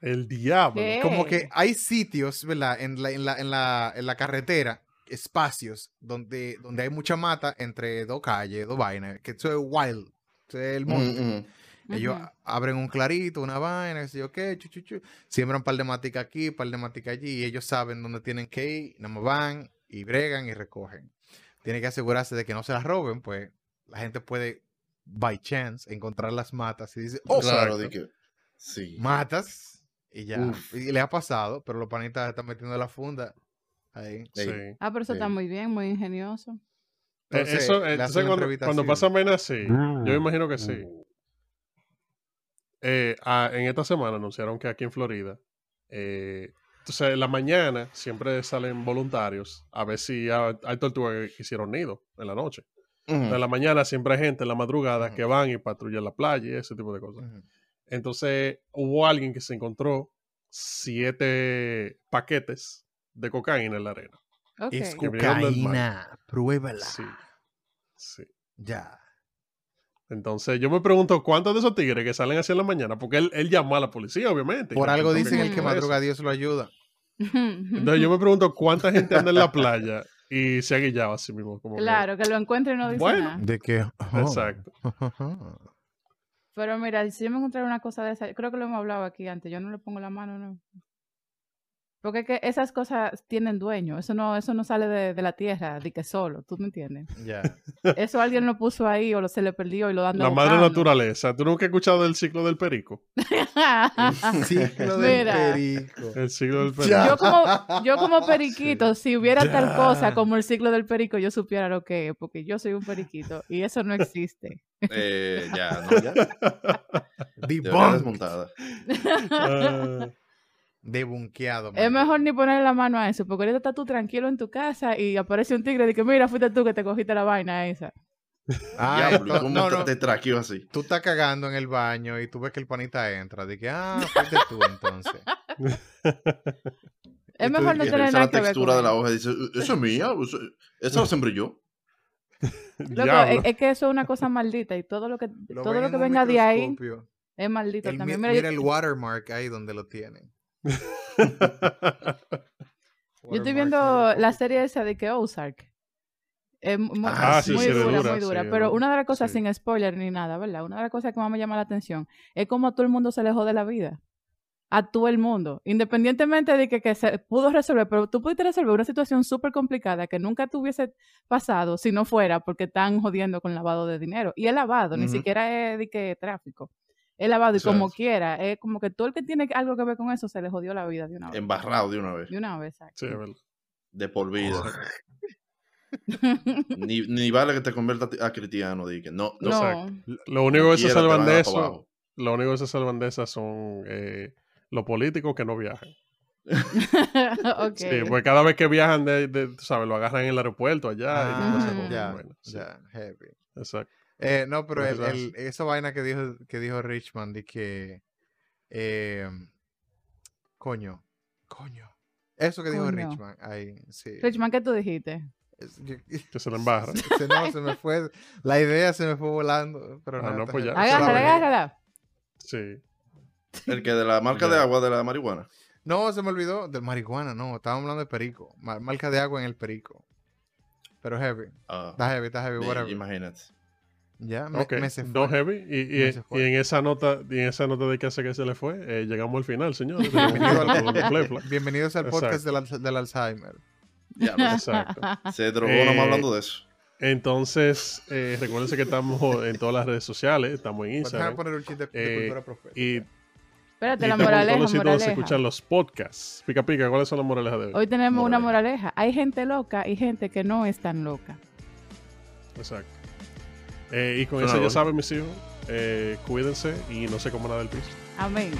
Speaker 1: El diablo.
Speaker 4: ¿Qué?
Speaker 2: como
Speaker 4: Sí.
Speaker 2: que hay sitios, ¿verdad? En la, en la, en la, en la carretera, espacios donde, donde hay mucha mata entre dos calles, dos vainas, que eso es wild, eso es el monte.
Speaker 3: Mm, mm.
Speaker 1: este,
Speaker 2: Ellos
Speaker 4: Ujú.
Speaker 2: a- abren un clarito, una vaina, qué sé yo qué, chu, chu, chu. siembran un par de matica aquí, par de matica allí, y ellos saben dónde tienen que ir, nada más van y bregan y recogen. Tienen que asegurarse de que no se las roben, pues la gente puede, by chance, encontrar las matas y dice, oh,
Speaker 3: claro,
Speaker 2: exacto"
Speaker 3: de que. Sí.
Speaker 2: matas y ya.
Speaker 3: Uf.
Speaker 2: Y le ha pasado, pero los panitas están metiendo la funda ahí.
Speaker 3: Ey, mm.
Speaker 1: Sí.
Speaker 4: Ah, pero eso está
Speaker 3: Sí.
Speaker 4: muy bien, muy ingenioso.
Speaker 1: Eh,
Speaker 2: Entonces,
Speaker 1: eso,
Speaker 2: le
Speaker 1: eh, tú
Speaker 2: hacen
Speaker 1: sabes
Speaker 2: una
Speaker 1: cuando,
Speaker 2: entrevista
Speaker 1: cuando
Speaker 2: así,
Speaker 1: pasan vainas así,
Speaker 5: Mm.
Speaker 1: yo imagino que sí. Eh, ah, en esta semana anunciaron que aquí en Florida, eh, tú sabes, en la mañana siempre salen voluntarios a ver si ha- hay tortugas que hicieron nido en la noche.
Speaker 3: Mm.
Speaker 1: O sea, en la mañana siempre hay gente en la madrugada
Speaker 5: Mm.
Speaker 2: Ujú.
Speaker 1: que van y patrullan la playa y ese tipo de cosas.
Speaker 2: Ujú.
Speaker 1: Entonces hubo alguien que se encontró siete paquetes de cocaína en la arena.
Speaker 4: Ok.
Speaker 2: Es
Speaker 1: Que vinieron del mar.
Speaker 2: cocaína, pruébala.
Speaker 1: Sí. Sí.
Speaker 2: Ya.
Speaker 1: Entonces yo me pregunto cuántos de esos tigres que salen así en la mañana, porque él, él llamó a la policía, obviamente. y
Speaker 2: Por
Speaker 1: la
Speaker 2: algo
Speaker 1: gente
Speaker 2: dicen el
Speaker 4: cocaína
Speaker 2: que
Speaker 1: encontró eso.
Speaker 2: madruga a Dios lo ayuda.
Speaker 1: Entonces yo me pregunto cuánta gente anda en la playa y se ha guillado así mismo. Como que-
Speaker 4: Claro, que lo encuentre y no dice
Speaker 1: Bueno.
Speaker 4: nada.
Speaker 2: De que.
Speaker 4: oh.
Speaker 1: Exacto.
Speaker 4: Pero mira, si yo me encontrara una cosa de esa, creo que lo hemos hablado aquí antes, yo no le pongo la mano, no. Porque es que esas cosas tienen dueño, eso no, eso no sale de, de la tierra, de que solo, ¿tú me entiendes?
Speaker 2: Ya.
Speaker 4: Eso alguien lo puso ahí o lo, se le perdió y lo dan
Speaker 1: La madre naturaleza. ¿Tú nunca has escuchado del ciclo del perico?
Speaker 2: Ciclo del
Speaker 4: Ah. Mira.
Speaker 2: perico.
Speaker 1: El ciclo del perico.
Speaker 3: Ya.
Speaker 4: Yo como, yo como periquito, si hubiera tal cosa como el ciclo del perico, yo supiera lo que es, porque yo soy un periquito y eso no existe.
Speaker 3: Eh, ya, no, ya. Teoría
Speaker 2: Debunk.
Speaker 3: desmontada.
Speaker 1: Ah,
Speaker 2: Debunkeado.
Speaker 4: Es
Speaker 2: maldito.
Speaker 4: mejor ni ponerle la mano a eso, porque ahorita estás tú tranquilo en tu casa y aparece un tigre y que mira, fuiste tú que te cogiste la vaina esa.
Speaker 2: Ah,
Speaker 3: Diablo,
Speaker 2: entonces-
Speaker 3: ¿cómo
Speaker 2: no,
Speaker 3: te-
Speaker 2: no.
Speaker 3: te traqueo así?
Speaker 2: Tú estás cagando en el baño y tú ves que el panita entra. De que, ah, fuiste tú entonces.
Speaker 4: Es
Speaker 2: Y tú
Speaker 4: mejor
Speaker 2: dices,
Speaker 4: no
Speaker 3: Y
Speaker 4: tener
Speaker 3: revisa
Speaker 4: nada
Speaker 3: la
Speaker 4: que ver con
Speaker 3: textura de
Speaker 4: él.
Speaker 3: la hoja y dice, "E- esa es mía, eso- esa la sembré yo.
Speaker 4: Loco,
Speaker 1: diablo.
Speaker 4: es, es que eso es una cosa maldita y todo lo que,
Speaker 2: Lo
Speaker 4: todo
Speaker 2: ven
Speaker 4: lo
Speaker 2: en
Speaker 4: que
Speaker 2: un
Speaker 4: venga de ahí
Speaker 2: microscopio.
Speaker 4: es maldito
Speaker 2: El mi-
Speaker 4: también.
Speaker 2: mira,
Speaker 4: Mira, yo-
Speaker 2: el watermark ahí donde lo tienen.
Speaker 4: yo, estoy
Speaker 2: Watermark
Speaker 4: viendo
Speaker 2: en el-
Speaker 4: la serie esa de que Ozark. Es mu- mu-
Speaker 3: Ah, sí,
Speaker 4: muy
Speaker 3: sí, es
Speaker 4: dura,
Speaker 1: dura,
Speaker 4: muy dura.
Speaker 1: sí, es
Speaker 4: pero
Speaker 1: dura,
Speaker 4: una de las cosas,
Speaker 1: sí.
Speaker 4: sin spoiler ni nada, ¿verdad? Una de las cosas que más me llama la atención es cómo a todo el mundo se le jode la vida. A todo el mundo. Independientemente de que, que se pudo resolver, pero tú pudiste resolver una situación súper complicada que nunca te hubiese pasado si no fuera porque están jodiendo con lavado de dinero. Y el lavado, ni
Speaker 3: Ujú.
Speaker 4: siquiera es de que tráfico. El lavado, y
Speaker 3: Eso
Speaker 4: como
Speaker 3: es.
Speaker 4: quiera, es como que todo el que tiene algo que ver con eso se le jodió la vida de
Speaker 1: Ah.
Speaker 4: una vez.
Speaker 3: Embarrado de una vez,
Speaker 4: De una vez, exacto.
Speaker 1: Sí, es verdad.
Speaker 3: de por vida. Ni, ni vale que te convierta a cristiano, di que no, no.
Speaker 4: no,
Speaker 1: exacto. Lo único
Speaker 3: como
Speaker 1: que se
Speaker 3: quiera te
Speaker 1: salvan
Speaker 3: van a
Speaker 1: de
Speaker 3: dar pa'
Speaker 1: eso,
Speaker 3: abajo.
Speaker 1: lo único que se salvan de esas son eh, los políticos que no viajan.
Speaker 4: ok.
Speaker 1: Sí, pues cada vez que viajan, de, de- tú sabes, lo agarran en el aeropuerto allá. y
Speaker 2: Ah,
Speaker 1: todas esas cosas.
Speaker 2: ya,
Speaker 1: Bueno, sí,
Speaker 2: ya, heavy.
Speaker 1: Exacto.
Speaker 2: Eh, no, pero
Speaker 1: Pues
Speaker 2: el-
Speaker 1: las-
Speaker 2: el- esa vaina que dijo, que dijo Richman, de que. eh, coño, coño. Eso que dijo
Speaker 4: Coño.
Speaker 2: Richman, ahí, sí.
Speaker 4: Richman, ¿qué tú dijiste?
Speaker 2: Es- yo-
Speaker 1: Que se le embarra.
Speaker 2: se, no, se me fue. La idea se me fue volando. Pero
Speaker 1: Ah,
Speaker 2: nada,
Speaker 1: no,
Speaker 2: está
Speaker 1: pues ya.
Speaker 2: heavy.
Speaker 1: Eso
Speaker 4: Agárrala,
Speaker 1: la verdad.
Speaker 4: agárrala.
Speaker 1: Sí.
Speaker 3: El que de la marca de
Speaker 1: Ya.
Speaker 3: agua de la marihuana.
Speaker 2: No, se me olvidó. Del marihuana, no. Estábamos hablando de perico. ma- Marca de agua en el perico. Pero heavy.
Speaker 3: Ah,
Speaker 2: Está heavy, está heavy,
Speaker 3: di-
Speaker 2: whatever.
Speaker 3: imagínate.
Speaker 2: Ya, me,
Speaker 1: Ok.
Speaker 2: me se
Speaker 1: Dos
Speaker 2: fue.
Speaker 1: heavy. Y, y-
Speaker 2: Me se fue.
Speaker 1: y en esa nota, y en esa nota de que hace que se le fue, eh, llegamos al final, señores.
Speaker 2: Bienvenido al-
Speaker 1: Con los play, play.
Speaker 2: Bienvenidos al podcast del, Alz- del Alzheimer. Pues,
Speaker 3: Ya, pero
Speaker 1: Exacto.
Speaker 3: se drogó
Speaker 1: Eh,
Speaker 3: nomás hablando de eso.
Speaker 1: Entonces, eh, recuérdense que estamos en todas las redes sociales, estamos en
Speaker 2: Pues déjame
Speaker 1: Instagram.
Speaker 2: poner un chiste de, de
Speaker 1: Eh,
Speaker 2: cultura profética.
Speaker 1: Y
Speaker 4: Espérate,
Speaker 1: Y
Speaker 4: la
Speaker 1: estamos en
Speaker 4: moraleja,
Speaker 1: todos los sitios donde se
Speaker 4: moraleja.
Speaker 1: escuchan los podcasts. Pica pica, ¿cuáles son las moralejas de hoy?
Speaker 4: Hoy tenemos una
Speaker 3: Moraleja.
Speaker 4: moraleja. Hay gente loca y gente que no es tan loca.
Speaker 1: Exacto. Eh, y con
Speaker 3: Suena
Speaker 1: eso ya
Speaker 3: bueno.
Speaker 1: saben, mis hijos, eh, cuídense y no se coman nada del piso.
Speaker 4: Amén.